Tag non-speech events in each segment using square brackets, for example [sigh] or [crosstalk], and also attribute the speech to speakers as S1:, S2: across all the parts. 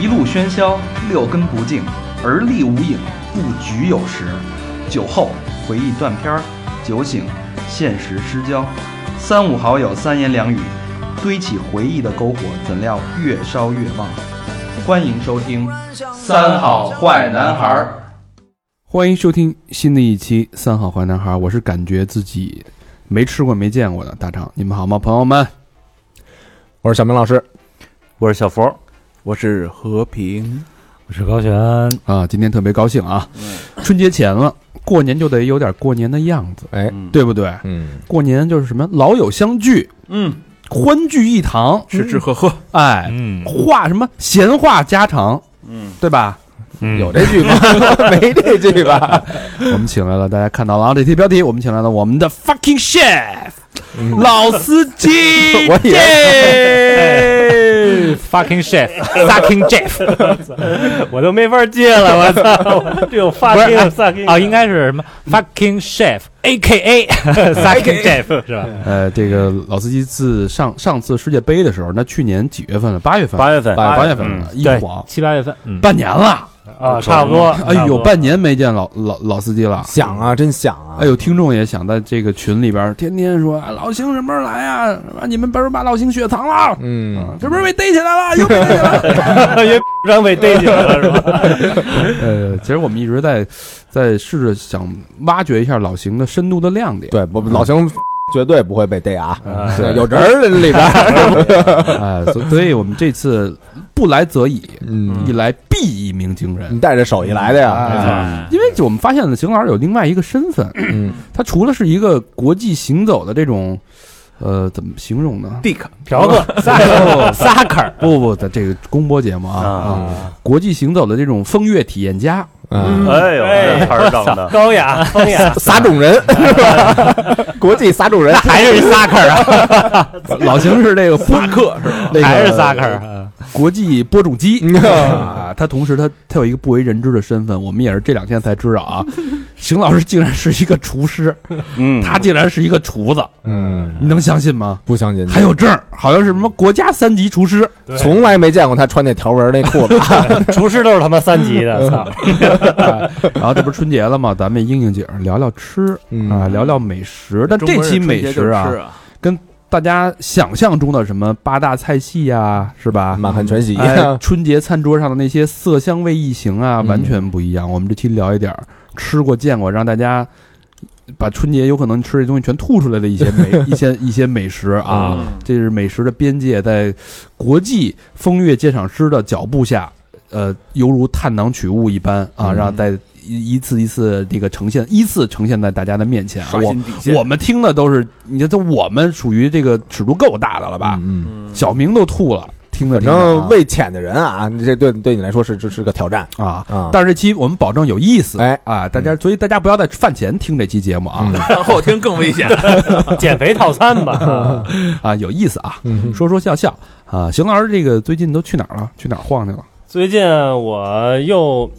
S1: 一路喧嚣，六根不净，而立无影，不局有时。酒后回忆断片儿，酒醒现实失焦。三五好友三言两语，堆起回忆的篝火，怎料越烧越旺。欢迎收听《三好坏男孩儿》。
S2: 欢迎收听新的一期《三好坏男孩》，我是感觉自己没吃过、没见过的大肠。你们好吗，朋友们？
S3: 我是小明老师，
S4: 我是小佛，
S5: 我是和平，
S6: 我是高璇。
S5: 嗯
S2: 啊，今天特别高兴啊！春节前了，过年就得有点过年的样子，
S3: 哎，
S2: 对不对？
S3: 嗯，
S2: 过年就是什么老友相聚，
S5: 嗯，
S2: 欢聚一堂，
S5: 吃吃喝喝，
S2: 哎，
S6: 嗯
S2: 话什么闲话家常，
S5: 嗯，
S2: 对吧？
S6: 嗯
S3: 有这
S2: [laughs]
S3: 句吗？没这句吧？
S2: 我们请来了，大家看到了啊，这题标题我们请来了我们的 fucking chef 老司机
S3: 我以为
S6: Jeff
S7: [laughs]
S6: fucking [laughs] chef fucking Jeff，我 [laughs] 都没法接了，我 [laughs] 操！我这有 fucking fucking 啊，应该是什么 fucking chef A K [laughs] A fucking Jeff 是吧？
S2: 呃，这个老司机自上上次世界杯的时候，那去年几月份了？八月份，
S4: 八月份
S2: 八八月份嗯了，一
S6: 对
S2: 晃
S6: 七八月份，嗯
S2: 半年了。
S6: 啊，差不多。
S2: 哎呦，
S6: [laughs]
S2: 半年没见老老老司机了。
S3: 想啊，真想啊！
S2: 哎，呦，听众也想在这个群里边天天说，啊老邢什么时候来呀、啊？你们不是把老邢雪藏了？
S3: 嗯，
S2: 什么时候被逮起来了？又被逮起来了。
S6: 也让被逮起来了是吧？
S2: 呃，其实我们一直在在试着想挖掘一下老邢的深度的亮点。
S3: 对，我们老邢 [laughs] 绝对不会被逮啊，
S6: 啊
S3: 对有人儿在里边。
S2: 哎，所所以我们这次不来则已，
S3: 嗯，
S2: 一来必一鸣惊人
S3: 你。带着手艺来的呀？
S6: 哎
S2: 因为我们发现了邢老师有另外一个身份，
S3: 嗯，
S2: 他除了是一个国际行走的这种，呃，怎么形容呢？
S5: 地卡，
S6: 嫖客哦撒
S2: [laughs]
S6: 克撒克儿
S2: 不不，在这个公播节目啊啊，国际行走的这种风月体验家，
S3: 嗯，哎
S4: 哎呦，这词儿整的，
S6: 高雅风雅，
S3: 撒种人是吧？ [laughs] 国际撒种人
S6: 还是撒克儿啊？
S2: 老邢是这个播客，那个
S6: 还是撒克
S2: [laughs]
S6: 儿啊？
S2: 国际播种机
S3: 嗯
S2: 啊。他同时他他有一个不为人知的身份，我们也是这两天才知道啊。邢老师竟然是一个厨师，
S4: 嗯，
S2: 他竟然是一个厨子，
S3: [laughs] 嗯，
S2: 你能相信吗？
S3: 不相信你，
S2: 还有证儿，好像是什么国家三级厨师。
S3: 从来没见过他穿那条纹那裤子。
S6: 厨师都是他妈三级的，操！
S2: 然后这不是春节了吗？咱们应应景儿聊聊吃啊，
S3: 嗯，
S2: 聊聊美食。但这期美食啊，大家想象中的什么八大菜系呀、是 [laughs] 吧？
S3: 啊满汉全席，
S2: 哎，春节餐桌上的那些色香味异形啊，
S3: 嗯
S2: 完全不一样。我们这期聊一点儿吃过见过，让大家把春节有可能吃的东西全吐出来的一些
S3: [laughs]
S2: 美一些一些美食啊，
S3: 嗯
S2: 这是美食的边界在国际风月鉴赏师的脚步下，呃，犹如探囊取物一般啊，
S3: 嗯
S2: 让在一一次一次这个呈现，依次呈现在大家的面前啊。
S5: 刷
S2: 我
S5: 新底线，
S2: 我们听的都是，你看，这我们属于这个尺度够大的了吧？
S3: 嗯，嗯
S5: 嗯
S2: 小明都吐了，听着
S3: 反
S2: 听着
S3: 正
S2: 啊
S3: 未浅的人啊，你这对对你来说是这是个挑战
S2: 啊。
S3: 啊。
S2: 但是这期我们保证有意思，
S3: 哎
S2: 啊，大家所以大家不要在饭前听这期节目啊、
S5: 饭后听更危险，
S6: 减肥套餐吧，
S2: 啊，有意思啊，
S3: 嗯，
S2: 说说笑笑啊。邢老师，这个最近都去哪儿了？去哪儿晃去了？
S6: 最近我又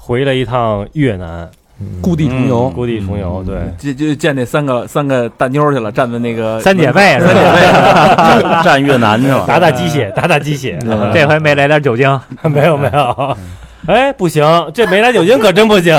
S6: 回了一趟越南，
S3: 嗯
S2: 故地重游，
S6: 故地重游，对，
S5: 就就见那三个三个大妞儿去了，站在那个
S6: 三姐
S1: [laughs]
S6: 妹是
S5: 三姐
S6: 吧？
S5: 妹，
S4: 站越南去了。
S6: 打打鸡血，打打鸡血，这回没来点酒精？ [laughs] 没有没有。哎，不行，这没来酒精可真不行，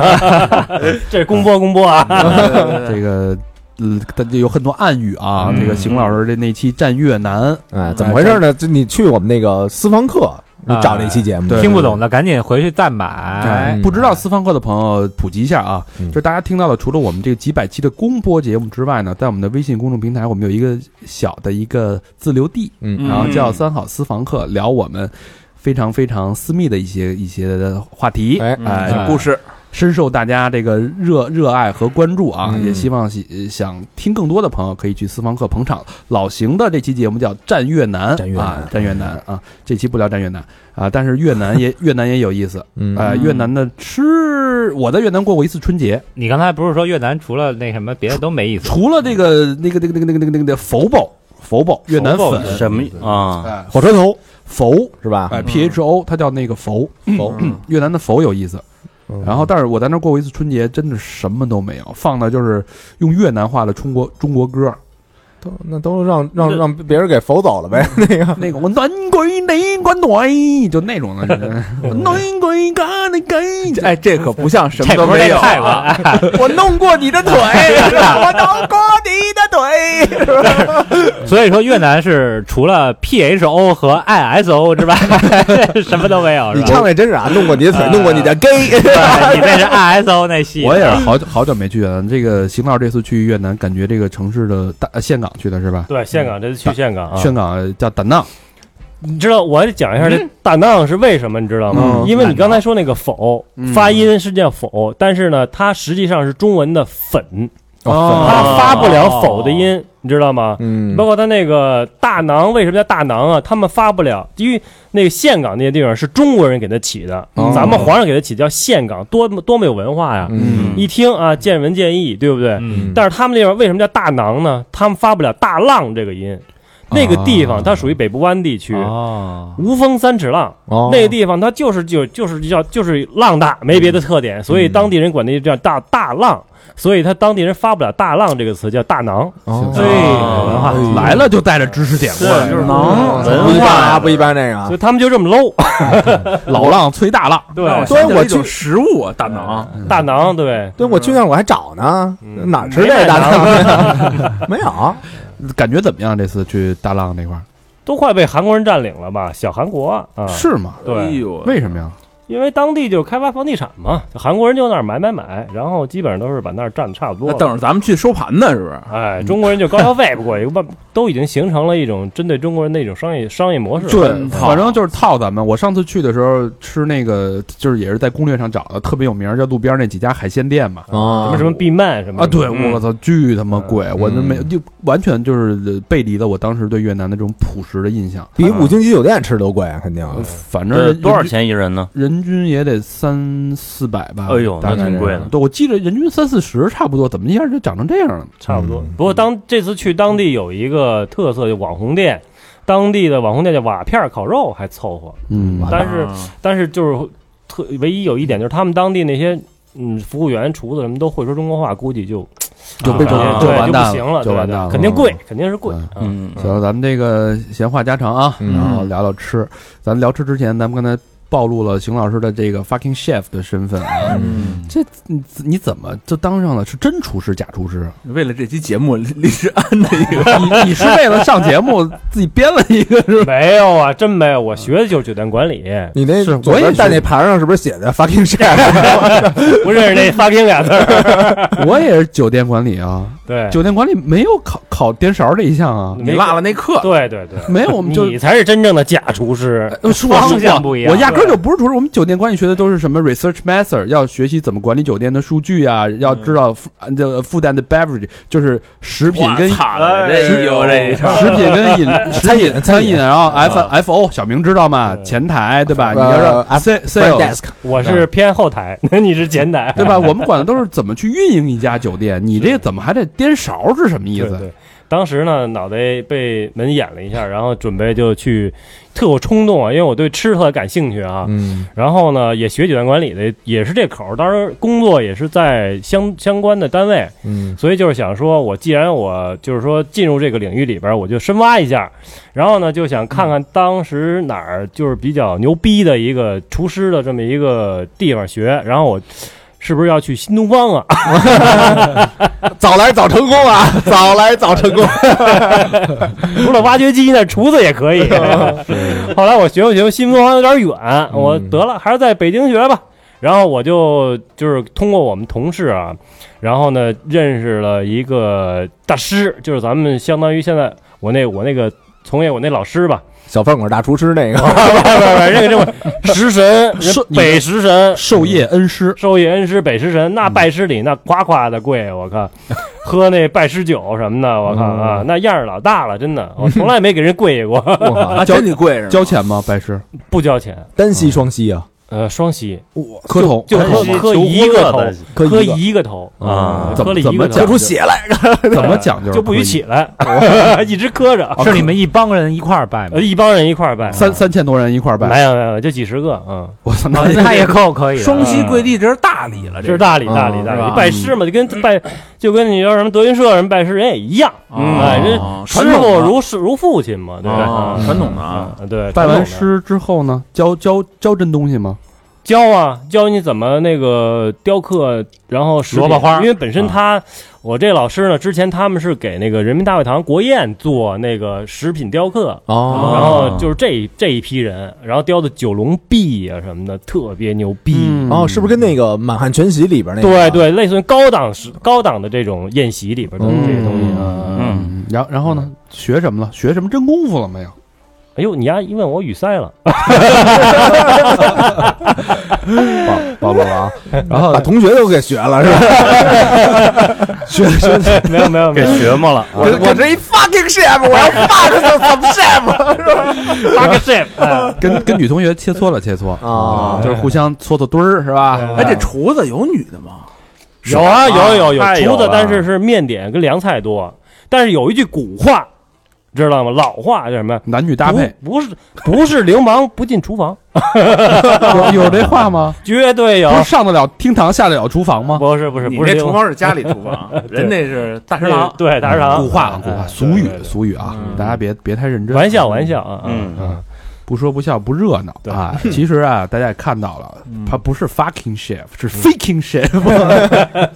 S6: 这是公播公播
S2: 嗯
S6: 啊！
S2: [laughs] 这个。嗯，但这有很多暗语啊。
S3: 嗯
S2: 这个邢老师的那期战越南，
S3: 哎，怎么回事呢？就你去我们那个私房课，你找那期节目，
S2: 对
S6: 听不懂的赶紧回去再买。
S3: 嗯
S2: 哎不知道私房课的朋友普及一下啊，
S3: 嗯
S2: 就是大家听到的，除了我们这几百期的公播节目之外呢，在我们的微信公众平台，我们有一个小的一个自留地，
S3: 嗯
S2: 然后叫
S5: 嗯
S2: 三好私房课，聊我们非常非常私密的一些一些话题，
S3: 哎
S2: 哎
S5: 小故事，
S2: 深受大家这个热热爱和关注啊，
S3: 嗯
S2: 也希望喜想听更多的朋友可以去私房课捧场。老邢的这期节目叫《战越南》，
S3: 战越南
S2: 啊，战越南啊，这期不聊战越南啊，但是越南也越南也有意思。
S3: 嗯
S2: 呃，越南的吃，我在越南过过一次春节，
S6: 你刚才不是说越南除了那什么别的都没意思？
S2: 除了这个那个那个那个那个那个那个佛包佛包越南粉
S4: 什么
S6: 嗯
S4: 啊？
S2: 哎
S3: 火车头
S2: 佛
S3: 是吧？
S2: 哎 P H O，它叫那个佛，嗯
S3: 否
S2: 越南的佛有意思。
S3: 嗯
S2: 然后，但是我在那儿过过一
S3: [laughs]
S2: 次春节，真的什么都没有，放的就是用越南话的中国中国歌，
S3: 都那都让让让别人给否走了呗， [laughs] 那个
S2: 那个我男鬼男管暖，就那种
S3: [laughs]
S2: 的，男鬼干的给，
S5: 哎，这可不像什么
S6: 这
S5: 都
S6: 不是
S5: 没
S6: 在
S5: 有啊
S6: 泰国，哎
S3: [laughs] 我弄过
S2: [laughs]
S3: 你的腿，我弄过你的腿，
S7: [laughs]
S6: 所以说越南是除了 PHO 和 ISO 之外，什么都没有，是
S3: 你
S6: 吧？
S3: 唱那真是啊，弄过你的腿，弄过你的 gay，
S7: 哎
S6: 对你那是 ISO 那戏，
S2: 我也是好久好久没去越南。这个邢老师这次去越南，感觉这个城市的大呃岘港去的是吧？
S7: 对，岘港这次去岘港啊，
S2: 岘港叫胆囊，
S7: 你
S3: 嗯
S7: 知道我得讲一下这大浪是为什么，你知道吗
S2: 嗯？
S7: 因为你刚才说那个否
S2: 嗯
S7: 发音是叫否，但是呢，它实际上是中文的粉，
S3: 哦
S7: 它发不了否的音，你知道吗？
S3: [laughs] 嗯
S7: 包括它那个大囊为什么叫大囊啊？他们发不了，因为那个岘港那些地方是中国人给它起的，
S2: 哦
S7: 咱们皇上给它起叫岘港，多么多么有文化呀！
S3: 嗯
S7: 一听啊，见闻见义，对不对？
S6: 嗯，
S7: 但是他们那边为什么叫大囊呢？他们发不了大浪这个音，那个地方它属于北部湾地区，
S6: 哦，
S7: 无风三尺浪，
S3: 哦
S7: 那个地方它就是就就是叫就是浪大，没别的特
S3: 嗯
S7: 点，所以当地人管那叫大大浪，所以他当地人发不了大浪这个词叫大囊，
S3: 哦哎
S7: 所以文化。
S2: 来了就带着知识点过来，
S4: 就是
S2: 囊
S3: 不一
S4: 文
S3: 般啊，
S4: 化
S3: 不一般那个
S7: 所
S3: 啊
S7: 以他们就这么 low，
S2: 老浪催大浪，
S7: [laughs] 对，
S3: 所以我
S5: 就
S3: 去，
S5: 食物啊，大脑
S7: 大囊，对，
S3: 对我去那儿我还找呢，
S7: 嗯
S3: 哪儿吃这个大肠？ [laughs] 没有，啊
S2: 感觉怎么样？这次去大浪那块儿
S7: 都快被韩国人占领了吧？小韩国啊，
S2: 是吗？
S5: 哎
S7: 对，
S5: 呦，
S2: 为什么呀？
S7: 因为当地就开发房地产嘛，韩国人就那儿买买买，然后基本上都是把那儿占的差不多
S5: 那
S7: 了。
S5: 等着咱们去收盘呢，是不是？
S7: 哎，中国人就高消费，不过也不都已经形成了一种针对中国人的一种商业商业模式了。
S2: 对，反正就是套咱们。我上次去的时候吃那个，就是也是在攻略上找的，特别有名儿，叫路边那几家海鲜店嘛。
S7: 什
S3: 啊
S7: 么什么闭麦什么
S2: 啊，对，
S7: 什么嗯
S2: 我操，巨他妈贵！我就没
S3: 嗯
S2: 就完全就是背离了我当时对越南的这种朴实的印象。
S3: 比五星级酒店吃的都贵，啊肯定。
S2: 反正
S4: 这
S2: 人
S4: 多少？钱一人呢？
S2: 人均也得三四百吧。
S4: 哎呦，
S2: 大
S4: 那
S2: 概
S4: 挺
S2: 是
S4: 贵的。
S2: 对，我记得人均三四十差不多，怎么一下就涨成这样了？
S7: 差不多
S3: 嗯。
S7: 不过当这次去当地有一个特色，就网红店，当地的网红店叫瓦片烤肉，还凑合。
S2: 嗯，
S7: 但是
S5: 啊
S7: 但是就是特唯一有一点就是他们当地那些嗯服务员、厨子什么都会说中国话，估计就
S2: 就被
S7: 就
S2: 就
S7: 对
S2: 就
S7: 就
S2: 完蛋
S7: 不行了，
S2: 就
S7: 对
S2: 完
S7: 对
S2: 蛋了，
S7: 肯定贵，肯定是贵
S2: 嗯。
S7: 嗯
S4: 嗯，
S2: 行了，咱们这个闲话家常啊，
S3: 嗯
S2: 然后聊聊吃。咱聊吃之前，咱们刚才暴露了邢老师的这个 fucking chef 的身份啊，
S3: 嗯
S2: 这你你怎么就当上了？是真厨师假厨师？啊
S5: 为了这期节目，临时安的一个，
S2: [laughs] 你你是为了上节目自己编了一个是吧？
S7: 没有啊，真没有，我学的就是酒店管理，
S3: 你那
S2: 是
S3: 左
S2: 我也
S3: 边
S2: 是
S3: 在那牌上是不是写的 fucking shit？
S7: 不认识那发音俩字儿。
S2: 我也是酒店管理啊，
S7: 对，
S2: 酒店管理没有烤烤颠勺这一项啊，
S5: 你落了那课，
S7: 对对对，
S2: 没有，我们就
S7: 你才是真正的假厨师，
S2: 呃是我
S7: 方
S2: 是我
S7: 向不一样。
S2: 我压根儿就不是厨师，我们酒店管理学的都是什么 research method，要学习怎么管理酒店的数据啊，要
S7: 嗯
S2: 知道负呃这负担的 beverage，就是食品跟食
S5: 了，这有这
S2: 品跟饮
S7: [laughs]
S2: 食
S3: 餐饮
S2: 品
S3: 餐
S2: 餐
S3: 饮
S2: 饮，然后 F F O 小明知道吗？
S7: 对
S2: 前台对吧？
S3: 呃
S2: 你要让
S3: F-
S2: sa-
S3: front
S2: sales
S3: desk
S7: 我是偏后台，你是前台，
S2: 对吧？我们管的都是怎么去运营一家酒店，你这怎么还得颠勺是什么意
S7: 对
S2: 思？
S7: 对。当时呢，脑袋被门演了一下，然后准备就去，特有冲动啊，因为我对吃特感兴趣啊。
S3: 嗯
S7: 然后呢，也学酒店管理的，也是这口儿。当时工作也是在相相关的单位，
S3: 嗯
S7: 所以就是想说，我既然我就是说进入这个领域里边儿，我就深挖一下，然后呢，就想看看当时哪儿就是比较牛逼的一个厨师的这么一个地方学，然后我是不是要去新东方啊？
S3: 早来早成功啊，早来早成
S7: [laughs]
S3: 功。
S7: 除了挖掘机那厨子也可以。后来我学不学新东方有点远，我得了，还是在北京学吧。然后我就就是通过我们同事啊，然后呢认识了一个大师，就是咱们相当于现在我那我那个从业我那老师吧，
S3: 小饭馆大厨师那个，
S7: 不是不是，这个这个食神，
S2: 授
S7: 人北食神，
S2: 授业恩师，
S7: 授业恩师北食神，那拜师礼那夸夸的贵，我 [laughs] 靠，喝那拜师酒什么的，我靠啊，那样儿老大了，真的，我从来没给人跪过， [laughs]
S2: 我靠
S5: 啊，
S2: 交
S5: 真你贵是吗？
S2: 交钱吗？白师
S7: 不交钱，
S3: 单膝双膝啊，
S7: 呃，双膝
S2: 磕头
S7: 就
S4: 单
S7: 磕
S4: 膝
S7: 磕
S4: 求
S7: 一
S4: 婚
S7: 个
S4: 了
S7: 头
S4: 单膝，
S3: 磕一
S7: 磕
S3: 个
S7: 一个头
S4: 啊
S7: 磕了一
S2: 怎么
S7: 个
S2: 怎
S7: 头
S2: 么
S3: 流出血来，
S2: 怎么讲究？
S7: 就不许起来， [laughs] 一直磕着，
S6: 是你们一帮人一块儿拜吗
S7: 呃，？一帮人一块儿拜，
S2: 三三千多人一块儿
S7: 没
S2: 拜，
S7: 有没有，就几十个，嗯，
S2: 我操，
S6: 啊
S2: 那
S6: 那也也扣可
S5: 双膝跪地，这是大礼了，
S7: 啊这是
S5: 是
S7: 大礼大
S3: 啊
S7: 礼大
S5: 是吧
S7: 礼，拜师嘛，就跟拜就跟你要什么德云社、什么拜师人也一样，
S5: 嗯
S7: 哎，这
S5: 哦
S7: 师
S5: 传统
S7: 傅
S5: 的
S7: 如是如父亲嘛，对吧？
S5: 哦传统的啊，
S7: 啊，对，
S2: 拜完
S7: 传统的
S2: 师之后呢，教教教真东西吗？
S7: 教啊，教你怎么那个雕刻，然后食品
S6: 萝卜花
S7: 因为本身他，我这老师呢，之前他们是给那个人民大会堂国宴做那个食品雕刻，
S3: 哦，
S7: 然后就是这一这一批人，然后雕的九龙壁啊什么的，特别牛逼。
S3: 哦，是不是跟那个《满汉全席》里边那个
S7: 对？对，类似于高档食高档的这种宴席里边的这些东西啊。
S4: 嗯，
S2: 嗯，然后然后呢？学什么了？学什么真功夫了没 [laughs] 有？
S7: 哎呦，你丫一问我语塞了，
S3: 报报啊，然后把同学都给学了是吧？学学
S7: [laughs] 没有没有没
S4: 给
S7: 有，
S4: 学嘛了，啊
S3: 我我这一 fucking chef，我要 fuck some chef
S7: 八个 s h
S2: 跟跟女同学切磋了切磋，嗯
S3: 啊
S2: 就是互相搓搓堆儿是吧？
S5: 哎，这厨子有女的吗？
S7: 有啊，有有有
S4: 太有
S7: 厨子
S4: 了，
S7: 但是是面点跟凉菜多。但是有一句古话，知道吗？老话叫什么？
S2: 男女搭配
S7: 不不是不是流氓不进厨房，
S2: [laughs] 有有这话吗？
S7: [laughs] 绝对 [laughs] 有
S2: 不。是上得了厅堂，下得了厨房吗？
S7: 不是不是
S5: 你
S7: 不是
S5: 这
S7: 流
S5: 厨
S7: 氓，
S5: 房是家里厨房，人那是大食
S7: 对
S5: 堂。
S7: 对大食堂
S2: 古话啊，古话，
S7: 哎
S2: 俗
S7: 对
S2: 语
S7: 对对
S2: 俗语啊，大家别别太认真。
S7: 玩笑玩笑啊，啊
S4: 嗯，
S2: 嗯，不说不笑不热闹
S7: 对嗯
S2: 啊。其实啊，大家也看到了，他不是 fucking chef，是 faking
S7: [laughs]
S2: chef。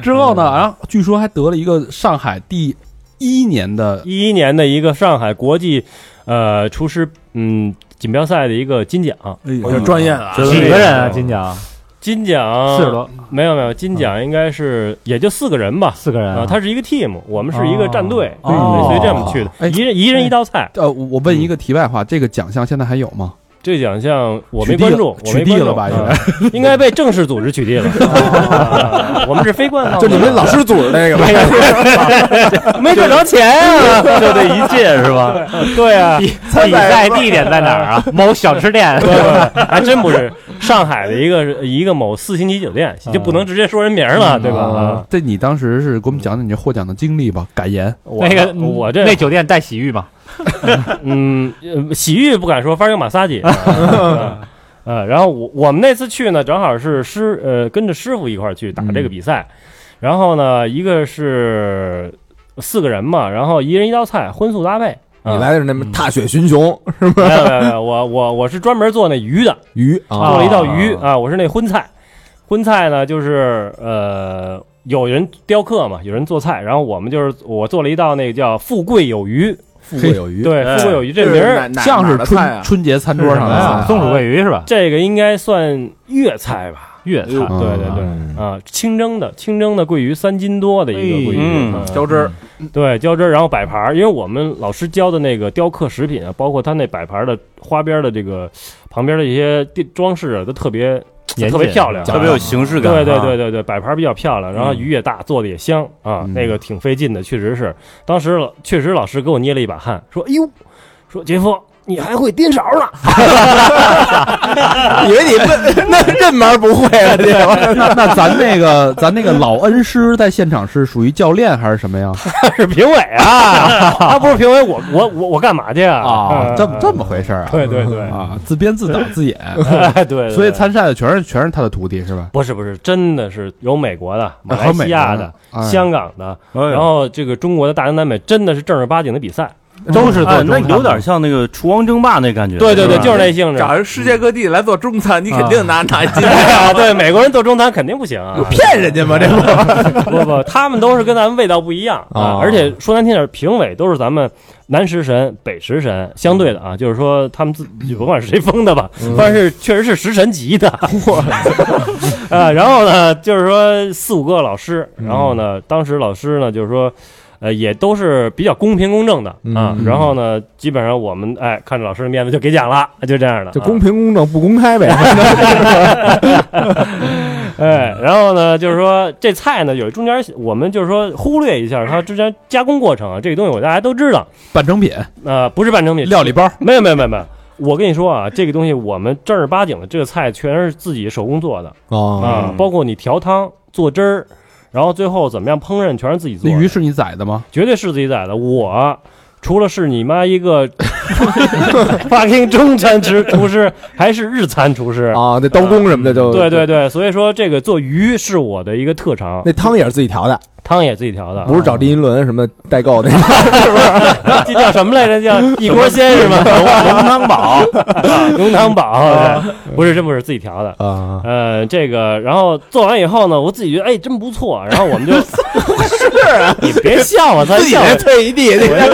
S2: 之后呢，
S7: 嗯
S2: 然后据说还得了一个上海第一年的
S7: 一一年的一个上海国际呃厨师嗯锦标赛的一个金奖，
S5: 我
S3: 嗯
S5: 就专业了啊，
S6: 几个人啊？金奖
S7: 金奖
S6: 四十多，
S7: 没有没有金奖应该是也就四个人吧。
S6: 四个人
S7: 啊，它是一个 team，我们是一个战队，
S6: 哦
S7: 类似于这么去
S2: 哎
S7: 的，一人一人一道菜。
S2: 呃，我我问一
S7: 嗯
S2: 个题外话，这个奖项现在还有吗？
S7: 这奖项我
S2: 取
S7: 没
S2: 缔
S7: 关
S2: 了
S7: 注，我没
S2: 取缔
S7: 关
S2: 了
S7: 注
S2: 吧
S7: 啊 [laughs] 应该被正式组织取缔了。啊我们是非官方
S3: 就
S7: 的，
S3: 你们老师组织那个吧？
S7: 没赚着钱啊！
S4: 就这一届是吧？
S7: 对啊，
S6: 比比赛地点在哪儿啊？ [laughs] 某小吃店。
S7: 对对还真不是上海的一个一个某四星级酒店，就不能直接说人名了，对吧？啊
S2: 这你当时是给我们讲讲你这获奖的经历吧？感言，
S7: 我
S6: 那个嗯
S7: 我这
S6: 那酒店带洗浴
S7: [laughs]
S6: 嘛？
S7: 嗯，呃洗浴不敢说，反正有马 [laughs] 萨吉。啊呃，然后我我们那次去呢，正好是师呃跟着师傅一块儿去打这个比赛，然后呢，一个是四个人嘛，然后一人一道菜，荤素搭配。
S3: 你来的是那么踏雪寻熊
S7: 没有没有没有，我我我是专门做那鱼的，
S3: 鱼
S7: 做了一道鱼啊，我是那荤菜。荤菜呢，就是呃，有人雕刻嘛，有人做菜，然后我们就是我做了一道那个叫“富贵有余
S3: 富贵有”，鱼，
S7: 对，“富贵有余”这名儿
S5: 哪
S2: 像是
S5: 哪的菜
S2: 春
S5: 啊，
S2: 春节餐桌上的
S6: 啊
S2: 菜，
S6: 松鼠桂鱼是吧？
S7: 这个应该算粤菜吧？哎
S6: 粤菜
S7: 对对对，
S3: 嗯
S7: 啊，清蒸的清蒸的桂鱼，三斤多的一个桂鱼，
S4: 嗯
S7: 嗯
S5: 浇汁儿，
S7: 对浇汁儿，然后摆盘儿。因为我们老师教的那个雕刻食品啊，包括它那摆盘儿的花边儿的这个旁边的一些地装饰啊，都特别
S6: 严谨
S7: 特别漂亮。
S4: 特别有形式感
S7: 对
S4: 啊，
S7: 对对对对，摆盘儿比较漂亮，然后鱼也大，做的也香啊，那个挺费劲的，确实是。当时老确实老师给我捏了一把汗，说：“哎呦，说杰夫，你还会颠勺呢。”
S3: 以为你问那认门不会了，这个
S2: 那那咱那个咱那个老恩师在现场是属于教练还是什么呀？
S7: 是评委啊，他不是评委，我我我我干嘛去 [laughs] 啊？
S2: 啊，
S7: 嗯
S2: 这么这么回事
S7: [laughs]
S2: 儿啊？
S7: 对对对，
S2: 啊，自编自导自演，
S7: 哎 [laughs] 对对，对
S2: 所以参赛的全是全是他的徒弟是吧？
S7: 不是不是，真的是有美国的、马
S2: 和
S7: 来
S2: 美
S7: 西亚
S2: 国
S7: 的、
S2: 哎
S7: 香港的，
S4: 对
S7: 然后这个中国的大洋南北，真的是正儿八经的比赛。
S6: 都是
S4: 哎
S6: 做，
S4: 那
S6: 中餐
S4: 有点像那个《厨王争霸》那感觉。
S7: 对对对，
S4: 吧
S7: 就是那性质。
S5: 找人世界各地来做中餐，你肯定拿拿一
S7: [laughs]
S5: 金。
S7: 啊， [laughs] 对，美国人做中餐肯定不行啊！
S3: 骗人家吗？这不
S7: [laughs] 不不，他们都是跟咱们味道不一样啊
S3: 哦。
S7: 而且说难听点，评委都是咱们南食神、北食神相对的
S3: 嗯
S7: 啊，就是说他们自己甭管是谁封的吧，但是确实是食神级的。 [laughs] 啊，然后呢，就是说四五个老师，
S3: 嗯
S7: 然后呢，当时老师呢就是说。呃，也都是比较公平公正的啊，
S3: 嗯
S7: 然后呢，基本上我们哎看着老师的面子就给奖了，就这样的，
S3: [laughs] 就
S7: 啊
S3: 公平公正不公开呗， [laughs]
S7: 哎，然后呢，就是说这菜呢，有中间我们就是说忽略一下它之前加工过程啊，这个东西我大家都知道，
S2: 半成品、
S7: 呃，不是半成品，
S2: 料理包，
S7: 没有没有没有没有，我跟你说啊，这个东西我们正儿八经的这个菜全是自己手工做的
S3: 哦，
S7: 啊，包括你调汤、做汁儿，然后最后怎么样烹饪全是自己
S2: 那
S7: 做的，
S2: 鱼是你宰的吗？
S7: 绝对是自己宰的，我。除了是你妈一
S2: [laughs]
S7: 个 fucking 中餐厨厨师，还是日餐厨师，
S2: 哦
S3: 啊，那刀工什么的就
S7: 对对对，所以说这个做鱼是我的一个特长。
S3: 那汤也是自己调的，
S7: 汤也自己调的，
S3: 不是找林依轮什么代购那种，
S7: [laughs] 这叫什么来着？ [laughs] 叫一锅鲜是吗？浓汤 [laughs] 宝，浓汤宝， [laughs] 对不是，真不是自己调的。
S3: 啊，
S7: 呃，这个，然后做完以后呢，我自己觉得哎，真不错。然后我 [laughs] 们就，是啊，你别笑我，他笑我
S3: 退一地，那个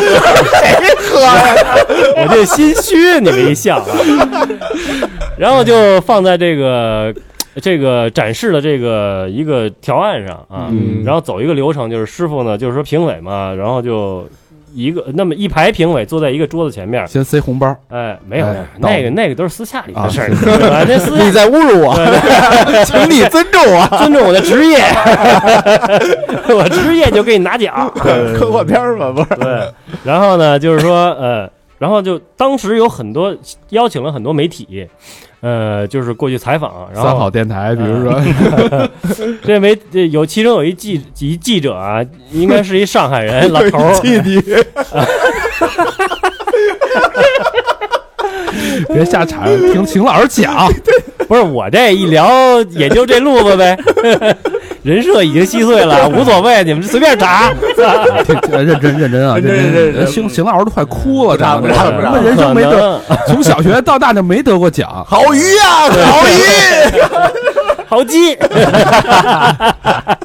S7: 我就心虚，你们一笑、啊， [laughs] 然后就放在这个这个展示的这个一个条案上啊，
S3: 嗯
S7: 然后走一个流程，就是师傅呢，就是说评委嘛，然后就。一个那么一排评委坐在一个桌子前面，
S2: 先塞红包，
S7: 哎，没有
S2: 哎啊
S7: 那个那个都是私下里的事儿，对吧那私
S2: [laughs]
S3: 你
S7: 下
S3: 在侮辱我，请你尊重我。
S7: 尊重我的职业， [laughs] 我职业就给你
S2: [laughs]
S7: 拿奖。
S3: 科幻片嘛，不是？
S7: 对，然后呢，就是说，呃，然后就当时有很多邀请了很多媒体，呃，就是过去采访，然
S2: 三好
S7: 后
S2: 电台，比如说
S7: 这媒这有其中有一记一记者啊，应该是一上
S2: [laughs]
S7: 海人老头儿，
S3: 弟弟，
S2: 别瞎掺，听秦老师讲，
S7: 不是我这一聊也就这路子呗， [laughs] 人设已经稀碎了，无所谓，你们随便查。
S2: 听呃认真认真啊，认
S5: 认真认真
S2: 秦秦老师都快哭了，
S3: 打
S2: 长
S3: 不
S2: 得
S3: 着
S2: 什
S3: 不，
S2: 么人生没得，从小学到大就没得过奖 [laughs]
S3: 好哦鱼啊呀，好鱼！
S7: 好鸡，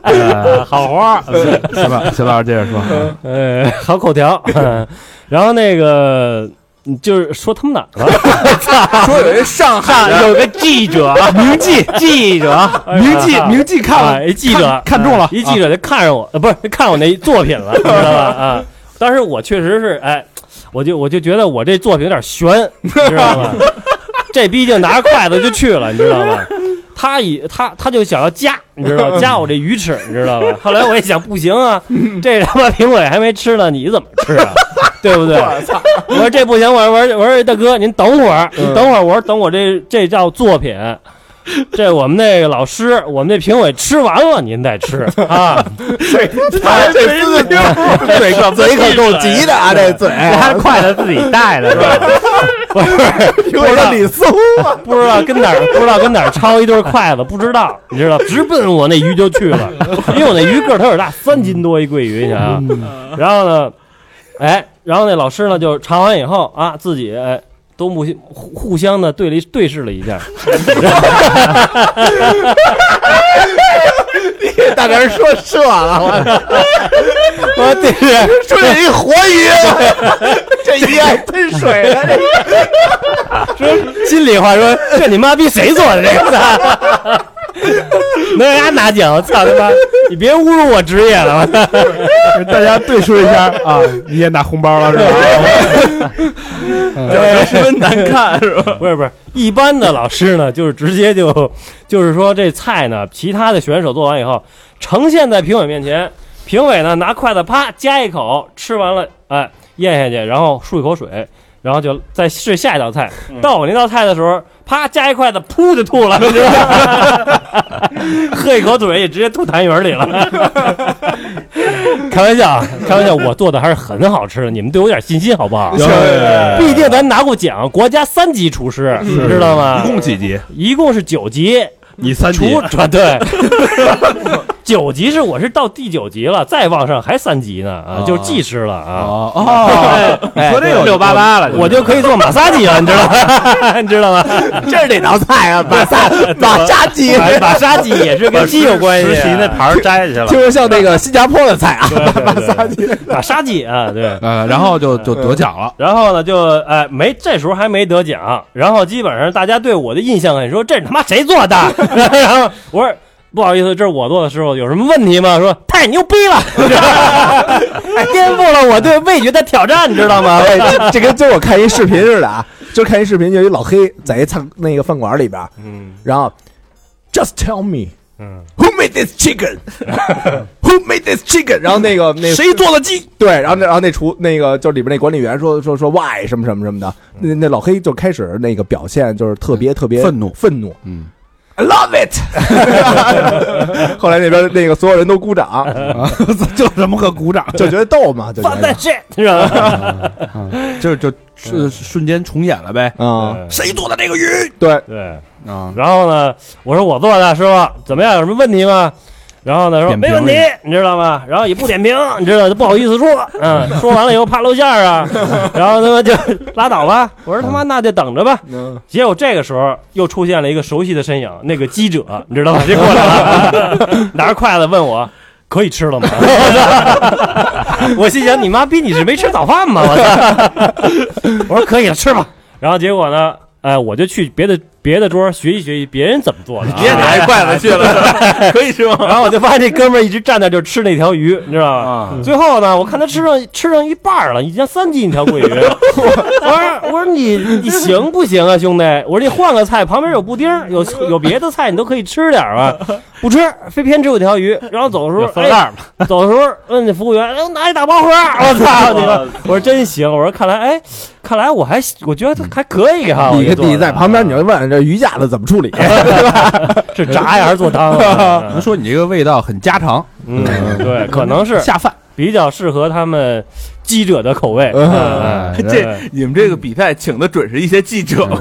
S2: 哎
S7: 好花。
S2: 行吧？秦老师接着说，
S7: 呃，好口条。嗯然后那个嗯就是说他们哪儿了？
S5: 说有一上海人
S7: 有个记者，名记记者，
S2: 铭记铭记看
S7: 哎啊，
S2: 了，
S7: 一记者
S2: 看中了啊
S7: 一记者就看上我，呃，不是看我那作
S2: [laughs]
S7: 品了，你知道吧？啊，当时我确实是，哎，我就我就觉得我这作品有点悬，你知道吗？这逼就拿着筷子就去了，你知道吗？他以他他就想要夹，你知道吗？夹我这鱼翅，你知道吧？后来我一想，不
S2: [laughs]
S7: 行啊，这他妈评委还没吃呢，你怎么吃啊？对
S2: [laughs]
S7: 不对？我说这不行，我说我说我说大哥，您等会儿，
S2: 嗯
S7: 您等会儿，我说等我这这叫作品， [laughs] 这我们那个老师，我们那评委吃完了，您再吃啊。 [laughs]
S3: 哎这滋溜，这可 [laughs] 嘴可够急的啊！这 [laughs] 嘴，
S6: 他筷子自己带的是吧？
S3: 我说李四啊，
S7: [laughs] 不知道跟哪儿， [laughs] 不知道跟哪儿抄一对筷子，不知道，你知道，直奔我那鱼就去 [laughs] 了，因为我那鱼个儿它有点大，三斤多一桂鱼，你想想。然后呢，哎，然后那老师呢就尝完以后啊，自己。哎都互互互相的对了一对视了一 [laughs] 下，
S3: 大点说射了，
S7: 我啊对视，
S3: 说这一活鱼，这鱼还喷水了，这
S7: 心里话说，这你妈逼谁做的这个？能让人家拿奖？我操他妈！你别侮辱我职业了！我操
S2: 大家对视一 [laughs] 下啊，你也拿红包了是吧？
S5: 十分难看，是吧？
S7: 嗯 [laughs] 不是不是，一般的老师呢，就是直接就 [laughs] 就是说这菜呢，其他的选手做完以后，呈现在评委面前，评委呢拿筷子啪夹一口，吃完了，哎，咽下去，然后漱一口水，然后就再试下一道菜。
S5: 嗯
S7: 到我那道菜的时候，啪夹一筷子，噗就吐了，你 [laughs] 知道吗？喝一口水也直接吐痰盂里了。 [laughs] 开玩笑，啊，开玩笑，我做的还是很好吃的，你们对我有点信心好不好？毕竟咱拿过奖，国家三级厨师，知道吗？
S2: 一共几集？
S7: 一共是九级，
S2: 你三
S7: 除
S2: 集，
S7: 啊对，九级是我是到第九级了，再往上还三级呢啊，就是技师了啊，哎
S2: 哦
S7: [laughs]
S2: 哦，你说这有
S6: 六八八了，
S7: 我就可以做马萨鸡了，你知道吗？ [laughs] 你知道
S3: [laughs]
S7: 吗？
S3: 这是哪道菜啊？马萨马杀鸡，
S7: 马马萨鸡也是跟鸡有关系啊
S4: 实，习那牌儿摘下
S3: 听
S4: 了，
S3: 着像那个新加坡的菜啊，马萨鸡。
S7: 马萨鸡啊，对。
S2: 呃，然后就就得奖了，
S7: 然后呢，就哎没，这时候还没得奖。然后基本上大家对我的印象很啊说这他妈谁做的？ [laughs] 然后我说不好意思，这是我做的师傅，有什么问题吗？说太牛逼了， [laughs] 颠覆了我对味觉的挑战，你知道吗？
S3: [laughs] 哎，这这跟今儿我看一视频似的啊，今儿看一视频，就一老黑在一餐那个饭馆里边儿，
S7: 嗯
S3: 然后 just tell me
S7: 嗯，
S3: who made this chicken who made this chicken，然后那个那谁做的鸡？对，然后那然后那厨那个就是里边那管理员说说说 why 什么什么什么的，那那老黑就开始那个表现就是特别特
S2: 嗯
S3: 别
S2: 愤怒
S3: 愤怒
S2: 嗯，
S3: ，I love
S2: [laughs]
S3: it 。后来那边那个所有人都鼓掌，
S2: [laughs] 就这么个鼓掌，
S3: 就觉得逗嘛，就觉
S7: 放在
S3: 得
S7: 这，是吧？
S2: 就就瞬瞬间重演了呗
S3: 啊，
S7: 谁做的这个鱼？
S3: 对，
S7: 对。
S2: 啊，
S7: 然后呢，我说我做的，师傅怎么样？有什么问题吗？然后呢说
S2: 点评
S7: 没问题
S2: 一下，
S7: 你知道吗？然后也不点评，你知道就不好意思说，
S2: [laughs]
S7: 嗯，说完了以后怕露馅儿啊，然后他妈就拉倒吧。我说他
S2: 嗯
S7: 妈那就等着吧。结果这个时候又出现了一个熟悉的身影，那个记者你知道吗？就过
S2: [laughs]
S7: 来了，拿着筷子问我。可以吃了吗？ [laughs] 我心想，你妈逼，你是没吃早饭吗？我 [laughs] 操！我说可以了，吃吧。然后结果呢，哎，我就去别的别的桌学习学习别人怎么做的、啊，
S5: 别拿一筷子去了，可以吃吗？
S7: 然后我就发现这哥们儿一直站那儿就吃那条鱼，你知道吧？最后呢，我看他吃上吃上一半儿了，已经三斤一条桂鱼。我说我说你你行不行啊，兄弟？我说你换个菜，旁边有布丁儿，有有别的菜，你都可以吃点儿吧。不吃，非偏吃我条鱼。然后走的时候，哎，走的时候问那服务员，哎，拿一大包盒儿，我操你妈！我说真行，我说看来哎，看来我还我觉得还可以哈。我
S3: 你
S7: 这哦做
S3: 你
S7: 的啊
S3: 在旁边，你就问这鱼架子怎么处理？哎
S7: 是炸呀还是做汤啊？
S3: [laughs]
S2: 能说你这个味道很家常，
S7: 嗯，对，可能是
S2: 下饭。 [laughs]
S7: 比较适合他们记者的口味。
S2: 哎
S7: 嗯
S5: 这你们这个比赛请的准是一些记者吗，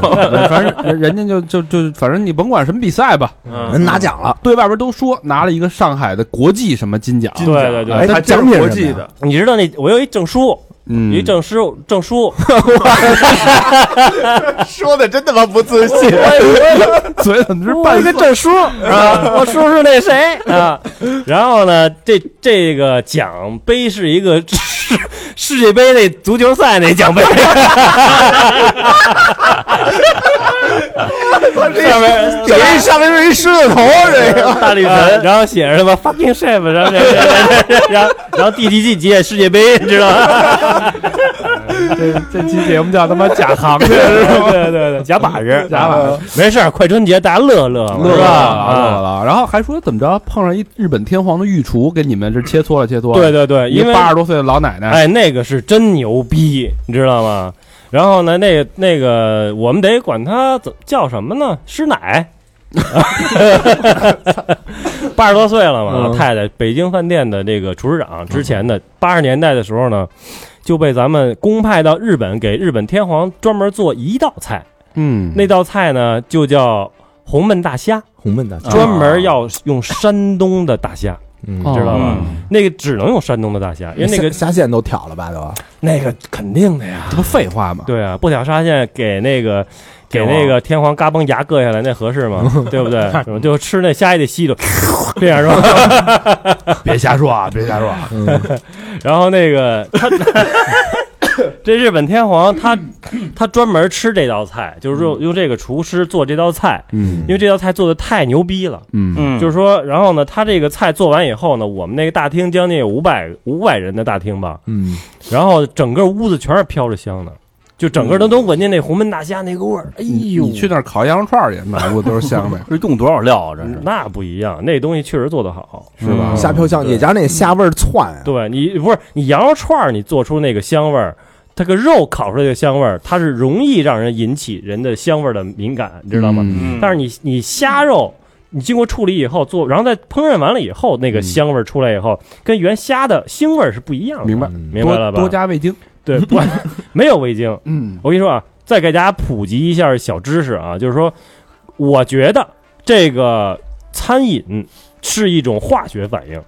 S2: 反正人人家就就就，反正你甭管什么比赛吧，
S7: 嗯，
S3: 人拿奖了，
S2: 对外边都说拿了一个上海的国际什么金奖，
S7: 对对对，
S2: 哎
S5: 还真是国际的，
S7: 你知道那我有一证书，
S2: 嗯
S7: 有一证书证书，
S3: 说的真他妈不自 [laughs] 信。
S2: 嘴怎么是
S7: 我
S2: 半
S7: 一个证书 [laughs] 啊，我叔是那谁啊。然后呢，这这个奖杯是一个 [laughs] 世世界杯那足球赛那奖杯，上面
S3: 有一上面是一狮子头，这个
S7: 大力神，啊然后写着什么 fucking shape，然后然后然后然后第几季届世界杯，你知道吗？
S2: 这期节目叫他妈假 [laughs] 行
S7: [laughs] 对对对对，假把式， [laughs] 假把式，没事儿，快春节大家乐乐嘛，
S2: 乐
S7: 是
S2: 了
S7: 吧？
S2: 乐
S7: 啊，
S2: 了，然后还说怎么着碰上一日本天皇的御厨给你们这切磋了切磋，
S7: 对，对对，
S2: 一
S7: 因为
S2: 八十多岁的老奶奶，
S7: 哎，那个是真牛逼，你知道吗？然后呢，那个那个，我们得管他怎叫什么呢？师奶， [laughs] 八十多岁了嘛，
S3: 嗯
S7: 太太，北京饭店的这个厨师长，之前的八十年代的时候呢，就被咱们公派到日本，给日本天皇专门做一道菜，
S2: 嗯，
S7: 那道菜呢就叫红焖大虾，
S3: 红焖大
S2: 啊
S3: 虾，
S7: 专门要用山东的大虾，
S2: 哦
S3: 嗯，
S7: 知道吧？那个只能用山东的大虾，因为那个
S3: 虾线都挑了吧都。
S7: 那个肯定的呀。
S2: 这不废话吗？
S7: 对啊，不挑纱线给那个给那个天皇嘎嘣牙硌下来，那合适
S2: [laughs]
S7: 吗？对不对？是吧就吃那虾也得吸着，这样是吧？
S2: [laughs]
S7: 嗯
S2: 别瞎说啊，别瞎说
S7: [laughs]
S2: 啊，
S7: 然后那个他。 [laughs] 这日本天皇他他专门吃这道菜，就是用用这个厨师做这道菜，
S2: 嗯
S7: 因为这道菜做的太牛逼了。
S2: 嗯
S4: 嗯。
S7: 就是说，然后呢，他这个菜做完以后呢，我们那个大厅将近有五百五百人的大厅吧，
S3: 嗯，
S7: 然后整个屋子全是飘着香的，就整个都能闻见那红焖大虾那个味儿。哎
S2: 你
S7: 呦，
S2: 你去那儿烤羊肉串儿去，满屋都是香味 [laughs]
S4: 这用多少料啊？这是
S7: 哎那不一样，那东西确实做得好，是吧？
S3: 虾飘香，也加上那虾味儿窜啊。
S7: 对你不是你羊肉串儿，你做出那个香味儿，它个肉烤出来的香味儿，它是容易让人引起人的香味儿的敏感，你知道吗？
S4: 嗯
S7: 但是你你虾肉，你经过处理以后做，然后再烹饪完了以后，那个香味儿出来以后，跟原虾的腥味儿是不一样的。
S2: 明白
S3: 嗯
S7: 明白了吧？
S2: 多多加味精，
S7: [laughs] 对，
S2: [laughs]
S7: 不没有味精。
S2: 嗯，
S7: 我跟你说啊，再给大家普及一下小知识啊，就是说，我觉得这个餐饮是一种化学反应，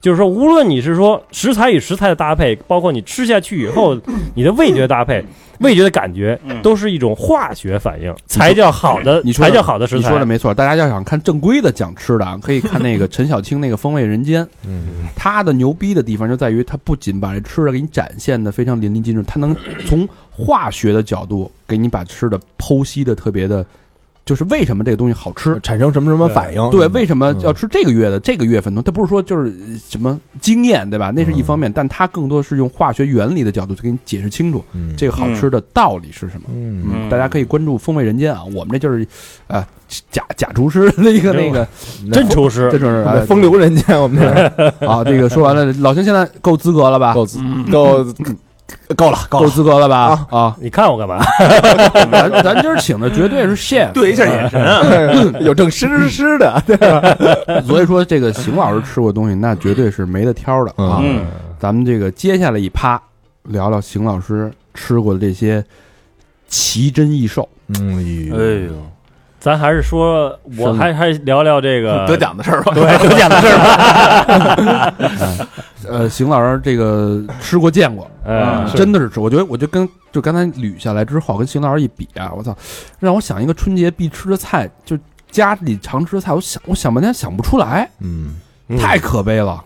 S7: 就是说，无论你是说食材与食材的搭配，包括你吃下去以
S2: [laughs]
S7: 后你的味觉搭配、
S2: 嗯
S7: 味觉的感觉，都是一种化学反应，才叫好的，
S2: 你说
S7: 才叫好的食
S2: 你
S7: 材。
S2: 说的没错，大家要想看正规的讲吃的，啊，可以看那个陈小青那个《风味人间》，
S7: [laughs]
S3: 嗯，
S2: 他的牛逼的地方就在于他不仅把这吃的给你展现的非常淋漓尽致，他能从化学的角度给你把吃的剖析的特别的，就是为什么这个东西好吃。
S3: 产生什么什么反应？
S2: 对，为什么要吃这个月的这个月份呢？它不是说就是呃什么经验，对吧？那是一方面，但它更多是用化学原理的角度去给你解释清楚
S3: 嗯
S2: 这个好吃的道理是什么。
S3: 嗯
S2: 嗯，大家可以关注《风味人间》啊，我们这就是，呃，假假厨师的一个那个，
S7: 真厨师
S2: 这就是
S3: 那
S2: 啊
S3: 风流人间，我们这儿
S2: 啊。这个说完了，老邢现在够资格了吧？
S3: 够够 [laughs] 够了，够
S2: 够
S3: [laughs] 了。
S2: 资格了吧？啊，
S7: 你看我干嘛？
S2: 咱咱今儿请的绝对
S5: [laughs]
S2: 是 chef，
S5: 对一下眼神啊，
S3: 有正湿湿的，
S2: 所以说这个邢老师吃过东西，那绝对是没得挑的啊。
S4: 嗯
S2: 咱们这个接下来一趴，聊聊邢老师吃过的这些奇珍异兽。
S3: 嗯，
S4: 哎呦，
S7: 咱还是说，我还还聊聊这
S6: 嗯
S2: [laughs]
S7: 个
S5: 得奖的事儿吧。 [laughs]
S7: 对得奖的事儿吧。
S2: 呃，邢老师这个吃过见过，
S7: 嗯，是
S2: 真的是吃。我觉得，我就跟就刚才捋下来之后，跟邢老师一比啊，我操，让我想一个春节必吃的菜，就家里常吃的菜，我想我想半天想不出来，
S3: 嗯，
S2: 太可悲了。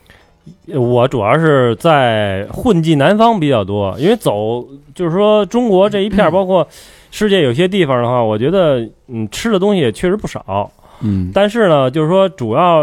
S7: 我主要是在混迹南方比较多，因为走就是说中国这一片儿，包括世界有些地方的话，我觉得嗯吃的东西也确实不少，
S2: 嗯，
S7: 但是呢，就是说主要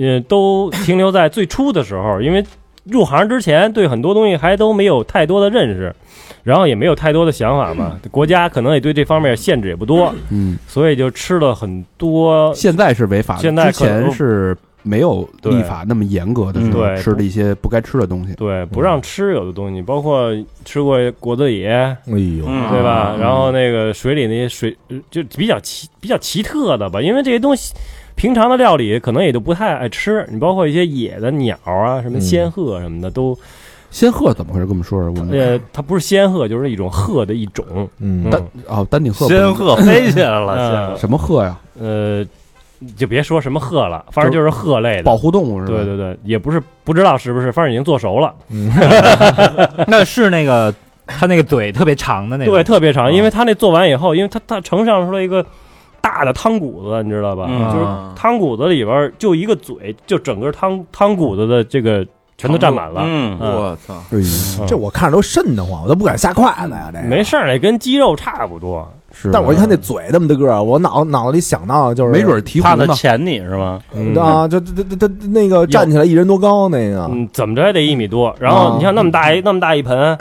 S7: 呃都停留在最初的时候，因为入行之前对很多东西还都没有太多的认识，然后也没有太多的想法嘛，国家可能也对这方面限制也不多，
S2: 嗯，
S7: 所以就吃了很多
S2: 现在是违法的，
S7: 现在
S2: 之
S7: 可能
S2: 前是没有
S7: 对
S2: 立法那么严格的时
S7: 嗯
S2: 候，
S7: 对
S2: 吃了一些不该吃的东西。
S7: 对不让吃有的东西，包括吃过果子野，
S3: 哎呦，
S5: 嗯
S7: 对吧？然后那个水里那些水呃就比较奇比较奇特的吧，因为这些东西平常的料理可能也都不太爱吃。你包括一些野的鸟啊，什么仙鹤什么的，都
S2: 仙鹤怎么回事？跟我们说说。我们
S7: 呃，它不是仙鹤，就是一种鹤的一种。
S3: 嗯
S2: 丹哦，丹顶鹤不是，
S4: 仙鹤飞起来了，
S7: 嗯
S2: 什么鹤呀？
S7: 呃，就别说什么鹤了，反正就是鹤类
S2: 保
S7: 的。
S2: 护动物是吧？
S7: 对对对，也不是不知道是不是，反正已经做熟了。
S6: 那是那个他那个嘴特别长的那种，
S7: 对，特别长，因为它那做完以后，因为它它呈上出来一个大的汤骨子，你知道吧？
S5: 嗯
S7: 就是汤骨子里边儿就一个嘴，就整个汤汤骨子的这个全都占满了。
S5: 嗯，
S7: 嗯
S5: 我操，
S2: 哎呦，
S3: 这我看着都瘆得慌，我都不敢下筷子呀，这个
S7: 没。事儿，啊那跟鸡肉差不多。
S2: 是。
S3: 但是我一看那嘴那么大个儿，我脑脑子里想到就是
S2: 没准儿鹈
S4: 怕
S2: 鹕
S4: 它
S2: 呢，
S4: 钳你是吗？
S3: 啊，就这这这这那个站起来一人多高那个，
S7: 嗯，怎么着也得一米多。然后
S3: 啊
S7: 你像那么大一、那么大一盆，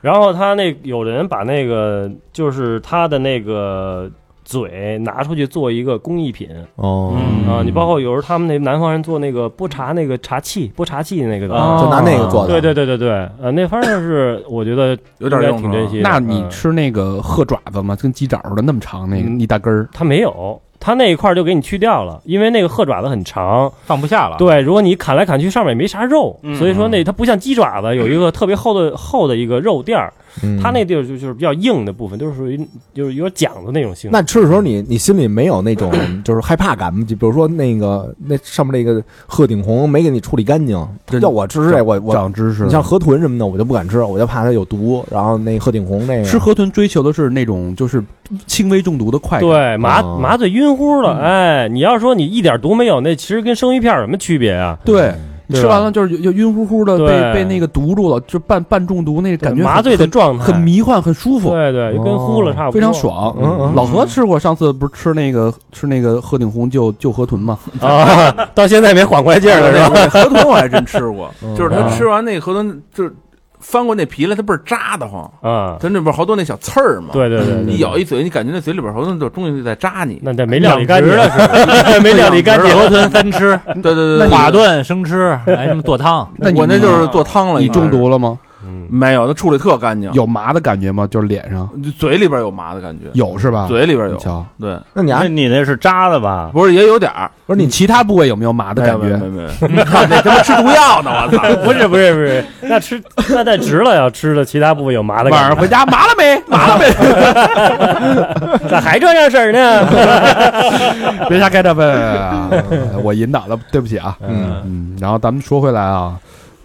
S7: 然后他那有的人把那个就是他的那个嘴拿出去做一个工艺品
S3: 哦
S7: 啊，你包括有时候他们那南方人做那个剥茶那个茶器、剥茶器那个的。
S4: 啊
S3: 就拿那个做的，
S7: 对对对对对，呃，那反正是我觉得
S5: 有点
S7: 应该
S5: 用啊
S7: 挺
S5: 是吧
S7: 珍惜的。
S2: 那你
S7: 嗯
S2: 吃那个鹤爪子吗？跟鸡爪似的那么长，那个
S7: 嗯
S2: 一大根儿。
S7: 它没有，它那一块儿就给你去掉了，因为那个鹤爪子很长，
S6: 放不下了。
S7: 对，如果你砍来砍去，上面也没啥肉，
S5: 啊嗯
S7: 所以说那它不像鸡爪子有一个特别厚的厚的一个肉垫儿，
S3: 嗯
S7: 它那地儿就就是比较硬的部分，就是属于就是有点讲的那种性质。
S3: 那吃的时候你，你心里没有那种
S7: [coughs]
S3: 就是害怕感吗？就比如说那个那上面那个鹤顶红没给你处理干净
S2: 真，
S3: 要我吃这我我，
S2: 长知识了。
S3: 你像河豚什么的，我就不敢吃，我就怕它有毒。然后那鹤顶红那个
S2: 吃河豚追求的是那种就是轻微中毒的快感。
S7: 对，麻
S3: 哦
S7: 麻醉晕乎了，哎，你要说你一点毒没有，那其实跟生鱼片有什么区别啊？
S2: 对，你
S7: 对
S2: 吃
S7: 吧
S2: 完了就是就晕乎乎的，
S7: 对
S2: 被被那个毒住了，就半半中毒，那感觉很
S7: 麻醉的
S2: 很
S7: 状态
S2: 很迷幻，很舒服，
S7: 对对，就跟呼了差不多，
S2: 非常爽。
S3: 嗯嗯
S2: 老何吃过，上次不是吃那个吃那个鹤顶红救救河豚吗？
S7: 啊！ [laughs] 到现在没缓过来劲儿了，是吧？
S5: 吧？河豚我还真吃过，就是他
S7: 嗯
S5: 吃完那河豚，就是翻过那皮来，它倍儿扎得慌， [laughs]
S7: 啊，
S5: 它那边好多那小刺儿嘛，，
S7: 对对
S5: [laughs]
S7: 对对
S5: 一咬一嘴，你感觉那嘴里边好多那种东西在扎你。
S7: 那这没料理干净， [laughs] 没料理干净，
S6: 河
S5: [laughs]
S6: 豚分吃，
S5: 对对对对，
S6: 垮炖生吃，还什么做汤，
S2: 那你
S5: 我那就是做汤了，
S2: 你中
S5: 应
S2: 毒了吗？
S5: 该是没有？那处理特干
S7: 嗯
S5: 净，
S2: 有麻的感觉吗？就是脸上
S5: 嘴里边有麻的感觉，
S2: 有是吧？
S5: 嘴里边
S2: 你
S5: 有，
S2: 瞧，
S5: 对，
S3: 那你
S4: [laughs] 那
S3: 还
S4: 你那是扎的吧？
S5: 不是也有点儿
S2: 不是你其他部位有没有麻的感
S5: 没有
S2: 觉？
S5: 没有没有，你看那他妈吃毒药呢，我操！
S7: 不是不是不是，那吃那太值了，要吃的其他部位有麻
S2: [laughs]
S7: 的
S2: 晚
S7: 感
S2: 上
S7: 觉，
S2: 回家麻了
S5: [laughs]
S2: 没？麻了没？
S7: 咋还这样式儿呢？
S2: 别瞎开大粪啊！ [laughs] 我引导的，对不起啊。
S3: 嗯
S2: 嗯，然后咱们说回来啊，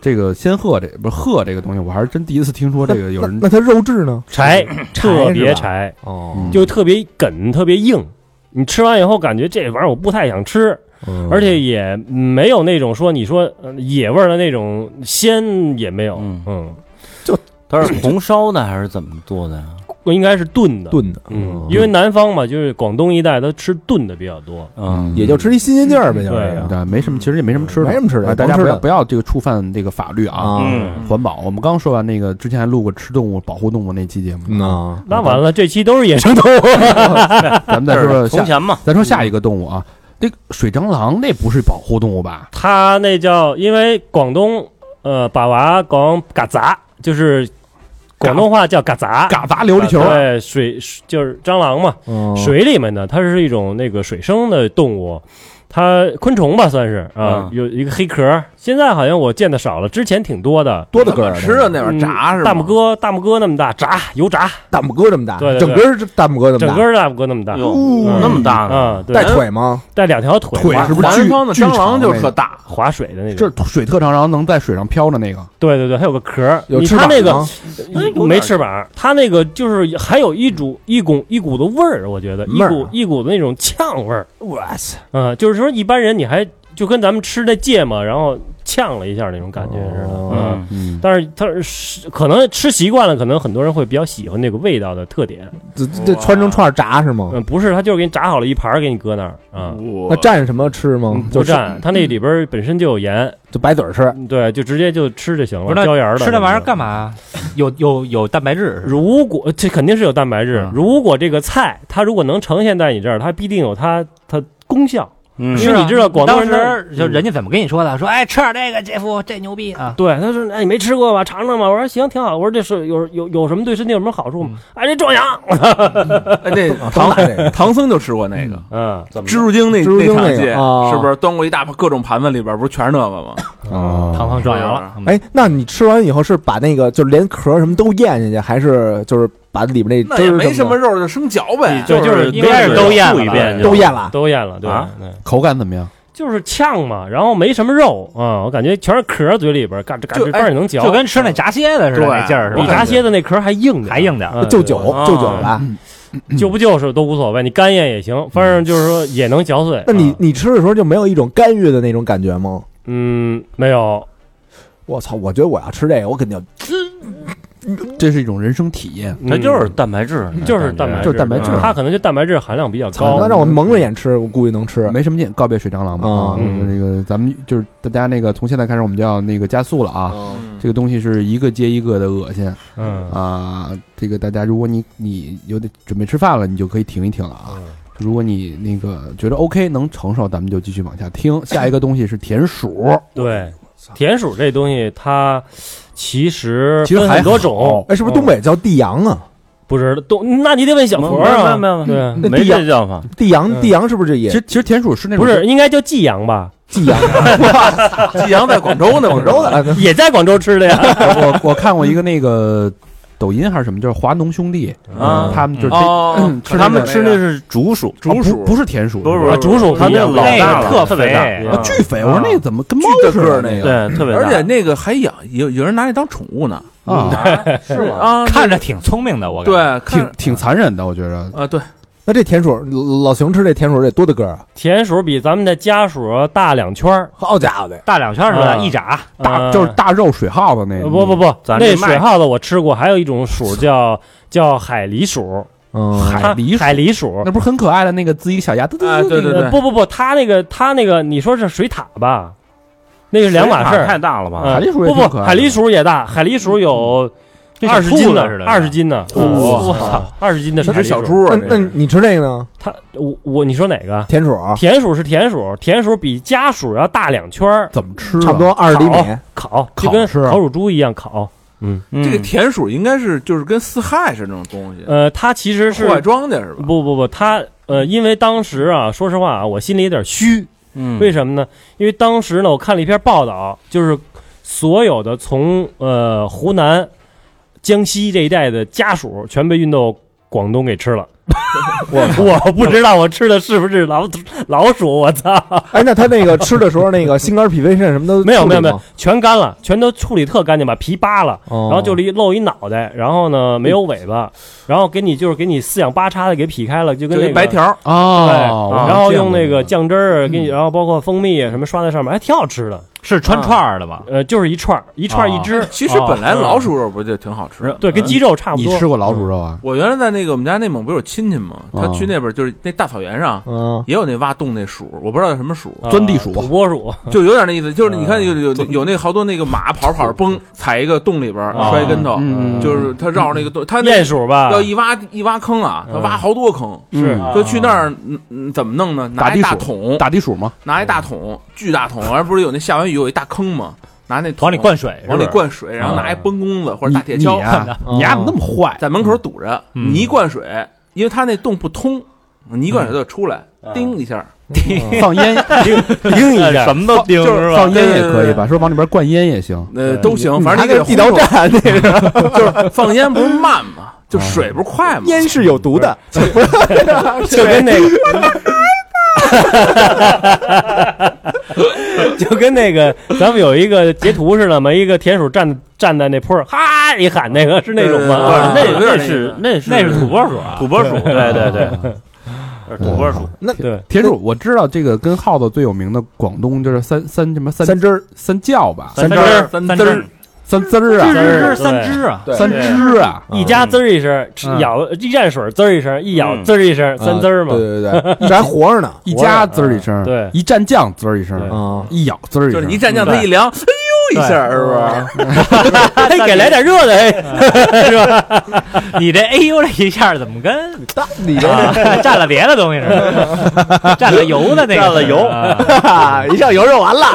S2: 这个仙鹤这不是鹤这个东西，我还是真第一次听说这个有人
S3: 那它肉质呢？
S7: 柴特别
S3: 是吧
S7: 柴，
S3: 哦
S2: 嗯
S7: 就特别梗，特别硬。你吃完以后感觉这玩意儿我不太想吃，而且也没有那种说你说呃野味儿的那种鲜也没有，
S4: 嗯
S7: 嗯，
S4: 它是红烧的还是怎么做的呀？
S7: 应该是炖的，
S3: 炖的，
S7: 嗯，因为南方嘛，就是广东一带都吃炖的比较多，
S4: 嗯，
S3: 也就吃一新鲜劲儿呗，
S7: 嗯
S3: 就是这
S2: [laughs]
S3: 个。
S2: 对，没什么，其实也没什么吃的，
S3: 没什么吃的
S2: 哎大家
S3: 光吃
S2: 不
S3: 的
S2: 要不要这个触犯这个法律啊，
S3: 啊，
S5: 嗯
S2: 环保。我们刚说完那个，之前还录过吃动物保护动物那期节目，
S3: [laughs] 嗯那
S7: 那完了，这期都是野 [laughs] 生动物，
S2: 咱们再说说
S4: 从
S2: 下，
S4: 前嘛，
S2: 咱说下一个动物啊，那个水蟑螂那不是保护动物吧？
S7: 它那叫因为广东呃把娃讲嘎杂，就是广东话叫嘎哦杂，
S2: 嘎砸琉璃球，
S7: 啊对水水就是蟑螂嘛，水里面的它是一种那个水生的动物，它昆虫吧算是啊，
S4: 嗯
S7: 有一个黑壳，现在好像我见的少了，之前挺多的。
S3: 多的根儿啊，
S5: 吃的那玩意儿炸
S7: 嗯
S5: 是吧？
S7: 大拇哥，大拇哥那么大，炸油炸，
S3: 大拇哥这么大，
S7: 对对
S3: 整
S7: 对
S3: 根儿是大拇哥这
S7: 整
S3: 么
S7: 个
S3: 大，
S7: 儿大拇哥那么大，
S4: 哟
S7: 嗯
S4: 那么大呢？
S7: 嗯，对
S3: 带，腿吗？
S7: 带两条腿，
S2: 腿
S7: 划
S2: 嗯是不是
S5: 南
S2: 巨
S5: 方的
S2: 巨
S5: 蟑螂
S2: 长
S5: 就
S2: 那
S5: 特
S2: 个
S5: 大，
S7: 划水的那
S2: 这
S7: 种。
S2: 水特长，然后能在水上飘的那个，
S7: 对对对，还有个壳儿，
S3: 有
S7: 你
S3: 翅
S7: 它
S3: 膀
S7: 那个
S3: 吗？
S4: 点
S7: 嗯没翅膀，它那个就是含有一股一股一股的味儿，我觉得一
S3: 味儿啊
S7: 股一股的那种呛味儿，
S3: 哇塞！
S7: 嗯，就是说一般人你还就跟咱们吃那芥末，然后呛了一下那种感觉似的，
S3: 哦
S7: 嗯。但是它是可能吃习惯了，可能很多人会比较喜欢那个味道的特点。
S3: 这这穿成串儿炸是吗？
S7: 嗯，不是，它就是给你炸好了一盘儿，给你搁那儿啊。
S3: 那蘸什么吃吗？
S7: 嗯不
S3: 嗯就是
S7: 蘸，它那里边儿本身就有盐，
S3: 就白嘴儿吃。
S7: 对，就直接就吃就行
S6: 不是
S7: 了，
S6: 那
S7: 椒盐儿的。
S6: 吃那玩意儿干嘛？有有有蛋白质是吧，
S7: 如果这肯定是有蛋白质
S6: 嗯，
S7: 如果这个菜它如果能呈现在你这儿，它必定有它它功效。
S2: [laughs]
S4: 嗯
S7: 是你知道广东
S6: 啊当
S7: 人
S6: 时就
S7: 嗯
S6: 人家怎么跟你说的？说哎，吃点这个，姐夫这牛逼啊！
S7: 对，他说：“哎，你没吃过吧？尝尝吧。”我说：“行，挺好。”我说：“这是有有有什么对身体有什么好处
S6: 嗯
S7: 吗？”哎，这壮阳。
S5: 哎那唐唐僧就吃过那个
S7: 嗯，
S5: 蜘蛛精那
S3: 蜘蛛精
S5: 场
S3: 那个
S5: 戏，
S2: 哦
S3: 啊
S5: 是不是端过一大各种盘子，里边不是全是那个吗？
S3: 啊
S6: 唐僧壮阳了，
S3: 哎，那你吃完以后是把那个就连壳什么都咽下去，还是就是把里边那
S5: 那
S3: 汁
S5: 也
S3: 儿
S5: 没
S3: 什
S5: 什
S3: 么
S5: 么肉，就生嚼呗。
S6: 对，嗯就是应该是都咽
S4: 吐一遍
S6: 了吧，
S3: 的都咽了？
S7: 都咽了，对
S5: 啊
S7: 对
S2: 口感怎么样？
S7: 就是呛嘛，然后没什么肉啊，我感觉全是壳嘴里边，嘎吱嘎吱，
S5: 就哎
S7: 但是能嚼，
S6: 就跟吃那炸蝎子似的
S5: 对
S6: 那劲儿是
S7: 比
S6: 吧？
S7: 炸蝎子那壳还硬点儿
S6: 还硬点儿
S7: 嗯
S3: 就酒
S5: 啊
S3: 就酒吧。
S7: 对就不就是都无所谓，你干咽也行，反正就是说也能嚼碎。
S3: 那你
S7: 啊
S3: 你吃的时候就没有一种干预的那种感觉吗？
S7: 嗯没有，
S3: 我操！我觉得我要吃这个，我肯定
S2: 这是一种人生体验，
S7: 嗯
S4: 它就是蛋白质，
S7: 就是蛋白质，
S2: 就是蛋白质
S7: 嗯它可能就蛋白质含量比较
S3: 操！那
S7: 高。
S3: 让我蒙着眼吃，我估计能吃。
S2: 没什么劲，告别水蟑螂吧
S3: 啊
S2: 那、这个咱们就是大家那个从现在开始我们就要那个加速了啊。
S5: 嗯
S2: 这个东西是一个接一个的恶心
S7: 嗯，
S2: 啊！这个大家，如果你你有点准备吃饭了，你就可以停一停了啊。如果你那个觉得 OK 能承受，咱们就继续往下听。下一个东西是田鼠，
S7: 对，田鼠这东西它其实
S2: 其实
S7: 分
S2: 还
S7: 很多
S2: 好
S7: 种，嗯
S3: 哎，是不是东北叫地羊啊？
S7: 不是东，那你得问小
S4: 没
S7: 佛儿啊。
S4: 没有没有
S7: 对，
S4: 没没这叫法。
S3: 地羊
S7: 嗯
S3: 地羊是不是
S2: 其
S3: 也
S2: 实其实田鼠是那种 [laughs]
S7: 不是应该叫季阳吧？
S3: 地羊？
S5: 季阳在广州呢，
S3: 广州的啊
S7: 也在广州吃的呀。
S2: 我我看过一个那个抖音还是什么，就是华农兄弟
S4: 啊
S2: 他们就是这
S5: 哦，
S2: 吃
S4: 他
S2: 那
S4: 们
S2: 个
S4: 吃那是竹鼠，
S2: 啊不不是田鼠，
S4: 不是
S2: 吧
S4: [laughs] 不是
S7: 啊竹鼠
S4: 它那老
S6: 那
S4: 大
S6: 个特
S4: 了，特别大，
S6: 肥
S7: 啊
S4: 嗯
S2: 巨肥，我说那怎么跟猫
S5: 巨大
S2: 似
S5: 个
S2: 的
S5: 儿那个，
S4: 对，特别大，
S5: 而且那个还养有有人拿那当宠物呢
S2: 啊，
S5: 是吗？啊，
S6: 看着挺聪明的，我感觉
S5: 对，看
S2: 挺 [laughs] 挺残忍的，我觉着。
S5: 啊，对，
S3: 那这田鼠，老老熊吃这田鼠得多大个儿啊？
S7: 田鼠比咱们的家鼠大两圈儿，
S3: 好家伙的！
S6: 大两圈儿是吧？
S7: 啊
S6: 一炸
S2: 大
S7: 呃
S2: 就是大肉水耗子那
S7: 呃
S2: 个，
S7: 不不不，
S4: 咱这
S7: 那
S4: 卖
S7: 水耗子我吃过，还有一种鼠叫叫海狸鼠，
S3: 嗯，
S7: 海
S2: 狸
S7: 海狸鼠
S2: 那。不是很可爱的那个自己小牙嘟嘟
S5: 啊，对对
S7: 呃
S5: 对，
S7: 不不不，它那个它那个，你说是水獭吧？那是两码事
S4: 太
S7: 儿。
S4: 大了吧？
S7: 嗯
S2: 海狸鼠也挺
S7: 不不
S2: 可，爱的
S7: 海狸鼠也大，海狸鼠有
S6: 这小
S7: 二十斤
S6: 兔子
S7: 呢
S6: 似的，
S7: 二十斤呢，
S5: 我
S7: 操，嗯二十斤的
S5: 一
S7: 海
S5: 只
S7: 狸
S5: 小
S7: 鼠。
S5: 猪啊
S3: 那，
S5: 这
S3: 那
S5: 是
S3: 你吃这个呢？
S7: 它我我你说哪个？
S3: 田鼠啊
S7: 田鼠是田鼠，田鼠比家鼠要大两圈儿，
S2: 怎么吃啊？
S3: 差不多二十厘米，
S7: 烤
S2: 烤
S7: 就跟
S2: 是吧
S7: 烤乳猪一样烤。
S4: 嗯
S5: 这个田鼠应该是就是跟四害是那种东西，
S7: 呃，它其实是
S5: 户外庄稼是吧？
S7: 不不不，它呃，因为当时啊，说实话啊，我心里有点虚，
S4: 嗯
S7: 为什么呢？因为当时呢，我看了一篇报道，就是所有的从呃湖南、江西这一带的家属全被运到广东给吃了。 [laughs] 我我不知道我吃的是不是老老鼠，我操！
S3: 哎，那他那个吃的时候，那个心肝脾肺肾什么都
S7: 没有
S3: 处
S7: 没
S3: 理
S7: 有没有
S3: 吗，，
S7: 全干了，全都处理特干净，把皮扒了，
S3: 然
S5: 哦
S7: 然后就一露一脑袋，然后
S5: 嗯
S7: 呢没有尾巴，然后给你就是给你四仰八叉的给劈开了，就跟
S5: 就
S7: 那
S5: 一
S7: 个
S5: 白条儿，
S2: 哦，
S7: 对，啊
S2: 我
S7: 然后
S2: 见
S7: 用
S2: 过
S7: 那个酱汁儿给你，
S2: 嗯
S7: 然后包括蜂蜜啊什么刷在上面，还挺好吃的。
S6: 是穿串儿的吧？
S7: 呃，就是一串儿，一串儿一只，
S5: 嗯哦其实本来老鼠肉嗯不就挺好吃的？
S7: 啊对，跟鸡肉差不
S2: 你
S7: 多。
S2: 吃过老鼠肉啊？
S5: 我原来在那个我们家内蒙不是有亲戚吗？他去那边就是那大草原上
S3: 嗯，
S5: 也有那挖洞那鼠，我不知道叫什么鼠，
S7: 呃
S2: 钻地鼠
S7: 土拨鼠，
S2: 啊
S5: 就有点那意思，就是你看有有有那好多那个马跑着跑着崩踩一个洞里边
S7: 啊
S5: 摔跟头，
S2: 嗯
S5: 就是他绕那个洞，他那
S7: 鼹鼠吧
S2: 啊
S5: 要，一挖一挖坑啊，
S2: 嗯
S5: 他挖好多坑，
S2: 是
S7: 啊
S5: 就去那儿嗯嗯怎么弄呢？
S2: 嗯打
S5: 拿
S2: 地
S5: 一大
S2: 鼠
S5: 桶，
S2: 打地鼠吗？
S5: 拿一大桶，巨大桶，而不是有那下完雨有一大坑吗？
S2: 嗯
S5: 拿那桶
S6: 往里，灌水是吧，
S5: 往里灌水，然后拿一崩弓子或者大铁
S2: 啊你
S5: 锹
S2: 你，呀，你呀怎么那么坏？
S5: 在门口堵着，
S6: 嗯
S5: 你一灌水，因为他那洞不通，你管
S2: 嗯
S5: 它就出来，叮一下，
S2: 放烟
S7: [laughs] 盯一
S5: [laughs]
S7: 下，什么都盯是吧？
S2: 放烟也可以吧？嗯说往里边灌烟也行。
S5: 呃，都行，反正你
S3: 还
S5: 给
S3: 跟
S5: 它
S3: 地道
S5: 轰出来
S3: 战那是
S5: 就是放烟不是慢吗？就水不是快吗？
S3: 烟是有毒的，
S7: 就跟那个，就跟那个，咱们有一个截图似的嘛，一个田鼠站站在那坡上，哈一喊，那个是那种吗？
S5: 对
S7: 啊
S5: 对对有
S7: 那
S5: 点
S7: 那
S5: 那
S7: 是
S5: 个
S7: 那是那是土拨鼠啊，
S4: 土拨鼠，对对对，是土拨鼠，
S7: 对，
S2: 铁柱，我知道这个跟耗子最有名的广东就是三三什么三
S3: 三汁儿，
S2: 三叫吧，
S4: 三
S7: 汁
S4: 儿
S7: 儿
S5: 三
S7: 三
S5: 汁
S7: 儿
S5: 儿，
S2: 三滋儿啊，
S7: 儿三只
S4: 啊，
S2: 三只啊，
S7: 一夹滋儿一声，吃
S2: 嗯
S7: 咬一蘸水滋儿一声，一咬
S4: 嗯
S7: 滋儿一声，三滋儿嘛
S3: 啊对，对对 [laughs] 对，这还活着呢
S2: 一夹滋儿一声，
S7: 对
S2: 一蘸酱滋儿一声
S7: 对，
S3: 啊！
S2: 一咬滋儿一
S5: 就是
S2: 声
S5: 你一，蘸酱，它一凉，哎呦一下，是不是？
S7: 嘿，给来点热的，嘿是吧？你这哎呦这一下怎么跟
S3: 但你这
S7: 蘸了别的东西是吧？蘸了油的那个，蘸了油，
S3: 一上油就完了，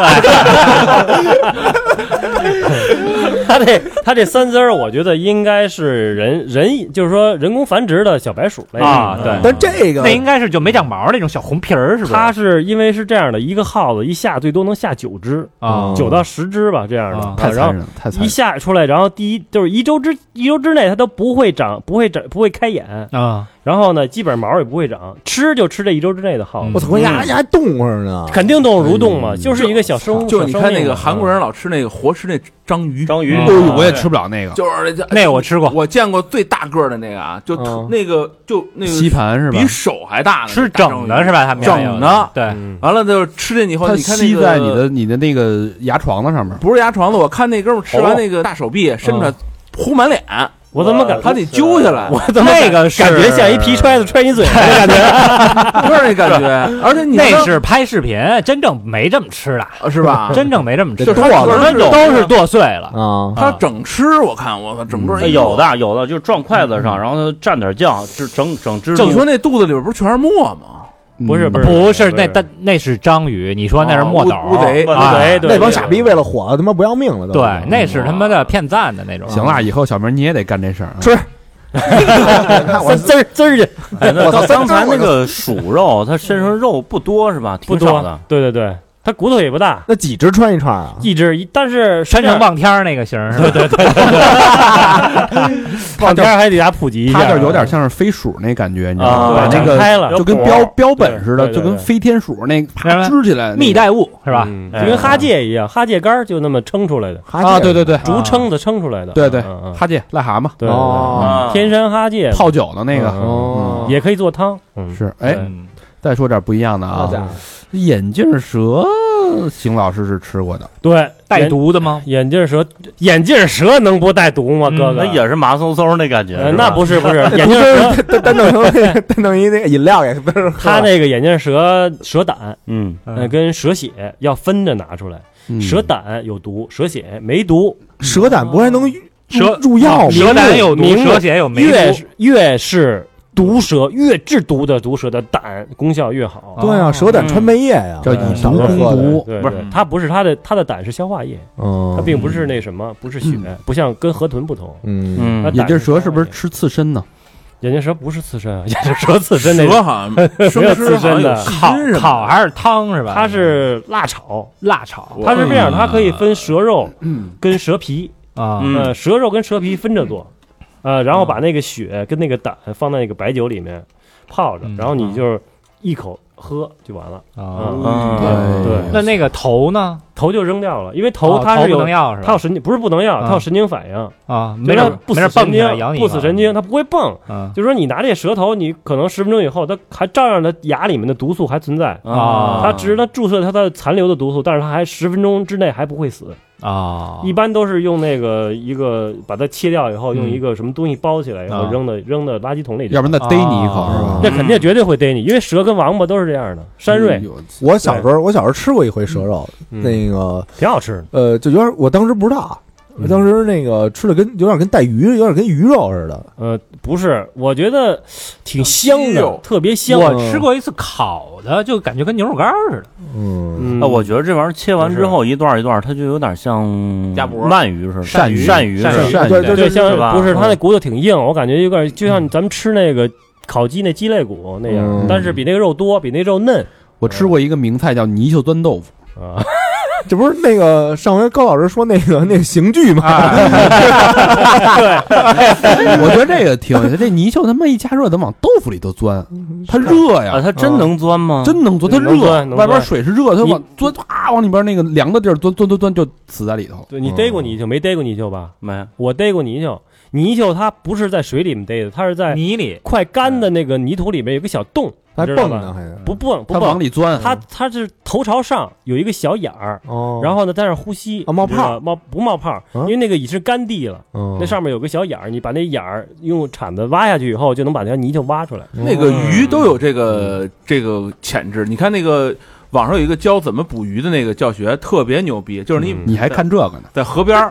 S7: [laughs] 它这它这三只儿，我觉得应该是人人就是说人工繁殖的小白鼠类的
S8: 啊对
S3: [laughs] 但这个
S8: 那应该是就没长毛那种小红皮儿，是不是？
S7: 它是因为是这样的，一个耗子一下最多能下九只
S8: 啊
S7: 九到十只吧，这样的
S8: 啊。
S2: 太
S7: 啊然
S2: 残
S7: 后
S2: 忍了，太残
S7: 一
S2: 忍了。
S7: 下出来，然后第一就是一周之一周之内，它都不会长，不会长，不会开眼，
S8: 啊，
S7: 然后呢，基本毛也不会长，吃就吃这一周之内的
S8: 嗯
S7: 耗子，
S3: 我操，呀呀还冻着呢，
S7: 嗯肯定动物蠕动嘛，就是一个小生物。
S5: 就是你
S7: 小啊生
S5: 看
S7: 命
S5: 那个
S7: 嘛
S5: 韩国人老吃那个活吃那章鱼，
S8: 章鱼
S2: 哎
S7: 嗯
S2: 呦，我也吃不了那个
S5: 就是那
S8: 那我吃过，
S5: 我见过最大个儿的那个啊，就
S3: 嗯
S5: 那个就那
S2: 吸
S5: 个
S2: 盘是吧
S5: 比？手还大呢，
S8: 吃整的是
S5: 吧？
S8: 吧？他们家有
S5: 整的，
S8: 对，
S5: 完了就吃进去以后，
S2: 它
S5: 你看那
S2: 吸
S5: 个
S2: 在你的你的那个牙床子上面，
S5: 不是牙床子，我看那哥们儿吃完那个大手臂伸出来呼满脸，
S7: 我怎么
S8: 嗯
S7: 感
S5: 他得揪下来，
S7: [laughs] 我怎么那个感觉像一皮揣子揣你嘴上的 [laughs] 感觉？
S5: 就是那感觉，而且你
S8: 那是拍视频，真正没这么吃的，
S5: 是是吧？
S8: 真正没这么吃
S5: 就
S8: 的，
S5: 是他
S8: 真
S5: 是
S8: 正都是剁碎了。
S3: 啊，
S5: 他整吃，我看我操，整个
S4: 哎
S5: 人
S4: 有。的有的就撞筷子上，然后蘸点酱，就整整只。
S5: 就你说那肚子里边不是全是沫吗？
S7: 不是不
S2: 是，
S7: 是
S8: 嗯不是那但那是章鱼，你哦说那是墨斗
S5: 啊乌乌贼
S8: 啊
S7: 对对，
S3: 那帮傻逼为了火他妈不要命了都，啊
S8: 对，那是他妈的骗赞的那种。嗯
S2: 行了，以后小明你也得干这事儿啊。
S3: 吃看我
S7: 三滋儿滋儿去，
S3: [laughs]
S4: 哎那
S3: 我操
S4: 刚才那个鼠肉，它身上肉不多是吧？
S7: 不
S4: 挺少
S7: 多
S4: 的。，
S7: 对对对，它骨头也不大，
S3: 那几只穿一串啊？
S7: 一只一，但是
S8: 山城
S7: 吧，
S8: 望天儿那个型儿是吧？
S7: 旁边还得给它普及一下，
S2: 它就有点像是飞鼠那感觉，你知道吗？把
S7: 啊，
S2: 那
S7: 展
S2: 个
S7: 开了，
S2: 就跟标标本似的，
S7: 对对
S2: 就跟
S7: 对
S2: 飞天鼠那啪
S8: 什
S2: 支起来那个
S8: 蜜袋鼯是吧？
S7: 就跟哈戒一样，哈戒杆儿就那么撑出来的，
S2: 啊，对对对
S7: 竹撑子撑出来的，
S2: 对对
S7: 嗯，嗯嗯
S2: 哈戒癞蛤�蟆
S7: 对对对，
S3: 哦
S4: 啊
S7: 天山哈戒
S2: 泡酒的那个
S7: 嗯
S3: 哦，
S7: 也可以做汤，嗯，
S2: 是哎，
S8: 嗯
S2: 再说点不一样的
S3: 好家
S2: 啊
S3: 伙，
S2: 眼镜蛇，邢老师是吃过的，
S7: 对，
S8: 带
S7: 眼
S8: 毒的吗？
S7: 眼镜蛇，眼镜蛇能不带毒吗，
S8: 嗯
S7: 哥哥
S4: 那？也是麻嗖嗖那感觉
S7: 呃，
S4: 是吧
S7: 那不是不是，眼
S3: 不
S7: 镜蛇
S3: 是单单弄成单弄一那个饮料给不是
S7: 它那个眼镜蛇蛇胆，
S4: 嗯，
S7: 呃，跟蛇血要分着拿出来。
S2: 嗯
S7: 蛇胆有毒，蛇血没毒。
S3: 蛇胆不还能
S8: 蛇
S3: 入药吗？
S8: 蛇胆有毒，
S7: 明目
S8: 蛇血有没毒
S7: 越是越是毒蛇，越制毒的毒蛇的胆功效越
S8: 哦
S7: 好。呃
S3: 对啊，蛇胆穿梅叶呀，
S2: 叫以毒攻毒，
S7: 对，
S4: 不
S7: 不
S4: 是
S7: 是它不是它的，它的胆是消化液，它
S3: 嗯
S7: 并不是那什么，不是血，不像跟河豚不同。
S3: 嗯
S4: 嗯
S7: 它，
S2: 眼镜蛇
S7: 胆
S2: 是不是
S7: 消化
S2: 吃刺身呢？
S7: 液？眼镜蛇不是刺身啊，眼镜蛇刺身那
S5: 蛇好像生吃好像有细
S8: 烤
S5: 菌什
S8: 烤
S5: 么
S8: 还是汤是吧？
S7: 它是辣炒，
S8: 辣炒
S7: 它是这样，它可以分蛇肉跟蛇皮，
S8: 啊
S4: 嗯
S7: 呃，蛇肉跟蛇皮分着做，呃，然后
S8: 嗯
S7: 把那个血跟那个胆放在那个白酒里面泡着
S8: 嗯，
S7: 然后你就是一口喝就完了，
S8: 啊。
S7: 哎
S4: 嗯
S2: 对
S8: 那那个头呢？
S7: 头就扔掉了，因为
S8: 哦
S7: 头它是
S8: 不
S7: 有
S8: 能要是
S7: 它有
S8: 吧？
S7: 神经，不是不能要，
S8: 啊
S7: 它有神经反应，
S8: 啊，
S7: 就
S8: 没
S7: 是它
S8: 事
S7: 不
S8: 没
S7: 死
S8: 事
S7: 神
S8: 蹦起来
S7: 经
S8: 咬，你一
S7: 不
S8: 口
S7: 死神经，它不会蹦。
S8: 嗯
S7: 就是说你拿这蛇头，你可能十分钟以后，它还照样的牙里面的毒素还存在，
S8: 啊
S7: 它只是它注射它的残留的毒素，但是它还十分钟之内还不会死。
S8: 啊
S7: 一般都是用那个一个把它切掉以后，用一个什么东西包起来，然后
S8: 啊
S7: 扔到扔到垃圾桶里去嗯
S2: 要。不然再逮你一口是吧
S3: 啊？
S7: 那肯定绝对会逮你，因为蛇跟王八都是这样的。山
S2: 哎
S7: 瑞嗯
S2: 呦
S3: 我小时候，我小时候吃过一回蛇肉，那个
S7: 挺好吃的，
S3: 呃，就有点，我当时不知道啊，我当时那个吃的跟有点跟带鱼，有点跟鱼肉似的，
S7: 呃，不是，我觉得挺香
S5: 哎呦
S7: 的，特别香。
S8: 我吃过一次烤的，就感觉跟牛肉干儿似的。
S3: 嗯，
S7: 嗯
S4: 哎，我觉得这玩意儿切完之后一段一段，它就有点像
S5: 鸭脖
S4: 鳗鱼似的，
S2: 鳝鱼
S4: 鳝鱼似的
S2: 鳝鱼
S4: 鳝
S3: 对
S4: 鱼
S3: 就
S7: 对，
S3: 是
S7: 像
S4: 吧
S7: 不是它那骨头挺硬，我感觉有点就像咱们吃那个烤鸡那鸡肋骨那样，
S3: 嗯
S7: 但是比那个肉多，比那肉嫩
S2: 我吃过一个名菜叫泥鳅钻
S7: [laughs]
S2: 豆腐，
S7: 啊。
S3: 这不是那个上回高老师说那个那个刑具吗？
S2: 我觉得这个挺 [laughs] 有意思。这泥鳅他妈一加热，能往豆腐里头钻，它热
S4: 啊，
S2: 呀，
S4: 它真能钻吗？
S2: 真能钻，它
S7: 嗯能
S2: 热
S7: 钻，能
S2: 外边
S7: 钻
S2: 水是热，它
S7: 你
S2: 往钻啊往里边那个凉的地儿钻钻钻钻，就死在里头了。
S7: 对你逮过泥鳅没逮过泥鳅吧？
S4: 没
S7: 我逮过泥鳅，泥鳅它不是在水里面逮的，它是在
S8: 泥里
S7: 快干的那个泥土里面有个小洞，
S3: 还
S7: 你知道
S3: 蹦
S7: 吧
S3: 呢，？还是
S7: 不蹦不
S2: 它往
S7: 蹦，
S2: 里钻，啊
S7: 它它是头朝上有一个小眼儿，
S3: 哦，
S7: 然后呢在那儿呼吸
S3: 啊冒
S7: 你知道吧冒不冒泡？
S3: 啊哦
S7: 因为那个已是干地了，
S3: 后
S7: 那上面有个小眼儿，你把那眼儿用铲子挖下去以后，就能把那条泥鳅挖出来。
S5: 那个鱼都有这个这个潜质。你看那个网上有一个教怎么捕鱼的那个教学，特别牛逼，就是你
S2: 你还看这个呢？
S5: 在河边儿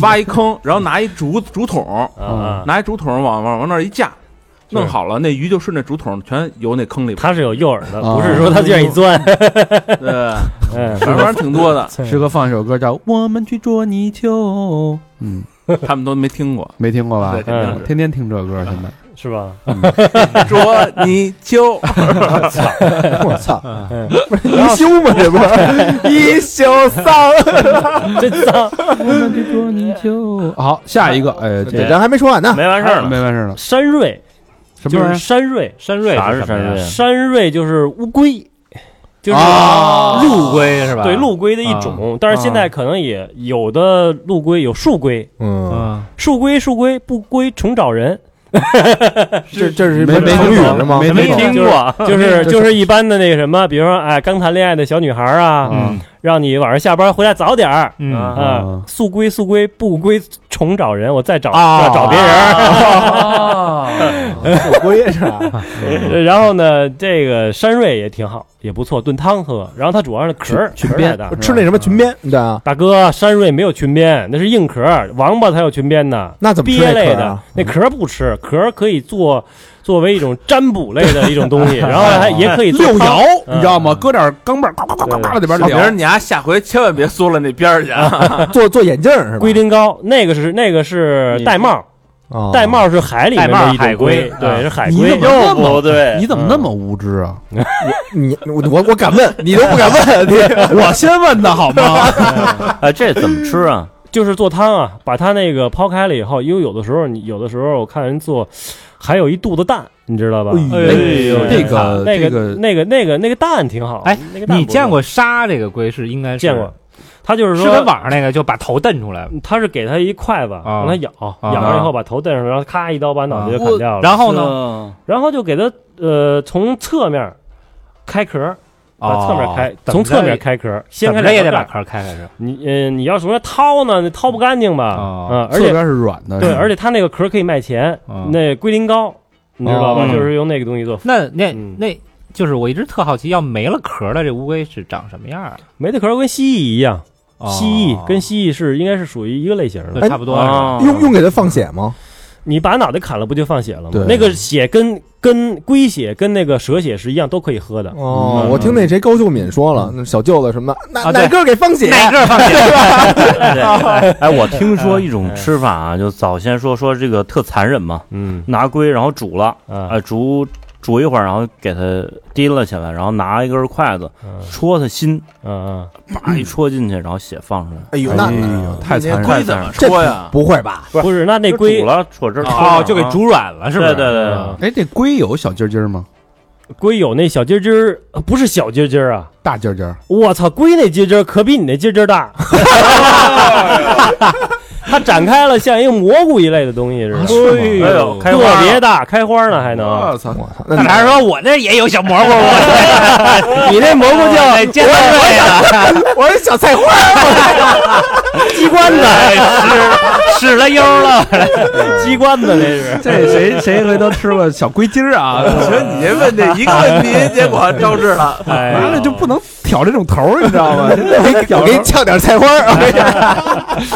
S5: 挖一坑，然后拿一竹竹筒，
S7: 啊，
S5: 拿一竹筒往往往那儿一架，弄好了，那鱼就顺着竹筒全游那坑里边。
S7: 它是有诱饵的，
S2: 啊
S7: 不是说它愿意钻。
S5: 呃，
S7: 嗯，
S5: 反正玩意儿挺多的，
S2: 适合放一首歌叫《我们去捉泥鳅》，嗯，
S5: 他们都没听过。
S2: 没听过吧
S5: 对，？肯定
S2: 天天听这歌，现在
S7: [laughs] 是吧？
S5: 是捉泥鳅。
S3: 我操，
S7: 嗯
S3: 不是一休吗？这不是一休桑？
S7: 真脏，
S2: 我们去捉泥鳅。好，下一个，哎，这
S3: 对，咱还没说完呢。
S4: 没完事儿了。
S2: 没完事儿了，
S7: 山瑞
S2: 什么
S7: 就
S2: 玩意
S7: 是
S2: 儿？
S7: 山瑞，山瑞
S4: 啥
S7: 是
S4: 是
S7: 什么呀
S4: 山瑞
S7: 山瑞就是乌龟，就是
S2: 啊
S7: 陆龟，啊
S8: 龟是吧
S7: 对陆龟的一种。但是现在可能也有的陆龟有树龟，
S3: 嗯，
S8: 嗯，
S7: 树龟树龟不归虫找人， [laughs]
S3: 这这是
S2: 没没
S3: 成语
S2: 听懂
S3: 是吗？
S2: 没
S7: 没
S2: 听懂
S7: 听过，就是就是一般的那个什么，比如说哎，刚谈恋爱的小女孩啊，
S2: 嗯
S7: 让你晚上下班回来早点儿。
S8: 嗯
S4: 啊
S7: 啊，速归速归，不归虫找人，我再找
S3: 啊
S7: 要找 [laughs] 别人。
S3: 我估计是吧
S7: 然后呢，这个山瑞也挺好，也不错，炖汤喝。然后它主要是壳儿
S2: 裙
S7: 壳儿
S2: 边
S7: 太大。
S3: 吃那什么裙边，对啊，
S7: 大哥，山瑞没有裙边，那是硬壳儿，王八才有裙边呢。
S3: 那怎么吃
S7: 鳖类
S3: 那壳
S7: 的
S3: 啊？
S7: 那壳儿不吃，壳儿可以做作为一种占卜类的一种东西，然后还也可以做
S2: 哦六
S7: 汤
S2: 爻，
S7: 嗯
S2: 你知道吗？搁点钢镚儿，呱呱呱呱呱里边
S5: 小明儿，
S2: 聊。
S5: 你丫下回千万别缩了那边儿去啊！
S3: 做做眼镜
S7: [laughs]
S3: 儿是吧？
S7: 龟苓膏，那个是那个是玳瑁，
S3: 哦
S7: 玳瑁是海里面
S8: 玳
S7: 的
S8: 瑁
S7: 一种
S8: 海龟
S7: 对，
S8: 啊
S7: 是海
S2: 你
S7: 龟
S2: 怎。么那
S4: 不
S2: 么
S4: 对，
S2: 你怎么那么无知啊？
S3: 你我我我敢问，你都不敢问，啊
S2: [laughs]
S3: 你
S2: 我先问的好吗？
S4: 哎，这怎么吃啊？
S7: 就是做汤啊，把它那个抛开了以后，因为有的时候你有的时候我看人做，还有一肚子蛋，你知道吧？
S3: 哎
S8: 呦
S7: 对
S2: 这个
S7: 那
S2: 这
S7: 个
S2: 个
S7: 那个那个那个蛋挺好。
S8: 哎
S7: 那个蛋
S8: 你
S7: 不
S8: 见
S7: 错
S8: 过杀这个龟是应该是
S7: 见过，，他就是
S8: 是
S7: 说
S8: 跟网上那个就把头蹬出来了，
S7: 他是给他一筷子，
S8: 啊
S7: 让他咬，咬完以后把头蹬上，然后咔一刀把脑袋就砍掉了，
S8: 然后呢，
S4: 呢？
S7: 然后就给他呃从侧面开壳，把
S8: 哦
S7: 侧面开，
S8: 怎么
S7: 从侧
S8: 着
S7: 面
S8: 也
S7: 开壳，掀
S8: 怎
S7: 开
S8: 么
S7: 两
S8: 着
S7: 个
S8: 也
S7: 盖
S8: 得把
S7: 儿
S8: 壳儿开开是吧？
S7: 你呃你要什么掏呢？那掏不干净吧？
S8: 哦
S7: 嗯，而
S2: 侧
S7: 且
S2: 边是软的，
S7: 对，而且它那个壳可以卖钱
S8: 哦，
S7: 那龟苓膏你知道吧？
S8: 啊
S4: 哦
S7: 就是用那个东西做，
S8: 那那
S7: 嗯
S8: 那就是我一直特好奇，要没了壳儿的这乌龟是长什么样儿
S7: 没的壳跟蜥蜴一样，
S8: 啊？
S7: 蜥蜴跟蜥蜴是应该是属于一个类型的。
S8: 对差不多是吧
S4: 啊，
S3: [laughs] 用用给它放血吗？
S7: 你把脑袋砍了不就放血了吗
S2: 对？
S7: 那个血跟跟龟血跟那个蛇血是一样，都可以喝的。
S3: 哦，
S7: 嗯
S3: 我听那谁高秀敏说了，那小舅子什么的，
S8: 啊
S3: 奶
S8: 对
S3: 奶哥给放血，
S8: 哪个放血？
S4: 对哎，我听说一种吃法啊，就早先说说这个特残忍嘛，
S7: 嗯
S4: 拿龟然后煮了，
S7: 啊，
S4: 啊，煮煮一会儿，然后给它提了起来，然后拿一根筷子
S7: 嗯
S4: 戳它心，
S7: 嗯
S4: 叭一戳进去，然后血放出来。
S3: 哎呦，
S2: 哎
S3: 那
S2: 呦，太残忍
S5: 龟
S2: 了。
S5: 怎么戳呀？
S3: 不会吧？
S7: 嗯，不是，那那
S4: 就
S7: 龟
S4: 煮了，戳这儿啊
S8: 哦，就给煮软了是吧？
S4: 对对对对
S8: 嗯
S2: 哎，这龟有小鸡儿鸡儿吗？
S7: 龟有那小鸡儿鸡儿，呃不是小鸡儿鸡儿啊，
S2: 大鸡儿鸡儿？
S7: 我操，龟那鸡儿鸡儿可比你那鸡儿鸡儿
S4: [laughs]
S7: 大，它展开了像一个蘑菇一类的东西似的，
S4: 哎呦，开花
S7: 特
S4: 了啊
S7: 别大，开花呢还能。
S2: 我操！
S3: 我操，
S8: 大
S3: 那
S8: 肠说：“我这也有小蘑菇，我 [laughs]
S7: 你那蘑菇叫
S8: 这煎的
S3: 我是小菜花儿，
S7: 鸡冠子，
S8: 屎了悠了。
S7: 鸡冠子那是。
S2: 这谁谁回头吃过小龟筋儿啊？
S5: 我觉得你这问这一个问题，结果招致了。
S7: 哎
S2: 完
S7: 呦
S2: 了就不能挑这种头儿，你知道吗？
S3: 我给你呛点菜花儿，
S2: 哎
S3: 我跟你讲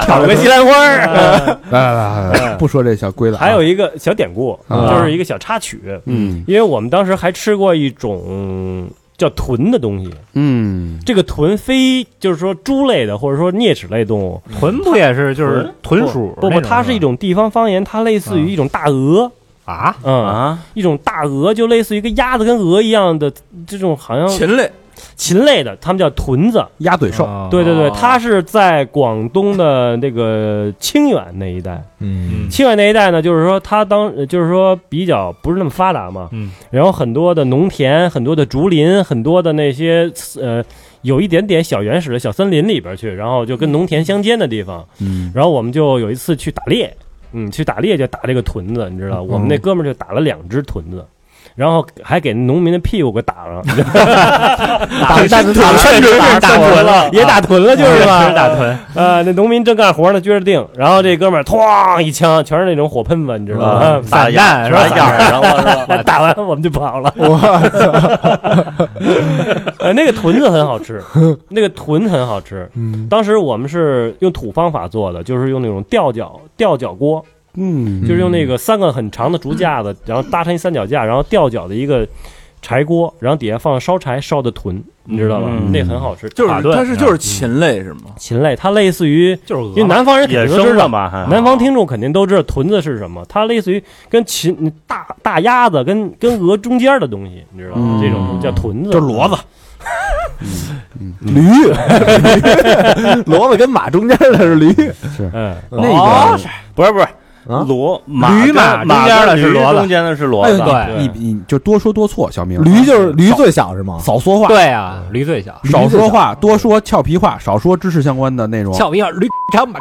S8: 炒个西兰花儿，
S2: 来来来来，不说这小龟了啊。
S7: 还有一个小典故，
S2: 啊
S7: 就是一个小插曲，
S2: 嗯
S7: 因为我们当时还吃过一种叫豚的东西，
S2: 嗯，
S7: 这个豚非就是说猪类的，或者说啮齿类动物，
S8: 豚不也是就是豚鼠那
S7: 不
S8: 种
S7: 不，
S8: 吗？
S7: 它是一种地方方言，它类似于一种大鹅，啊，
S6: 嗯，
S4: 啊，
S7: 一种大鹅，就类似于跟鸭子跟鹅一样的这种，好像
S5: 禽类
S7: 禽类的，他们叫豚子。
S2: 鸭嘴兽，
S8: 啊
S7: 对对对，它是在广东的那个清远那一带。
S3: 嗯
S7: 清远那一带呢，就是说它当呃就是说比较不是那么发达嘛，
S6: 嗯，
S7: 然后很多的农田、很多的竹林、很多的那些呃有一点点小原始的小森林里边去，然后就跟农田相间的地方，
S2: 嗯，
S7: 然后我们就有一次去打猎，嗯，去打猎就打这个豚子，你知道，我们那哥们儿就打了两只豚子。然后还给农民的屁股给打了，打打打
S6: 确实是打
S7: 了
S6: 豚了，
S7: 也打豚了，就是吧？
S6: 打豚，
S7: 呃，那农民正干活呢，撅着腚，然后这哥们儿哐一枪，全是那种火喷子，你知道 [laughs] 吗？
S4: 打
S6: 蛋
S4: 眼打眼儿上了
S7: [laughs]
S4: 是吧？
S7: 打完我们就跑了。 [laughs] 呃，那个豚子很好吃，那个豚很好吃。
S3: 嗯
S7: 当时我们是用土方法做的，就是用那种吊脚吊脚锅，
S2: 嗯，
S7: 就是用那个三个很长的竹架子，然后搭成一三脚架，然后吊脚的一个柴锅，然后底下放烧柴烧的豚，你知道吧？
S4: 嗯
S7: 那很好吃，
S5: 就是
S7: 啊
S5: 它是就是禽类是吗？
S7: 禽类，它类似于，
S6: 就是
S7: 因为南方人肯
S4: 野
S7: 定都知
S4: 生
S7: 道
S4: 的吧？还
S7: 南方听众肯定都知道豚子是什么，它类似于跟禽大大鸭子跟跟鹅中间的东西，你知道吗？
S2: 嗯
S7: 这种叫豚子，
S2: 就是骡子，嗯 [laughs]
S3: 驴，骡子跟马中间的是驴，
S7: 嗯，
S2: 那
S4: 不是不是
S3: 啊
S4: 骡马
S6: 驴
S4: 马
S6: 嘛中
S4: 马
S6: 间的
S4: 跟
S6: 是
S4: 驴
S6: 骡子
S4: 中间的是骡
S2: 个
S4: 子，
S6: 对
S2: 哎你你就多说多错，小明，啊
S3: 驴就是驴最小是吗？
S2: 少说话，
S6: 对啊，驴最小，
S8: 哦
S3: 驴
S2: 少
S3: 最
S2: 说
S3: 小，
S2: 话，多说俏皮话，少说知识相关的内容。
S6: 像我一样驴长马，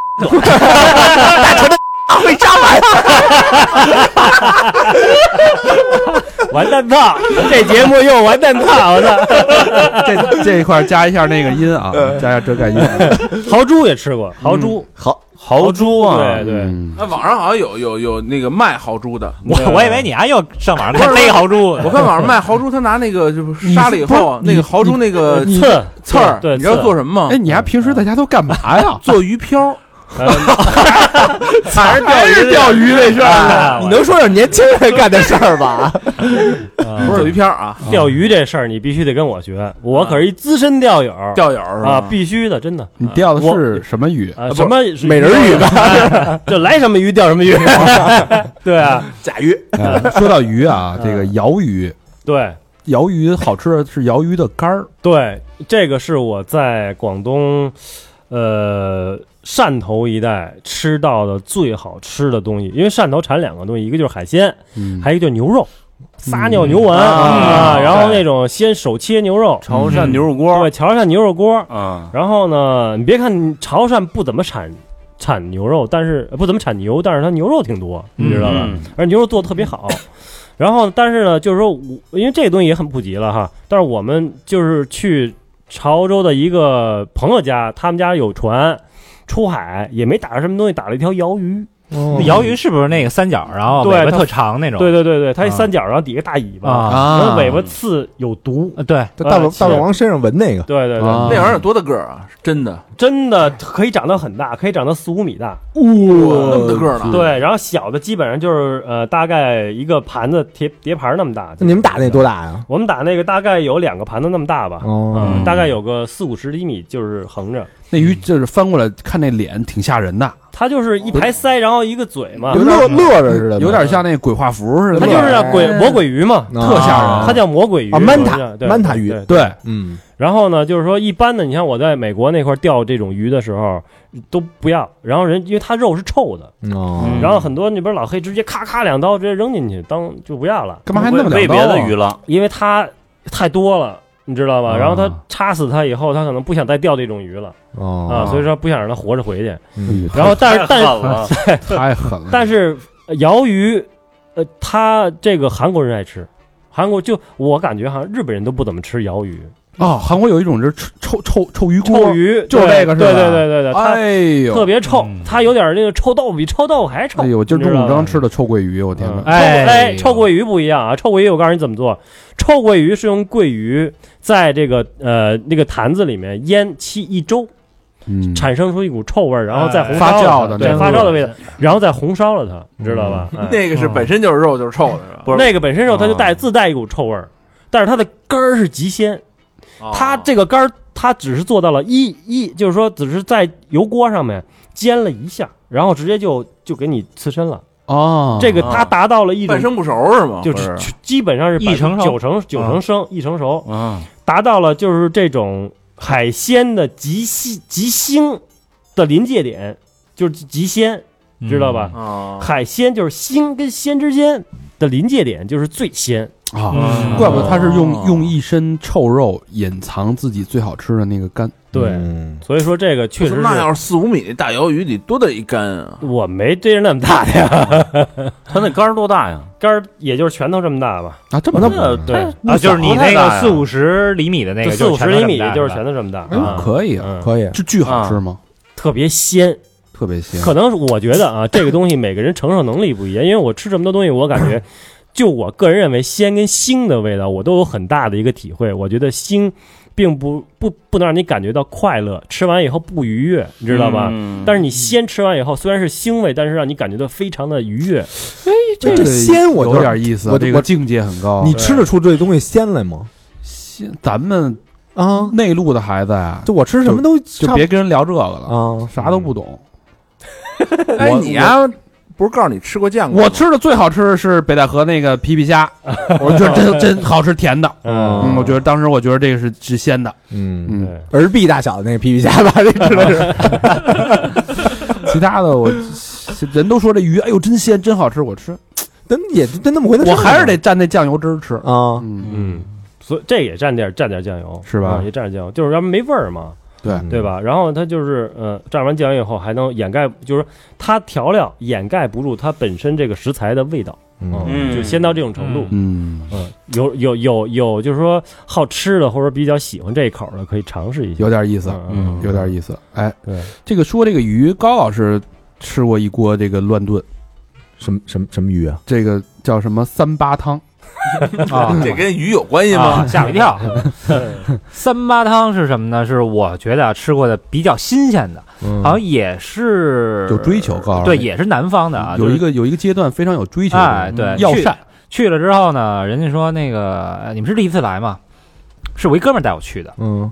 S7: 完蛋套，这节目又完蛋套，
S2: [laughs]
S7: 我操！
S2: 这这一块加一下那个音啊，加一下遮盖音。
S7: [laughs] 豪猪也吃过，豪猪，
S4: 豪猪啊
S7: 对，对，
S2: 嗯
S5: 那网上好像有有有那个卖豪猪的，
S6: 我我
S7: 嗯
S6: 以为你还又上网看逮豪猪，
S5: 我看网上卖豪猪，他拿那个就是杀了以后，那个豪猪那个
S7: 刺
S5: 刺儿，
S7: 对，
S5: 你知道
S7: 刺
S5: 做什么吗？
S2: 哎，你还平时在家都干嘛呀？
S5: 做鱼漂，
S7: 还是钓鱼
S3: 钓鱼那事
S7: [laughs] 啊
S2: 嗯
S3: 你能说说年轻人
S7: [laughs]
S3: 干的事儿吧？
S5: 不是做鱼漂啊，
S7: 钓鱼这事儿你必须得跟我学，我可是一资深钓友
S5: 钓友是
S7: 啊，
S5: 吧？
S7: 必须的，真的
S2: [laughs] 你钓的是什么
S7: [laughs]
S2: 鱼？
S7: 啊，什么
S3: 美人鱼吧？
S7: 吧， [laughs] 就来什么鱼钓什么鱼， [laughs] 对啊，
S3: 甲鱼，
S2: 哎说到鱼
S7: 嗯
S2: 啊，这个鳐鱼，
S7: 对。
S2: 鳐鱼好吃的是鳐鱼的肝儿，
S7: 对，这个是我在广东，呃，汕头一带吃到的最好吃的东西。因为汕头产两个东西，一个就是海鲜，
S2: 嗯
S7: 还有一个就是牛肉，撒尿牛丸、
S5: 啊
S7: 啊，然后那种先手切牛肉，
S4: 嗯潮汕牛肉锅
S7: 对，潮汕牛肉锅。
S4: 啊，
S7: 然后呢，你别看潮汕不怎么产产牛肉，但是呃不怎么产牛，但是它牛肉挺多，你知道吧？
S4: 嗯
S7: 而牛肉做的特别 [laughs] 好。然后，但是呢，就是说我，因为这个东西也很普及了哈。但是我们就是去潮州的一个朋友家，他们家有船出海，也没打着什么东西，打了一条鳐鱼。
S3: 哦
S6: 那鳐鱼是不是那个三角，然后
S7: 嗯对
S6: 尾巴
S7: 它
S6: 特长那种？
S7: 对对对对，它一三角，然后底下大尾巴，
S6: 啊
S7: 然后尾巴刺有毒。
S6: 呃对，
S3: 就大老
S7: 呃
S3: 大老王身上纹那个，
S7: 对对对，
S2: 啊
S5: 那玩意儿有多大个儿啊？真的，
S7: 真的可以长到很大，可以长到四五米大。
S5: 哇，那么大个
S3: 啊
S5: 儿呢？
S7: 对，然后小的基本上就是呃，大概一个盘子叠叠盘那么大。
S3: 那你们打那多大呀？
S7: 我们打那个大概有两个盘子那么大吧，
S3: 哦
S7: 嗯，大概有个四五十厘米，就是横着。
S2: 那鱼就是翻过来看那脸挺吓人的，
S7: 它就是一排腮，然后一个嘴嘛
S3: 就，乐乐着似的，
S2: 有点像那鬼画符似的。
S7: 嗯它就是、
S3: 哎
S7: 鬼魔鬼鱼嘛，
S3: 特
S2: 吓人
S7: 它叫魔鬼鱼我
S3: 啊
S7: 们
S3: Manta，
S7: 叫对
S3: Manta 鱼
S7: 对。
S2: 对，
S3: 嗯，
S7: 然后呢，就是说一般的，你像我在美国那块钓这种鱼的时候都不要，然后人因为它肉是臭的，
S3: 哦，
S7: 然后很多那边老黑直接咔咔两刀直接扔进去当就不要了，
S2: 干嘛还
S4: 喂
S2: 那么
S4: 喂
S2: 两刀
S4: 别
S2: 啊
S4: 的鱼了，
S7: 因为它太多了。你知道吧？然后它插死它以后，它可能不想再钓这种鱼了啊，
S3: 哦
S7: 所以说不想让它活着回去。
S3: 嗯
S7: 然后，哦但
S8: 哎
S7: 是但是
S4: 了，
S2: 太狠了。
S7: 但是呃鳐鱼，呃，它这个韩国人爱吃，韩国就我感觉好像日本人都不怎么吃鳐鱼，
S2: 哦，韩国有一种就是臭臭臭鱼锅，
S7: 臭鱼
S2: 就是
S7: 对
S2: 这个是吧
S7: 对对对对对，它
S2: 哎
S7: 特
S2: 呦，
S7: 别臭，它有点那个臭豆腐比臭豆腐还臭
S2: 哎。呦，今儿中午
S7: 你知道
S2: 刚
S7: 吧
S2: 吃的臭鳜鱼，我天
S7: 嗯
S2: 哪！
S7: 哎
S6: 哎
S7: 臭鳜鱼不一样啊！臭鳜鱼我告诉你怎么做，臭鳜鱼是用鳜鱼在这个呃那个坛子里面腌七一周，
S2: 嗯，
S7: 产生出一股臭味儿，然后再
S6: 哎
S7: 红
S2: 发
S7: 烧
S2: 酵
S7: 了它
S2: 的那嗯
S7: 对
S2: 种
S7: 发酵的味道，然后再红烧了它，你知道吧？哎
S5: 那个是本身就是肉就是臭的，是吧？
S4: 不是
S7: 那个本身肉它就带
S4: 啊
S7: 自带一股臭味儿，但是它的肝儿是极鲜，
S5: 哦
S7: 它这个肝儿它只是做到了一一，就是说只是在油锅上面煎了一下，然后直接就就给你刺身了，
S2: 哦，
S7: 这个它达到了一种
S5: 半生不熟是吗？
S7: 就是基本上是
S8: 一成熟
S7: 九成九成生一成熟，
S4: 啊，
S7: 达到了就是这种海鲜的极西极星的临界点，就是极鲜，知道吧？
S5: 啊，
S7: 海鲜就是星跟鲜之间的临界点，就是最鲜。
S2: 啊，
S8: 嗯
S2: 怪不得他是
S5: 哦
S2: 用用一身臭肉隐藏自己最好吃的那个肝。
S7: 对，
S3: 嗯
S7: 所以说这个确实
S5: 那
S7: 是
S5: 要是四五米那大鱿鱼得多大一杆啊！
S7: 我没逮着那么 [laughs] 大的呀，
S4: 他那杆儿多大呀？
S7: 杆儿也就是拳头这么大吧。
S2: 啊，这么那
S4: 那
S7: 对，
S8: 啊，就是你那
S4: 那
S8: 个四五十厘米的那
S7: 就
S8: 个，
S7: 四五十厘米就是
S8: 全
S7: 拳头这么大，
S2: 哎呦可以啊，啊
S7: 嗯，
S3: 可以，
S2: 这巨好吃吗？
S7: 特别鲜。
S2: 特别鲜。
S7: 可能是我觉得啊，这个东西每个人承受能力不一样，因为我吃这么多东西，我感觉，就我个人认为，鲜跟腥的味道，我都有很大的一个体会。我觉得腥，并不不不能让你感觉到快乐，吃完以后不愉悦，你知道吧？
S4: 嗯
S7: 但是你鲜吃完以后，虽然是腥味，但是让你感觉到非常的愉悦。
S2: 这
S3: 这鲜我
S2: 有
S3: 就
S2: 点意思，啊
S3: 我
S2: 这个境界很高。
S3: 你吃得出这东西鲜来吗？
S2: 鲜咱们
S3: 啊，
S2: 内陆的孩子呀，
S3: 就我吃什么都
S2: 就
S3: 差不
S2: 别跟人聊这个了，
S3: 啊，
S2: 啥都不懂。
S5: 哎，你呀，不是告诉你吃过酱过吗
S2: 我吃的最好吃的是北戴河那个皮皮 [laughs] 虾，我觉得真真好吃，甜的。
S7: 嗯，
S2: 嗯，我觉得当时我觉得这个是是鲜的。
S3: 嗯，
S2: 嗯，
S7: 对，
S3: 儿币大小的那个皮皮虾吧，这吃的是，
S2: 其他的我人都说这鱼，哎呦真鲜，真好吃，我吃，
S3: 真也真那么回事儿吗。
S2: 我还是得蘸那酱油汁儿吃。
S3: 啊，
S2: 嗯，
S7: 嗯，所以这也蘸点蘸点酱油
S2: 是吧
S7: 啊也蘸点酱油，就是要不然没味儿嘛。
S2: 对
S7: 对吧？然后它就是，呃，蘸完酱油以后还能掩盖，就是说它调料掩盖不住它本身这个食材的味道，啊
S4: 嗯
S7: 就先到这种程度。
S2: 嗯，
S7: 嗯，有有有有，就是说好吃的或者比较喜欢这一口的，可以尝试一下。
S2: 有点意思，
S7: 嗯，
S2: 有点意思。哎，
S7: 对，
S2: 这个说这个鱼，高老师吃过一锅这个乱炖，
S3: 什么什么什么鱼啊？
S2: 这个叫什么三八汤啊？
S5: 这跟鱼有
S7: 哎
S5: 关系吗
S8: 啊，？吓我
S7: [laughs]
S8: 一跳。三八汤是什么呢？是我觉得啊吃过的比较新鲜的，
S7: 嗯
S8: 好像也是
S2: 有追求高
S8: 对，也是南方的啊，
S2: 有一
S8: 个。
S2: 个有一个阶段非常有追求
S8: 哎，
S2: 的，
S8: 对，
S2: 药
S8: 去
S2: 膳
S8: 去了之后呢，人家说那个呃你们是第一次来吗？是我一哥们儿带我去的，
S3: 嗯，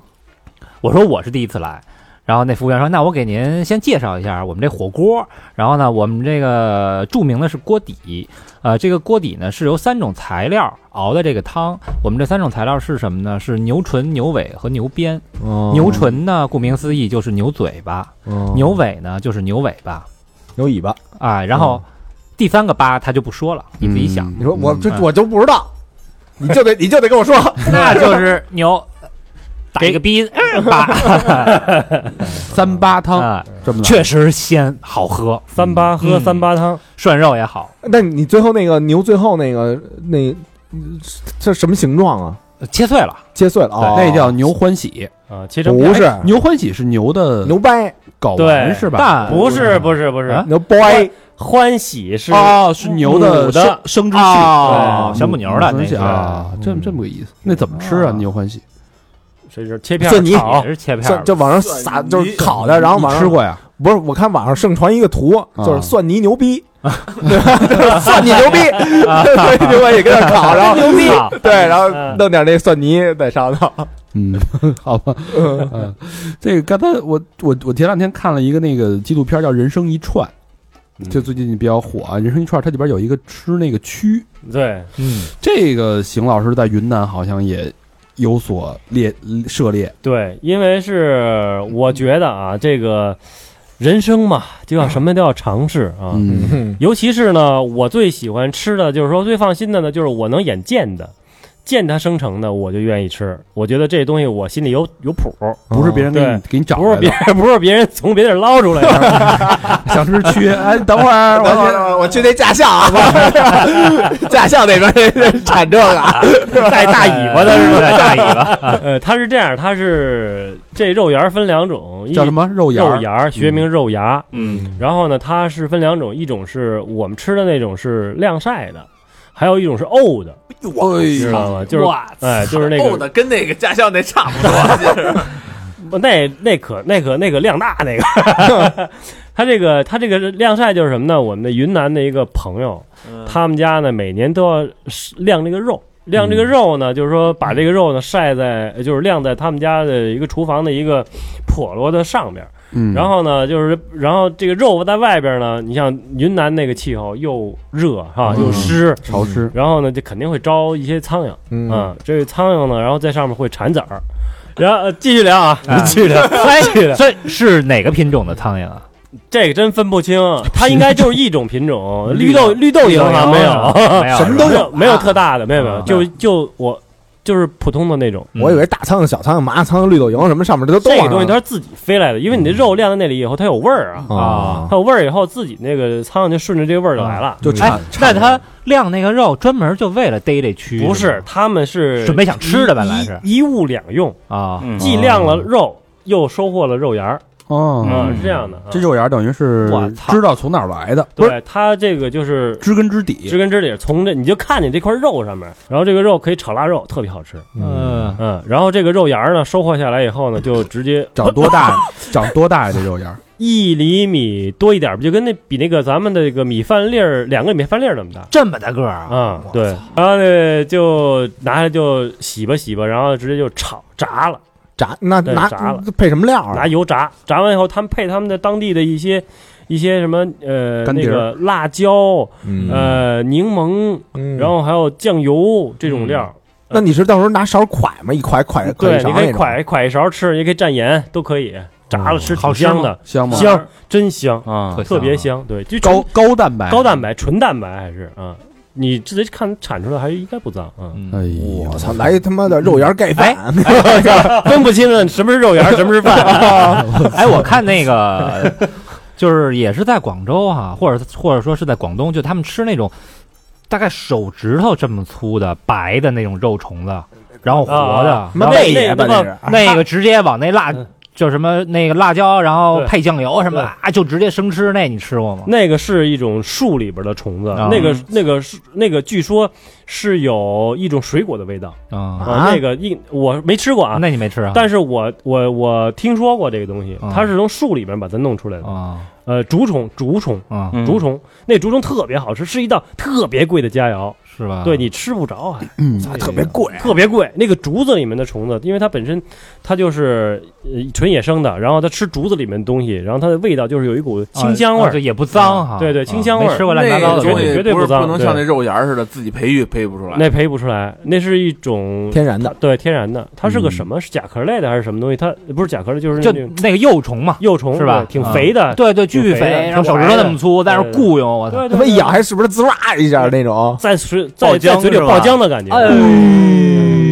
S8: 我说我是第一次来，然后那服务员说：“那我给您先介绍一下我们这火锅。然后呢，我们这个著名的是锅底，呃，这个锅底呢是由三种材料熬的这个汤。我们这三种材料是什么呢？是牛唇、牛尾和牛鞭。
S3: 哦
S8: 牛唇呢，顾名思义就是牛嘴巴；牛尾呢，就是牛尾巴。
S3: 牛哦尾巴，
S8: 啊，然后第三个八他就不说了，你自己想，
S2: 嗯
S3: 你说我
S2: 嗯
S3: 这
S8: 嗯
S3: 我就不知道，你就得你就得跟我
S2: [laughs]
S3: 说，
S8: [laughs] 那就是牛。”嗯打一个逼，八
S2: 三八汤
S8: 啊，
S2: 这么
S8: 确实鲜好喝，
S7: 三八喝
S8: 嗯
S7: 三八汤，
S8: 涮肉也好，
S3: 那你最后那个牛最后那个那这什么形状啊？
S8: 切碎了。
S3: 切碎了啊？
S2: 那叫牛欢喜，
S7: 啊，切成片
S3: 不
S7: 儿
S3: 是
S2: 牛欢喜是牛的
S3: 牛掰
S2: 睾
S7: 对
S2: 丸是吧？
S8: 但
S7: 不是不是不是
S8: 啊，
S3: 牛掰
S7: 欢喜是
S2: 哦，是牛
S7: 母
S2: 的
S7: 的
S2: 生生殖器
S8: 哦
S2: 对
S8: 小母牛的
S2: 母
S8: 那
S2: 生
S8: 个
S2: 啊，这这么个意思。那怎么吃啊？
S8: 哦
S2: 牛欢喜
S7: 谁是切片
S3: 蒜泥
S7: 儿炒
S8: [laughs] 也是切片
S3: 蒜
S8: 儿，
S3: 就往上撒，就是烤的，然后
S2: 你
S3: 往上
S2: 吃过呀？
S3: 不是，我看网上盛传一个图，就是蒜泥牛逼，
S2: 啊
S3: 蒜泥牛逼，对，牛逼也跟那烤，然后牛逼，
S7: 啊
S3: 对，然后弄点那蒜泥在上头，
S2: 嗯， [laughs] 好吧，嗯，这个刚才我我我前两天看了一个那个纪录片叫《人生一串》，就最近比较火啊，《人生一串》它里边有一个吃那个蛆，
S7: 对，
S3: [laughs]
S8: 嗯，
S2: 这个邢老师在云南好像也有所猎涉猎，
S7: 对，因为是我觉得啊，这个人生嘛，就要什么都要尝试啊。
S2: 嗯，
S7: 尤其是呢，我最喜欢吃的就是说最放心的呢，就是我能眼见的，见它生成的我就愿意吃。我觉得这东西我心里有有谱，
S2: 不是别人给你
S7: 对
S2: 给你找
S7: 不是
S2: 来
S7: 别 [laughs]
S2: 的，
S7: 人不是别人从别地儿捞出来的。
S2: [laughs] 想吃蛆，哎，等
S5: [laughs]
S2: 会儿
S3: 我
S2: 我
S3: 去，我去那驾校啊，驾校那边产这个，
S8: 带大
S2: 哎
S8: 尾巴的是吧？带大尾巴，
S7: 呃，它是这样，它是这肉芽儿分两种，一
S2: 叫什么肉芽
S7: 肉
S2: 儿？
S7: 芽儿，学名肉芽。
S5: 嗯，
S7: 然后呢，它是分两种，一种是我们吃的那种是晾晒的，还有一种是沤的，
S5: 我
S7: 知道吗？就是哎，就是那
S5: 厚
S7: 个
S5: 的跟哦那个驾校那差不多，就是
S7: 不那那可那可那个量大那个，
S5: [laughs]
S7: 他这个他这个晾晒就是什么呢？我们的云南的一个朋友，
S5: 嗯
S7: 他们家呢每年都要晾这个肉，晾
S5: 嗯
S7: 这个肉呢，就是说把这个肉呢晒在，就是晾在他们家的一个厨房的一个笸箩的上边儿。
S2: 嗯
S7: 然后呢，就是然后这个肉在外边呢，你像云南那个气候又热哈、又湿，
S2: 潮湿，
S7: 然后呢就肯定会招一些苍蝇
S3: 嗯，
S7: 啊，这苍蝇呢，然后在上面会产籽儿。然后、呃继续聊啊，继续聊，继续聊。
S8: 所以是哪个品种的苍蝇啊？
S7: 这个真分不清，它应该就是一种品种。绿豆绿豆
S8: 绿
S7: 蝇
S8: 豆
S7: 好像
S8: 蝇
S7: 没
S8: 是吧
S7: 有，
S8: [laughs] 没有
S7: 什么都有，没有
S8: 啊
S7: 特大的，没有没有，
S8: 啊
S7: 就就我就是普通的那种。
S3: 我以为大苍蝇、小苍蝇、麻苍蝇、绿豆蝇什么上面这都
S7: 这
S3: 都
S7: 个东西它是自己飞来的，因为你这肉晾在那里以后，它有味儿啊，
S3: 啊，
S7: 它有味儿以后，自己那个苍蝇就顺着这个味儿就来了。
S3: 就
S8: 哎，那他晾那个肉专门就为了逮这蛆？
S7: 不是，他们是
S8: 准备想吃的本来是
S7: 一一物两用，
S8: 啊，
S4: 嗯
S7: 既晾了肉，又收获了肉芽儿
S2: 哦，
S7: 啊，
S4: 嗯
S7: 是这样的啊。
S2: 这肉芽等于是
S8: 我操
S2: 知道从哪儿来的，
S7: 对它这个就是
S2: 知根知底
S7: 知根知底，从这你就看见这块肉上面，然后这个肉可以炒腊肉，特别好吃。
S8: 嗯，
S7: 嗯，然后这个肉芽儿呢，收获下来以后呢，就直接
S2: 长多大，
S3: [laughs]
S2: 长多大呀？这肉芽
S7: 一厘米多一点儿，就跟那比那个咱们的这个米饭粒儿，两个米饭粒儿那么大。
S8: [laughs] 这么大个儿啊，
S7: 啊，对，然后呢就拿下来就洗吧洗吧，然后直接就炒炸了，
S3: 炸那
S7: 对
S3: 拿
S7: 炸了
S3: 配什么料啊
S7: 拿？油炸，炸完以后他们配他们的当地的一些一些什么呃
S2: 干碟
S7: 那
S2: 儿
S7: 个辣椒
S3: 嗯
S7: 呃柠檬，
S3: 嗯
S7: 然后还有酱油这种料，
S3: 那你是到时候拿勺蒯吗？一蒯蒯蒯
S7: 对，
S3: 勺
S7: 你可以
S3: 那种。哦
S7: 㧟㧟一勺吃，也可以蘸盐，都可以，炸了吃挺香的，
S2: 香吗？
S3: 嗯
S7: 香真香，
S8: 哎
S4: 啊，
S7: 特别香，对，就
S2: 高
S7: 纯
S2: 高蛋
S3: 哎
S2: 白，
S7: 高蛋白纯蛋白还是啊，你直接看产出来还应该不脏啊。
S2: 哎
S8: 嗯，
S2: 呦，
S3: 我操，来他妈的肉芽盖饭， [laughs] 哎
S7: [laughs] 分不清了什么是肉芽，什么是饭。
S8: [laughs]
S7: [laughs]
S8: 哎，我看那个就是也是在广州哈，或者或者说是在广东，就他们吃那种大概手指头这么粗的白的那种肉虫子，然后活的，
S3: 妈
S8: 然后
S3: 贝爷吧
S7: 啊那
S3: 这是。
S8: 那个直接往那辣
S7: 嗯。
S8: 就什么那个辣椒，然后
S7: 对
S8: 配酱油什么的啊，就直接生吃。那你吃过吗？
S7: 那个是一种树里边的虫子，
S8: 啊
S7: 那
S3: 嗯
S7: 个那个是那个，据说是有一种水果的味道
S8: 啊，
S3: 啊
S7: 呃那个应我没吃过啊，
S8: 那你没吃啊？
S7: 嗯但是我我我听说过这个东西
S8: 啊，
S7: 它是从树里边把它弄出来的。
S8: 啊
S7: 呃，竹虫，竹虫，
S8: 啊，
S4: 嗯
S7: 竹虫，那竹虫特别好吃，是一道特别贵的佳肴。
S8: 是吧？
S7: 对你吃不着，还
S3: 嗯特别贵，啊
S7: 特别贵。那个竹子里面的虫子，因为它本身它就是呃纯野生的，然后它吃竹子里面的东西，然后它的味道就是有一股清香味
S8: 啊
S7: 儿嗯
S8: 就。也不脏哈。
S7: 对对
S8: 啊
S7: 清香味儿
S8: 没吃过乱七
S5: 那
S8: 八糟
S5: 个
S8: 的
S5: 东
S8: 东
S5: 西
S8: 西。
S7: 绝对
S5: 不
S7: 不
S5: 是
S7: 脏
S5: 不能像那
S7: 对
S5: 肉芽儿似的自己培育培育不出来。
S7: 那培育不出来，那是一种
S3: 天然的。
S7: 对天然的，它是个什么？是甲壳类的还是什么东西？它不是甲壳类，就是
S8: 就
S7: 那种
S8: 那个幼虫嘛，
S7: 幼虫
S8: 是吧
S7: 对挺
S8: 啊
S7: 肥的，
S8: 对对，
S7: 挺
S8: 巨
S7: 肥的
S8: 肥，然后
S7: 挺
S8: 手
S7: 白
S8: 指头那
S7: 的
S8: 么粗，但是
S7: 对对
S8: 雇佣我操，
S7: 对
S3: 他
S7: 对
S3: 妈一
S7: 对
S3: 咬还是不是滋哇一下那种？
S7: 在水
S4: 爆
S7: 在在
S4: 浆
S7: 嘴里
S4: 是吧
S7: 爆浆的
S8: 哎
S7: 感觉。
S8: 嗯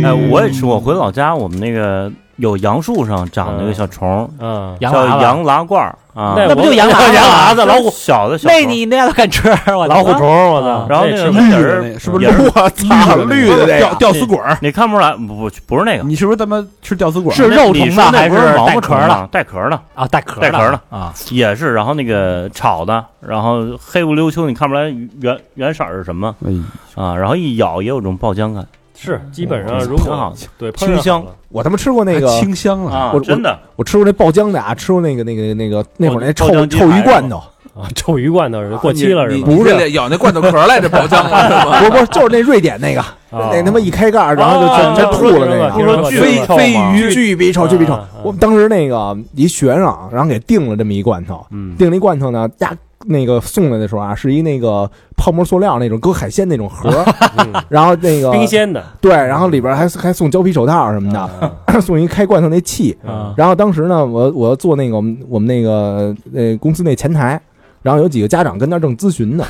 S4: 哎，我也吃过，回老家我们那个有杨树上长了一个小虫，
S7: 嗯，
S8: 羊
S4: 叫
S8: 娃娃
S4: 羊拉罐儿啊，
S7: 那
S8: 不就羊
S7: 羊
S8: 娃
S7: 羊
S8: 娃
S7: 哎娃子、老虎、
S4: 小的
S8: [laughs]
S4: 小虫
S8: 那你那都敢吃？我
S7: 老虎
S8: 操
S7: 虫，我操！
S4: 然后那
S7: 那
S4: 个
S7: 吃
S2: 绿的那是不
S4: 门底儿
S2: 是
S4: 也
S2: 绿
S3: 我操，绿的这
S2: 吊
S3: 个，
S2: 吊死鬼儿？
S4: 你看不出来，不不不是那个，
S2: 你是不是他妈吃吊死鬼儿？
S8: 是肉
S4: 你
S8: 虫
S4: 说
S8: 的
S4: 那
S8: 还
S4: 不
S8: 是
S4: 是毛
S8: 带壳
S4: 毛虫
S8: 的
S4: 的，带壳的，
S8: 啊？带壳
S4: 带壳
S8: 的
S4: 的
S8: 啊，
S4: 也是，然后那个炒的，然后黑不溜秋，你看不出来原原色儿是什么
S2: 哎
S4: 啊，然后一咬也有种爆浆感，
S7: 是基本上，如
S4: 挺好
S7: 果对
S4: 的清香
S3: 我他妈吃过那
S2: 还
S3: 个，
S2: 清香了，
S4: 啊
S3: 我，
S4: 真的，
S3: 我吃过那爆浆的啊，吃过那个那个那个那会儿那臭
S4: 爆浆鸡
S3: 臭鱼
S4: 排
S3: 罐头，
S7: 啊， [laughs] 臭鱼罐头是过期了是
S5: 你
S7: 吧？
S5: 你
S3: 不是
S5: 这得咬那罐头壳来着，爆浆
S3: [laughs]
S5: 了
S3: 不是不是就是那瑞典那个，
S7: 啊
S3: 那他妈一开盖儿，然
S7: 哦
S3: 后就全全吐了那个。
S7: 听说过
S3: 飞
S7: 听说过
S3: 飞鱼巨逼臭，巨逼臭
S7: 啊啊！
S3: 我们当时那个一学生，然后给订了这么一罐头，
S7: 嗯
S3: 订了一罐头呢，呀，那个送来的时候啊，是一那个泡沫塑料那种搁海鲜那种盒儿，
S7: 嗯
S3: 然后那个
S7: 冰鲜的
S3: 对，然后里边还还送胶皮手套什么的， [laughs] 送一开罐头那器。
S7: 啊
S3: 然后当时呢，我我做那个我们我们那个呃公司那前台，然后有几个家长跟那儿正咨询呢，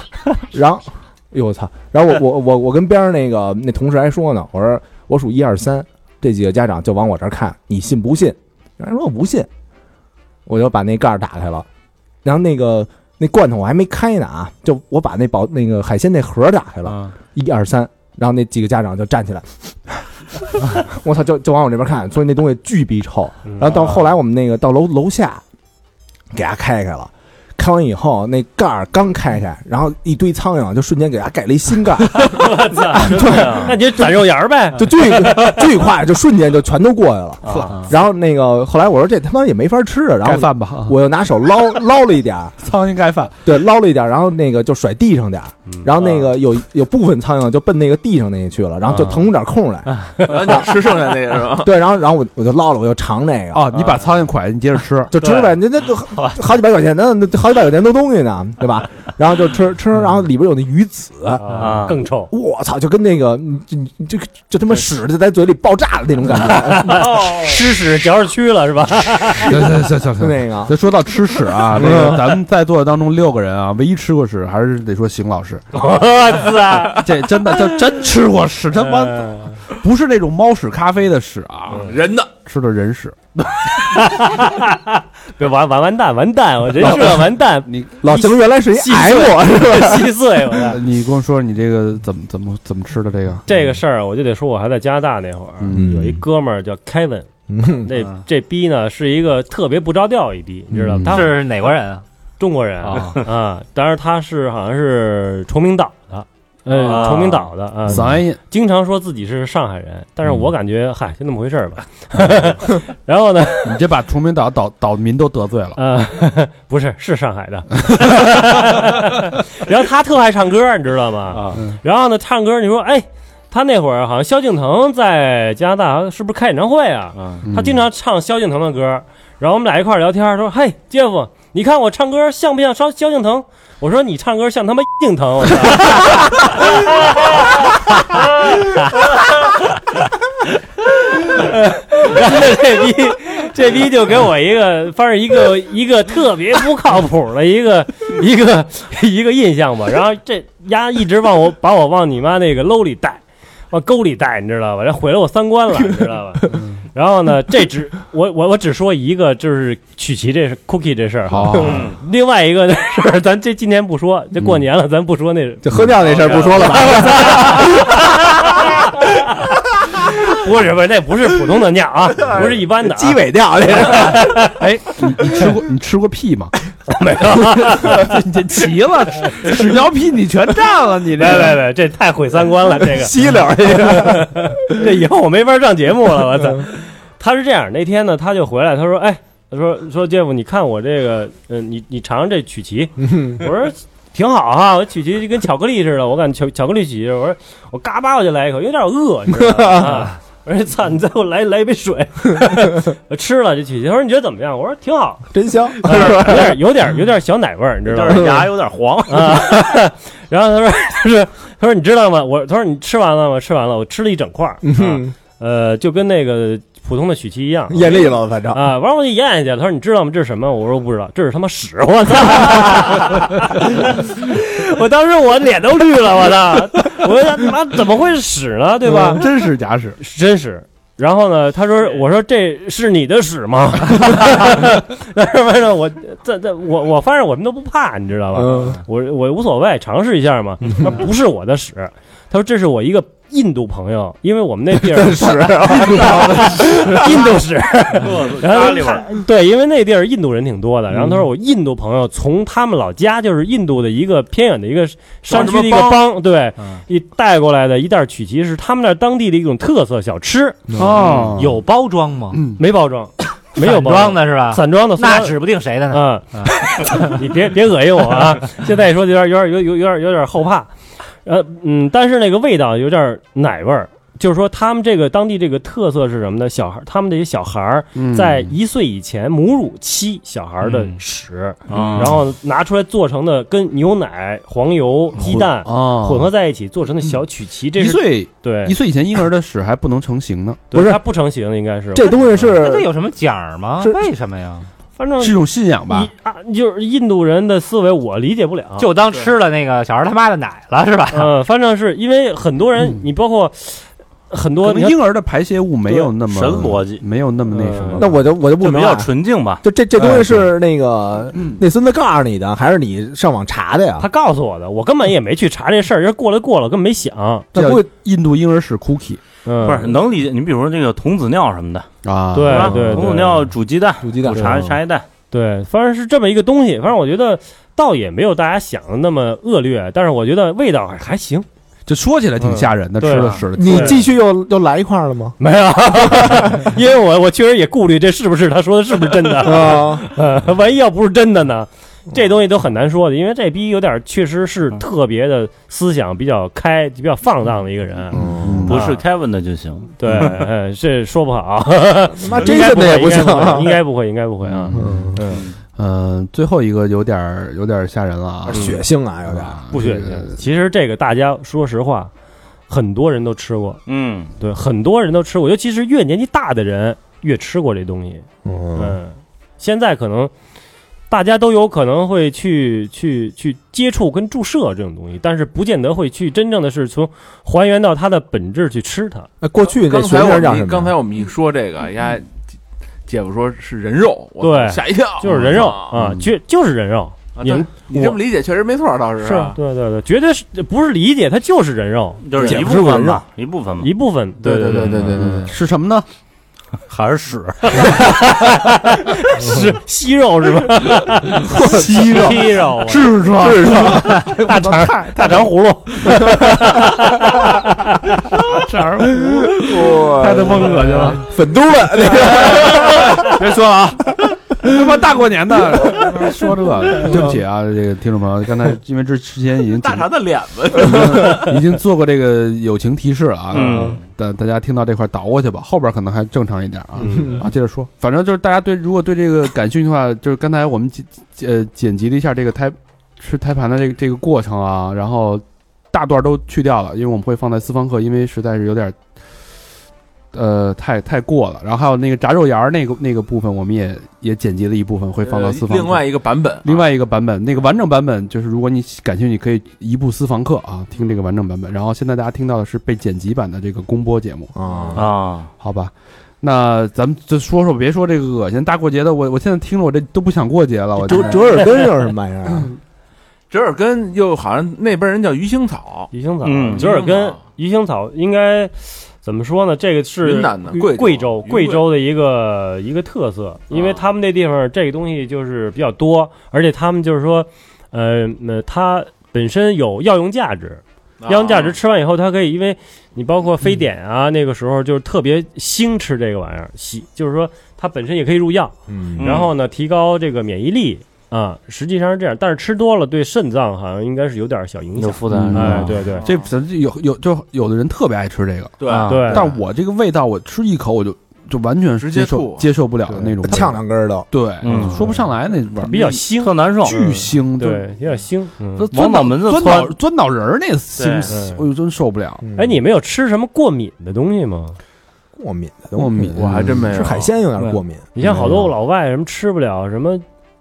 S3: 然后，哎呦我操！然后我我我我跟边上那个那同事还说呢，我说我数一二三，这几个家长就往我这儿看，你信不信？人家说我不信，我就把那盖儿打开了，然后那个那罐头我还没开呢啊，就我把那保那个海鲜那盒儿打开了，
S4: 嗯
S3: 一二三，然后那几个家长就站起来， [laughs] 我操，就就往我这边看，所以那
S8: 嗯
S3: 东西巨逼臭。然后到后来我们那个到楼楼下，给它开开了，开完以后，那盖儿刚开开，然后一堆苍蝇就瞬间给它盖了一新
S8: [laughs]
S3: 盖儿， [laughs]
S7: 那你就攒肉芽儿呗，
S3: 就巨巨快，就瞬间就全都过去了。
S8: 啊
S3: 然后那个后来我说这他妈也没法吃啊，然
S2: 盖
S3: 后
S2: 饭吧，
S3: 我又拿手捞捞了一点儿，
S2: 苍蝇盖饭，
S3: 对，捞了一点儿，然后那个就甩地上点儿，
S4: 嗯
S3: 然后那个有有部分苍蝇就奔那个地上那去了，然后就腾出点空来，
S5: 然后你吃剩下那个是吧？
S3: 对，然后然后我我就捞了，我就尝那个，
S2: 哦，你把苍蝇蒯进，你接着吃，
S3: 就吃呗，那那就好几百块钱，那那好几百块钱的东西呢，对吧？然后就吃吃，然后里边有那鱼籽，
S4: 啊
S7: 更臭。
S3: 我操，就跟那个你就你就就他妈屎就在嘴里爆炸的那种感觉，
S7: 吃屎嚼着蛆了是吧？
S2: [laughs] 行行行行
S3: 就
S2: 行。
S3: 那个。
S2: 咱说到吃屎 [laughs] 啊，这个咱们在座的当中六个人啊，唯一吃过屎还是得说邢老师， [laughs]
S7: 我操！
S2: 这真的这真吃过屎，他妈
S7: 嗯
S2: 不是那种猫屎咖啡的屎啊，
S5: 人的
S2: 吃的人屎。，
S7: 别完完完蛋完蛋，我人设完蛋
S2: 你
S3: 老邢原来是一
S7: 细
S3: M，
S7: 稀碎我操！
S2: 哎 [laughs] 你跟我说说你这个怎么怎么怎么吃的这个？
S7: 这个事儿我就得说，我还在加拿大那会儿，
S2: 嗯
S7: 有一哥们儿叫 Kevin，
S3: 嗯
S7: 那这逼呢是一个特别不着调一逼，
S2: 嗯
S7: 你知道吗？他是
S8: 是哪国人啊？
S7: 中国人
S8: 啊
S7: 啊，当然他是好像是崇明岛的，
S4: 啊
S7: 呃，崇明岛的啊，
S2: 咱也
S7: 经常说自己是上海人，但是我感觉嗨，就那么回事儿吧。 [laughs] 然后呢，
S2: 你这把崇明岛岛岛民都得罪了。
S7: 呃， [laughs] 不是是上海的， [laughs] 然后他特爱唱歌，你知道吗？
S5: 啊，
S7: 然后呢，唱歌你说哎。他那会儿好像萧敬腾在加拿大是不是开演唱会啊？
S2: 嗯
S7: 他经常唱萧敬腾的歌，然后我们俩一块儿聊天，说：“嘿，姐夫，你看我唱歌像不像萧萧敬腾？”我说：“你唱歌像他妈敬腾。”我操！然后 [laughs] 这逼这逼就给我一个，反正一个一个特别不靠谱的一个 [laughs] 一个一个印象吧。然后这丫一直往我把我往你妈那个篓里带，往沟里带，你知道吧？这毁了我三观了，你知道吧？然后呢，这只我我我只说一个，就是曲奇这事 cookie 这事儿哈。
S2: 好，
S7: 另外一个的事儿，咱这今天不说，这过年了，咱不说那
S3: 就喝尿那事儿不说了吧，
S7: 不是不是，那不是普通的尿啊，不是一般的、啊。
S3: 鸡尾尿那个，
S2: 哎，你你吃过你吃过屁
S7: [laughs]
S2: 吗？没 [laughs] 有，你这齐了，屎尿屁你全占了，你这
S7: 别别别，这太毁三观了，这个
S3: 稀溜儿那个，
S7: 这以后我没法上节目了，我操！他是这样，那天呢，他就回来，他说：“哎，他说说姐夫，你看我这个，嗯、你你尝尝这曲奇。”我说：“挺好哈，我曲奇就跟巧克力似的，我感觉巧巧克力曲奇。”我说：“我嘎巴我就来一口，有点饿。你知道吗”啊我说：“操，你再给我来来一杯水。”我吃了这曲奇，他说：“你觉得怎么样？”我说：“挺好，
S3: 真香。
S7: 啊有点有点有点小奶味儿，你知道吗？”
S4: 就是牙有点
S7: [laughs]
S4: 黄，
S7: 啊，然后他说，他说，他说你知道吗？我他说你吃完了吗？吃完了，我吃了一整块儿，啊
S3: 嗯，
S7: 呃，就跟那个普通的曲奇一样。
S3: 眼力了，反正
S7: 啊！完了我就咽下去了。他说：“你知道吗？这是什么？”我说：“不知道。”这是他妈屎！我操！ [laughs] 我当时我脸都绿了，我操！我说：“他妈怎么会是屎呢？对吧？
S2: 真是假屎，
S7: 真是。然后呢，他说：“我说这是你的屎吗？” [laughs] 但是反正我这这我我发现我们都不怕，你知道吧？
S3: 嗯，
S7: 我我无所谓，尝试一下嘛。那不是我的屎，他说这是我一个印度朋友，因为我们那地 [laughs] 儿
S3: 屎，
S7: 印度屎，然后
S4: 里边
S7: 他 [laughs] 对，因为那地儿印度人挺多的。然后他说我印度朋友从他们老家，就是印度的一个偏远的一个山区的一个邦，对，一带过来的一袋曲奇是他们那儿当地的一种特色小吃，
S2: 哦，
S8: 有包装吗？
S7: 没包装， [coughs] 没有
S8: 散
S7: 包
S8: 装，的是吧？
S7: 嗯散装的，
S8: 那指不定谁的呢。
S7: 嗯， [laughs] 你别别恶心我啊！现在一说就有点有点有有有点有点后怕，呃嗯，但是那个味道有点奶味儿，就是说他们这个当地这个特色是什么呢？小孩他们这些小孩儿
S2: 嗯
S7: 在一岁以前母乳期小孩的屎，
S2: 啊
S7: 然后拿出来做成的跟牛奶、黄油、鸡蛋
S2: 啊
S7: 混合在一起做成的小曲奇，
S2: 嗯
S7: 这
S2: 一
S7: 是
S2: 岁
S7: 对
S2: 一，岁以前婴儿的屎还不能成型呢，
S7: 对
S3: 不是
S7: 它不成形的应该是
S3: 这东西
S8: 那这
S3: 是
S8: 有什么奖儿吗？
S3: 是
S8: 为什么呀？
S7: 反正
S2: 是一种信仰吧
S7: 一？啊，就是印度人的思维我理解不了，
S2: 啊
S8: 就当吃了那个小孩他妈的奶了是吧？
S7: 嗯，反正是因为很多人，你包括很多
S2: 嗯可能
S7: 你看
S2: 婴儿的排泄物没有那么
S4: 神逻辑
S2: 没有那么那什么。
S3: 那
S7: 嗯
S3: 我就我就不
S4: 就
S3: 明
S4: 比
S3: 白
S4: 较
S3: 了，
S4: 纯净吧。
S3: 就这这东西是那个那孙子告诉你的，还是你上网查的呀
S7: 他？告诉我的，我根本也没去查这事儿，人过来过了，根本没想。
S2: 那
S3: 那
S2: 不
S3: 不
S2: 印度婴儿屎 cookie
S7: 嗯，
S4: 不是能理解，你比如说这个童子尿什么的，
S2: 啊
S7: 对
S4: 是吧
S7: 对对
S4: 童子尿煮鸡蛋，
S3: 煮鸡蛋
S4: 嗯煮茶茶叶蛋，
S7: 对，反正是这么一个东西。反正我觉得倒也没有大家想的那么恶劣，但是我觉得味道还还行。
S2: 这说起来挺吓人的，
S7: 嗯
S2: 吃
S7: 对
S2: 了
S7: 啊
S2: 吃了，
S3: 你
S7: 对
S3: 继续又又来一块儿了吗？
S7: 没有， [laughs] 因为我我确实也顾虑这是不是他说的是不是真
S3: [laughs]
S7: 的， [laughs]
S3: 啊，
S7: 呃，万一要不是真的呢？
S3: 嗯
S7: 这东西都很难说的，因为这逼有点确实是特别的思想比较开、比较放荡的一个人，
S3: 嗯
S4: 不
S7: 啊
S3: 啊
S4: 是 Kevin 的就行。
S7: 对， [laughs] 呃，这说不
S3: [laughs]
S7: 好，
S3: 他妈
S7: 应该
S3: Jason
S7: 不
S3: 的
S7: 会
S3: 也，不行啊
S7: 应该不会，应嗯该不会啊，
S2: 嗯，最后一个有点儿有点儿吓人了
S7: 哎
S2: 啊，
S3: 血腥啊，有点
S2: 啊
S7: 不血
S2: 这个
S3: 嗯
S7: 腥。其实这个大家说实话，很多人都吃过，
S4: 嗯，
S7: 对，很多人都吃过，尤其是越年纪大的人越吃过这东西。
S3: 嗯
S7: 嗯，现在可能大家都有可能会去去去接触跟注射这种东西，但是不见得会去真正的是从还原到它的本质去吃它。
S3: 那过去那
S5: 刚
S3: 学
S5: 才我
S3: 生让
S5: 们
S3: 什
S5: 一
S3: 么？
S5: 刚才我们一说这个，丫姐夫说是人肉，我
S7: 对
S5: 吓一跳，
S7: 就是人肉
S5: 啊！
S7: 啊，绝就是人肉。
S5: 啊
S7: 你们
S5: 你这么理解确实没错，倒是
S7: 是
S5: 啊
S7: 对对对，绝对是不是理解它就是人肉
S4: 就是一部分吧，一部分吧。
S7: 一部分。
S5: 对
S7: 对
S5: 对对对对对，
S2: 是什么呢？
S4: 还是屎，
S7: [laughs] 是息肉是吧？息肉， [laughs] 息肉啊，
S2: 痔疮，痔疮，
S7: 大肠大肠葫芦。
S2: 太他妈恶心 [laughs] 了！
S3: 粉嘟了，那个
S2: [laughs] 别说啊，他妈大过年的，说这个，对不起啊，这个听众朋友，刚才因为这之前已经
S5: 大肠的脸子，
S2: [laughs] 已经做过这个友情提示了啊，大大家听到这块儿倒过去吧，后边可能还正常一点啊。啊，接着说，反正就是大家对如果对这个感兴趣的话，就是刚才我们剪呃剪辑了一下这个胎吃胎盘的这个这个过程啊，然后大段都去掉了，因为我们会放在私房课，因为实在是有点。呃，太太过了，然后还有那个炸肉芽儿那个那个部分，我们也也剪辑了一部分，会放到私房课。
S5: 呃另外一个版本啊，
S2: 另外一个版本，那个完整版本就是，如果你感兴趣，可以移步私房课啊，听这个完整版本。然后现在大家听到的是被剪辑版的这个公播节目，
S3: 啊，
S4: 啊，
S2: 好吧？那咱们就说说，别说这个恶心，大过节的，我我现在听着我这都不想过节了，我
S3: 折折耳根又是什么玩意儿啊？
S5: 折耳根又好像那边人叫鱼腥草，
S7: 鱼腥草，
S4: 嗯
S7: 折耳根
S5: 嗯，
S7: 鱼腥草应该怎么说呢？这个是
S5: 云南的
S7: 贵
S5: 贵州
S7: 州贵州的一个一个特色，因为他们那地方这个东西就是比较多，而且他们就是说，呃，那它本身有药用价值，
S5: 啊
S7: 药用价值吃完以后，它可以因为你包括非典啊，那个时候就是特别兴吃这个玩意儿，喜就是说它本身也可以入药，
S3: 嗯
S4: 嗯
S7: 然后呢提高这个免疫力。啊，实际上是这样，但是吃多了对肾脏好像应该是有点小影
S4: 有
S7: 响。
S4: 负担
S2: 嗯
S4: 是吧
S8: 啊
S7: 哎，对对，
S2: 这这有有就有的人特别爱吃这个，
S5: 对
S4: 啊
S7: 对，
S2: 但我这个味道，我吃一口我就就完全
S5: 直接
S2: 接受
S5: 吐
S2: 接受不了的那种味道嗯
S3: 呛，两根儿都，
S2: 对，
S4: 嗯
S2: 说不上来那味儿，
S7: 比较腥，
S4: 特难受。
S2: 巨腥，就
S7: 对，有点腥。嗯，
S2: 钻
S4: 往脑门子
S2: 钻
S4: 窜
S2: 脑钻脑仁儿那腥
S7: 对，
S2: 我真受不了。
S7: 哎，你没有吃什么过敏的东西吗？
S3: 嗯过敏的东西
S2: 过敏，
S5: 我还真没有
S3: 吃海鲜有点过敏，嗯
S7: 你像好多老外什么吃不了什么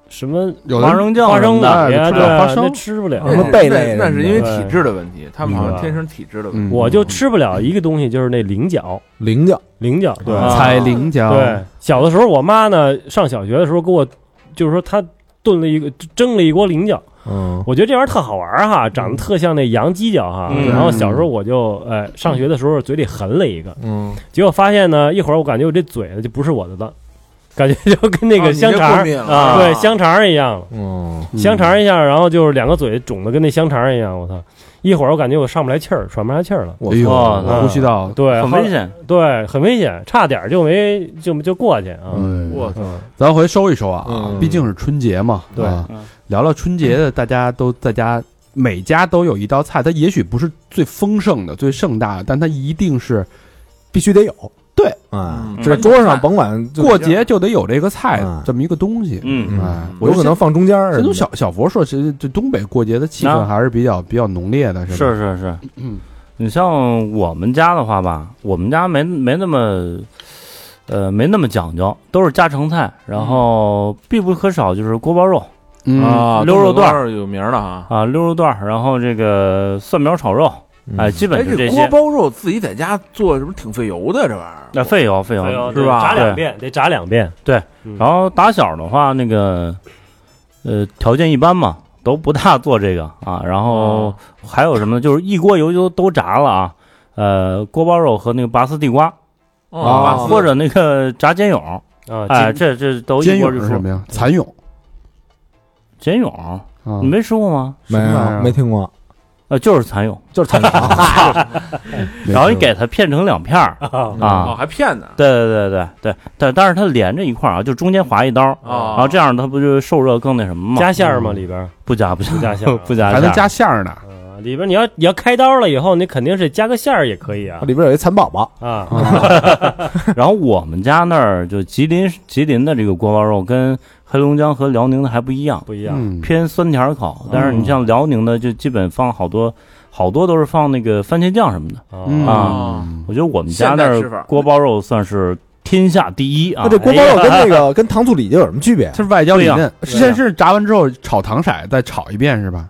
S7: 什么
S2: 有的
S4: 花生酱
S7: 花生米
S4: 的，
S2: 哎
S7: 呀，
S2: 吃不
S7: 对
S2: 了
S7: 啊，
S2: 花生嗯
S7: 那吃不了
S5: 那。
S3: 什么贝类
S5: 那那是因为
S7: 什么的
S5: 体质的问题，他们好
S7: 嗯
S5: 像天生体质的问
S2: 嗯
S5: 题。
S7: 我就吃不了一个东西，就是那菱角，
S3: 菱角
S7: 菱角。对
S4: 啊
S2: 踩菱角，
S7: 对，小的时候我妈呢，上小学的时候给我，就是说她炖了一个蒸了一锅菱角，
S3: 嗯，
S7: 我觉得这玩意儿特好玩儿哈，
S2: 嗯
S7: 长得特像那羊犄角哈。
S4: 嗯
S7: 然后小时候我就呃上学的时候嘴里含了一个，
S3: 嗯，
S7: 结果发现呢，一会儿我感觉我这嘴呢就不是我的了，感觉就跟那
S5: 啊
S7: 个
S5: 你这
S7: 香肠
S5: 过
S7: 儿
S5: 敏了
S4: 啊
S7: 对香肠儿一样，
S3: 嗯，
S2: 嗯
S7: 香肠儿一样，然后就是两个嘴肿的跟那香肠儿一样，我操！一会儿我感觉我上不来气儿，喘不来气儿了。
S3: 我
S2: 哎呦，
S4: 哇
S2: 我呼吸道，
S7: 对，
S4: 很
S7: 后
S4: 危，险。
S7: 对，很危险，差点儿就没就就过去啊。
S2: 嗯，
S5: 我操，
S2: 咱回收一收啊
S3: 嗯，
S2: 毕竟是春节嘛，
S7: 对
S2: 啊
S4: 嗯
S2: 聊聊春节的，大家都在家，每家都有一道菜，它也许不是最丰盛的、最盛大的，但它一定是
S3: 必须得有，
S2: 对
S3: 啊，
S4: 嗯
S3: 这桌上甭管就
S2: 过节就得有这个菜
S3: 嗯
S2: 这么一个东西。
S4: 嗯，
S2: 哎
S3: 嗯，，
S2: 我
S3: 有可能
S2: 先。
S3: 放中间儿什
S2: 先从
S3: 么的，
S2: 小小佛说，其实这东北过节的气氛
S4: 啊
S2: 还是比较比较浓烈的，吧？
S4: 是是是
S2: 嗯。
S4: 你像我们家的话吧，我们家没没那么，呃，没那么讲究，都是家常菜，然后必不可少就是锅包肉
S2: 嗯，
S5: 啊，
S4: 溜肉段儿
S5: 东北儿有名儿的哈。
S4: 啊，溜肉段儿，然后这个蒜苗炒肉，
S3: 嗯
S4: 哎，基
S5: 哎，
S4: 本就
S5: 这
S4: 这
S5: 锅
S4: 些。
S5: 包肉自己在家做，是不是挺费油的？这玩意儿，
S4: 那费油费
S7: 哎
S4: 油
S7: 呦
S4: 是
S7: 得炸
S4: 吧？
S7: 两
S4: 对。
S7: 遍，得炸两遍。
S4: 然后打小的话，那个，呃，条件一般嘛，都不大做这个啊。然后还有什么呢？就是一锅油就都炸了啊。呃，锅包肉和那个拔丝地瓜
S5: 哦
S4: 或者那个炸煎蛹，
S7: 啊，
S4: 哎，
S7: 鸡啊
S4: 这这都
S2: 煎
S4: 一
S2: 蛹
S4: 锅就是出
S2: 什么呀？蚕蛹
S4: 简咏，
S2: 啊
S4: 你没吃过吗？
S3: 没
S2: 什么玩意
S3: 有
S2: 儿
S3: 没听过，
S4: 呃，就是蚕蛹，
S3: 就是 [laughs] 蚕蛹，
S4: 然后你给它片成两片儿
S5: 哦，
S4: 啊。
S5: 还骗呢
S4: 对对对对对，但但是它连着一块儿啊，就中间划一刀，
S5: 啊！
S4: 然后这样它不就受热更那什么吗？
S7: 加馅儿吗？里边儿
S4: 不加不加
S7: 不加馅儿
S4: [laughs] 不加
S2: 还
S4: 馅
S2: 能
S4: 儿
S2: 加馅儿呢，
S7: 啊，里边儿你要你要开刀了以后，你肯定是加个馅儿也可以啊
S3: 里边有一蚕宝宝，
S7: 啊
S2: 嗯
S4: 然后我们家那儿就吉林吉林的这个锅包肉跟黑龙江和辽宁的还不一样，
S7: 不一样。
S2: 嗯，
S4: 偏酸甜口。但是你像辽宁的，就基本放好多好多都是放那个番茄酱什么的。
S2: 嗯
S7: 啊
S5: 啊
S4: 我觉得我们家那
S5: 现代吃法
S4: 儿锅包肉算是天下第一啊
S3: 那！这锅包肉跟那个跟糖醋里脊有什么区别？
S2: 它是外焦里
S4: 对
S2: 嫩，先是炸完之后炒糖色，再炒一遍是吧？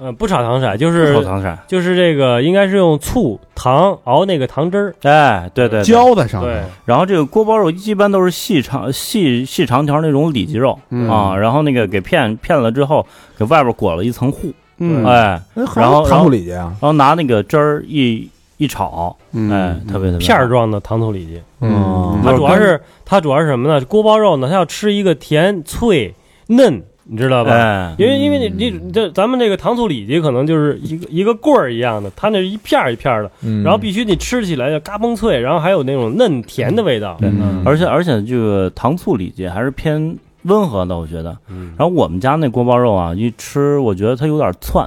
S7: 呃，不炒糖色，就
S4: 哎呀炒
S7: 是
S4: 糖色，
S7: 就是这个应该是用醋糖熬那个糖汁儿。
S4: 哎，对对对。
S2: 浇在上
S7: 对
S2: 面，，
S4: 然后这个锅包肉一般都是细长细细长条那种里脊肉
S2: 嗯
S4: 啊，然后那个给片片了之后，给外边裹了一层糊，
S2: 嗯
S4: 哎，
S3: 那
S4: 然后
S3: 糖醋里脊啊，
S4: 然后拿那个汁儿一一炒，哎，特别特别
S7: 片
S4: 好
S7: 儿状的糖醋里脊。
S2: 嗯
S7: 它主要是它主要是什么呢？锅包肉呢，它要吃一个甜脆嫩，你知道吧？
S4: 哎，
S7: 因为因为你你你这咱们这个糖醋里脊可能就是一个一个棍儿一样的，它那是一片儿一片儿的，
S3: 嗯
S7: 然后必须你吃起来要嘎嘣脆，然后还有那种嫩甜的味道。
S3: 嗯
S4: 而且而且这个糖醋里脊还是偏温和的，我觉得。
S7: 嗯
S4: 然后我们家那锅包肉啊，一吃我觉得它有点窜，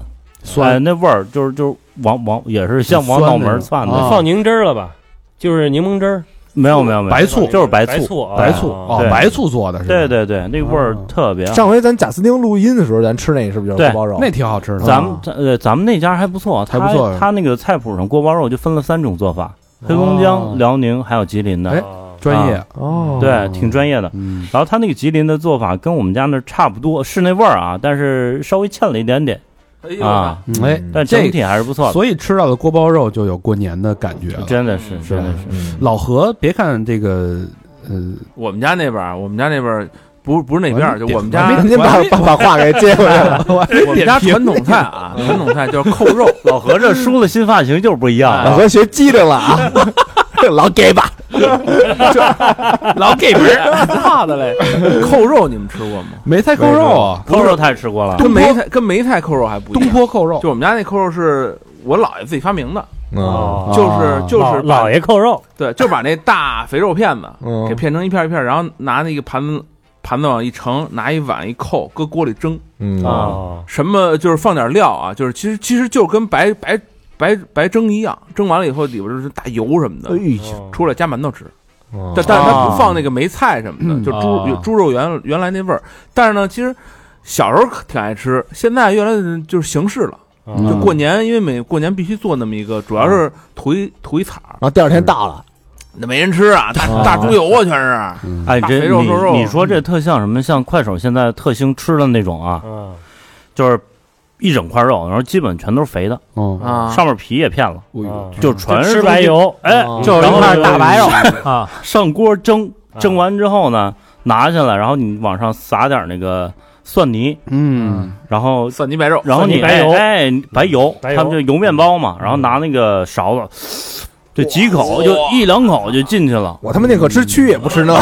S4: 哎，那味儿就是就是往往也是像往脑门儿窜
S2: 啊
S4: 的。
S7: 放柠汁儿了吧？就是柠檬汁儿，
S4: 没有没有没有，
S2: 白醋
S4: 哎就是白
S7: 白醋啊
S2: 白醋
S7: 啊
S2: 哦
S4: 对，
S2: 白醋做的是吧？
S4: 对对对，那个味儿
S2: 啊
S4: 特别好。
S3: 上回咱贾斯汀录音的时候，咱吃那个是不是就是
S4: 对
S3: 锅包肉？
S2: 那挺好吃的。
S4: 咱们咱呃咱们那家还不错，
S2: 啊还
S4: 他
S2: 不错是吧哦
S4: 他那个菜谱上锅包肉就分了三种做法，黑龙江、啊辽宁还有吉林的
S2: 哎，专业，
S3: 哦，
S4: 对，挺专业的。
S2: 嗯
S4: 然后他那个吉林的做法跟我们家那儿差不多，是那味儿啊，但是稍微欠了一点点
S5: 哎呦
S4: 啊，
S2: 嗯哎，
S4: 但整体还是不错的，
S2: 所以吃到的锅包肉就有过年的感觉了。
S4: 真的是真的是。
S3: 嗯
S2: 老何，别看这个，呃，
S5: 我们家那边儿，我们家那边儿不不是那边儿，就我们家
S2: 我还
S4: [laughs]
S3: 您把把把话给接回
S2: [laughs]
S3: 来了，
S5: 我们家传统菜啊，传统菜就是扣肉，
S4: 老何这梳了新发型就是不一样
S3: 老
S4: 啊，
S3: 何学机灵了啊，老给吧，
S4: [laughs] 老给门
S5: [laughs] 大的嘞。扣肉你们吃过吗？
S2: 梅菜扣肉啊，
S4: 扣肉太吃过了，
S5: 跟梅菜跟梅菜扣肉还不一
S2: 东
S5: 样。
S2: 坡扣肉
S5: 就，我们家那扣肉是我姥爷自己发明的，
S7: 哦
S5: 啊
S3: 嗯
S5: 就是就是把
S7: 啊老爷扣肉，
S5: 对，就把那大肥肉片子
S3: 嗯
S5: 给片成一片一片，然后拿那个盘子盘子往一盛，拿一碗一扣，搁锅里蒸。
S3: 嗯
S5: 啊
S7: 哦，
S5: 什么就是放点料啊，就是其实其实就跟白白白白蒸一样，蒸完了以后里边就是大油什么
S3: 哎
S4: 哎
S5: 的，
S7: 哦
S5: 出来加馒头吃。
S3: 嗯
S5: 但但是它不放那个梅菜什么的，就猪
S3: 哦
S5: 有猪肉原原来那味儿。但是呢，其实小时候挺爱吃，现在越来越就是形式了。
S2: 嗯
S5: 就过年，因为每过年必须做那么一个，主要
S3: 嗯
S5: 是图一图一彩儿，
S3: 然后第二天到了，。
S5: 那没人吃啊，大大猪油啊，全是。
S4: 哎，
S5: 大
S4: 这
S5: 肥肉
S4: 你
S5: 瘦肉
S4: 你说这特像什么？像快手现在特兴吃的那种啊，
S7: 嗯，
S4: 就是一整块肉，然后基本全都是肥的，
S2: 嗯，
S5: 啊，
S4: 上面皮也片了，
S2: 哦
S4: 就全
S7: 就是啊吃白油，哦
S4: 哎，
S8: 就是一块大白肉
S4: 然后
S8: 啊，
S4: 上锅蒸，
S7: 啊
S4: 蒸完之后呢，拿下来，然后你往上撒点那个蒜泥，
S2: 嗯，
S4: 然后
S5: 蒜泥白肉，
S4: 然后
S7: 蒜
S4: 你
S7: 泥白油
S4: 哎，哎白油，
S7: 白油
S4: 他们就油面包嘛，然后拿那个勺子，就几口，就一两口就进去了
S3: 我他妈宁可吃蛆也不吃那，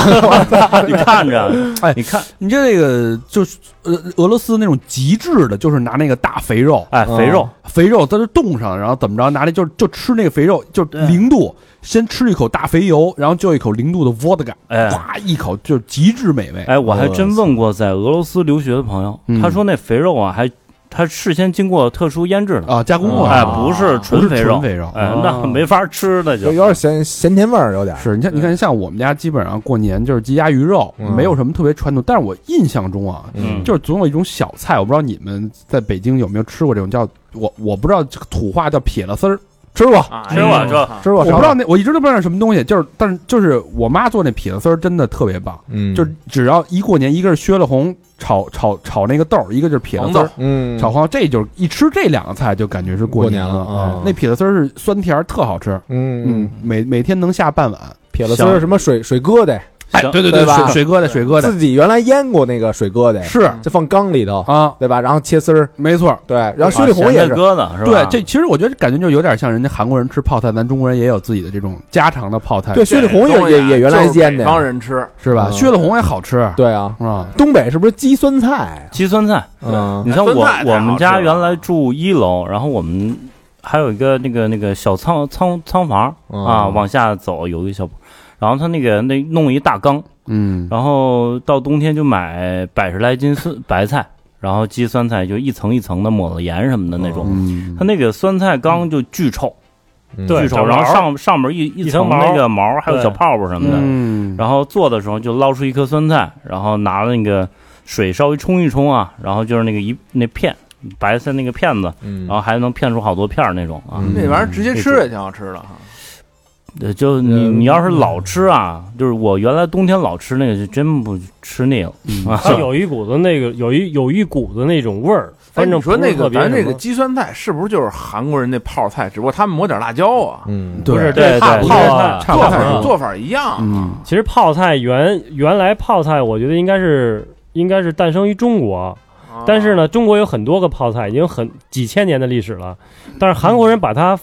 S4: 你看着，
S2: 哎
S4: 你看，
S2: 你这个就是呃俄罗斯那种极致的，就是拿那个大肥肉，啊
S4: 哎，肥肉，
S2: 肥肉在这冻上，然后怎么着拿那就就吃那个肥肉，就
S4: 对
S2: 零度，先吃一口大肥油，然后就一口零度的 vodka，
S4: 哎
S2: 哇，一口就极致美味。
S4: 哎，我还真问过在俄罗斯留学的朋友
S2: 哦嗯，
S4: 他说那肥肉啊，还他事先经过特殊腌制的，
S2: 啊，加工过
S4: 哎，
S2: 的，
S4: 不是
S2: 不
S4: 纯
S2: 是
S4: 肥
S2: 纯
S4: 肉，
S2: 肥肉，哦哎
S4: 哎，那没法吃
S3: [laughs]
S4: 的
S3: 有
S4: 就
S3: 有点咸咸甜味儿，有点
S2: 是，你看，你看，像我们家基本上过年就是鸡鸭鱼肉，
S3: 嗯
S2: 没有什么特别传统。但是我印象中啊，
S4: 嗯
S2: 就是总有一种小菜，我不知道你们在北京有没有吃过这种叫我我不知道这个土话叫撇了丝儿，
S3: 吃过
S5: 啊
S4: 吃过吃过
S5: 啊
S3: 吃
S2: 我
S3: 过，
S2: 不知道那我一直都不知道是什么东西，就是但是就是我妈做那撇了丝儿真的特别棒，
S3: 嗯
S2: 就是只要一过年，一个是薛了红炒炒炒那个豆儿，一个就是撇了
S5: 黄
S2: 丝
S5: 豆
S2: 儿
S5: 儿。
S3: 嗯
S2: 炒黄，这就是一吃这两个菜就感觉是
S3: 过
S2: 年
S3: 年了
S2: 哎
S3: 啊
S2: 那撇了丝儿是酸甜儿，特好吃，
S3: 嗯嗯，
S2: 每每天能下半碗。
S3: 撇了丝儿什么水水疙瘩，
S2: 哎，对对
S3: 对吧
S2: 水水疙瘩，水疙瘩
S3: 自己原来腌过那个水疙瘩，
S2: 是
S3: 就放缸里头，
S2: 啊，
S3: 对吧？然后切丝儿，
S2: 没错。
S3: 对，然后雪里红也
S4: 啊咸菜
S3: 是，
S4: 疙瘩是
S2: 对
S4: 吧？，
S2: 这其实我觉得感觉就有点像人家韩国人吃泡菜，咱中国人也有自己的这种家常的泡菜，
S3: 对，雪里红也
S5: 啊
S3: 也也原来腌的
S5: 帮，人吃，
S2: 是吧？
S3: 嗯
S2: 血了红也好吃，
S3: 对啊。
S2: 啊，
S3: 东北是不是鸡酸菜？
S4: 鸡酸菜，
S3: 嗯
S2: 哎
S4: 你像
S5: 酸
S4: 我
S5: 菜太
S4: 我
S5: 好
S4: 们
S5: 吃
S4: 家
S5: 了
S4: 原来住一楼，然后我们还有一个那个那个小仓仓仓房
S2: 哦
S4: 啊，往下走有一个小，然后他那个那弄一大缸，
S2: 嗯，
S4: 然后到冬天就买百十来斤酸白菜，然后鸡酸菜就一层一层的抹了盐什么的那种，
S2: 嗯
S4: 他那个酸菜缸就巨臭，
S7: 嗯对
S3: 嗯
S4: 巨臭，
S7: 长
S4: 然后
S7: 毛
S4: 上上面一一
S7: 一层
S4: 层
S7: 毛
S4: 那个毛，还有
S7: 对
S4: 小泡泡什么的，
S2: 嗯，
S4: 然后做的时候就捞出一颗酸菜，然后拿那个水稍微冲一冲啊，然后就是那个一那片白菜那个片子，
S3: 嗯
S4: 然后还能片出好多片儿那种啊。
S5: 那玩意儿直接吃也挺好吃的哈。
S4: 呃就你
S7: 嗯
S4: 你要是老吃啊，就是我原来冬天老吃那个，就真不吃腻了
S7: [laughs]
S4: 啊。
S7: 它有一股子那个有一有一股子那种味儿，
S5: 哎，
S7: 反正
S5: 你说
S7: 不是
S5: 那个
S7: 特别
S5: 咱
S7: 什
S5: 这
S7: 么
S5: 个鸡酸菜是不是就是韩国人那泡菜？只不过他们抹点辣椒啊，
S3: 嗯，
S2: 对，
S4: 对
S7: 泡
S4: 对
S7: 泡
S2: 啊
S7: 菜
S2: 差不
S5: 做
S2: 多
S7: 泡菜
S5: 法做法一样。啊
S2: 嗯
S7: 其实泡菜原原来泡菜，我觉得应该是应该是诞生于中国，
S5: 啊
S7: 但是，呢，中国有很多个泡菜，已经很几千年的历史了。但是韩国人把它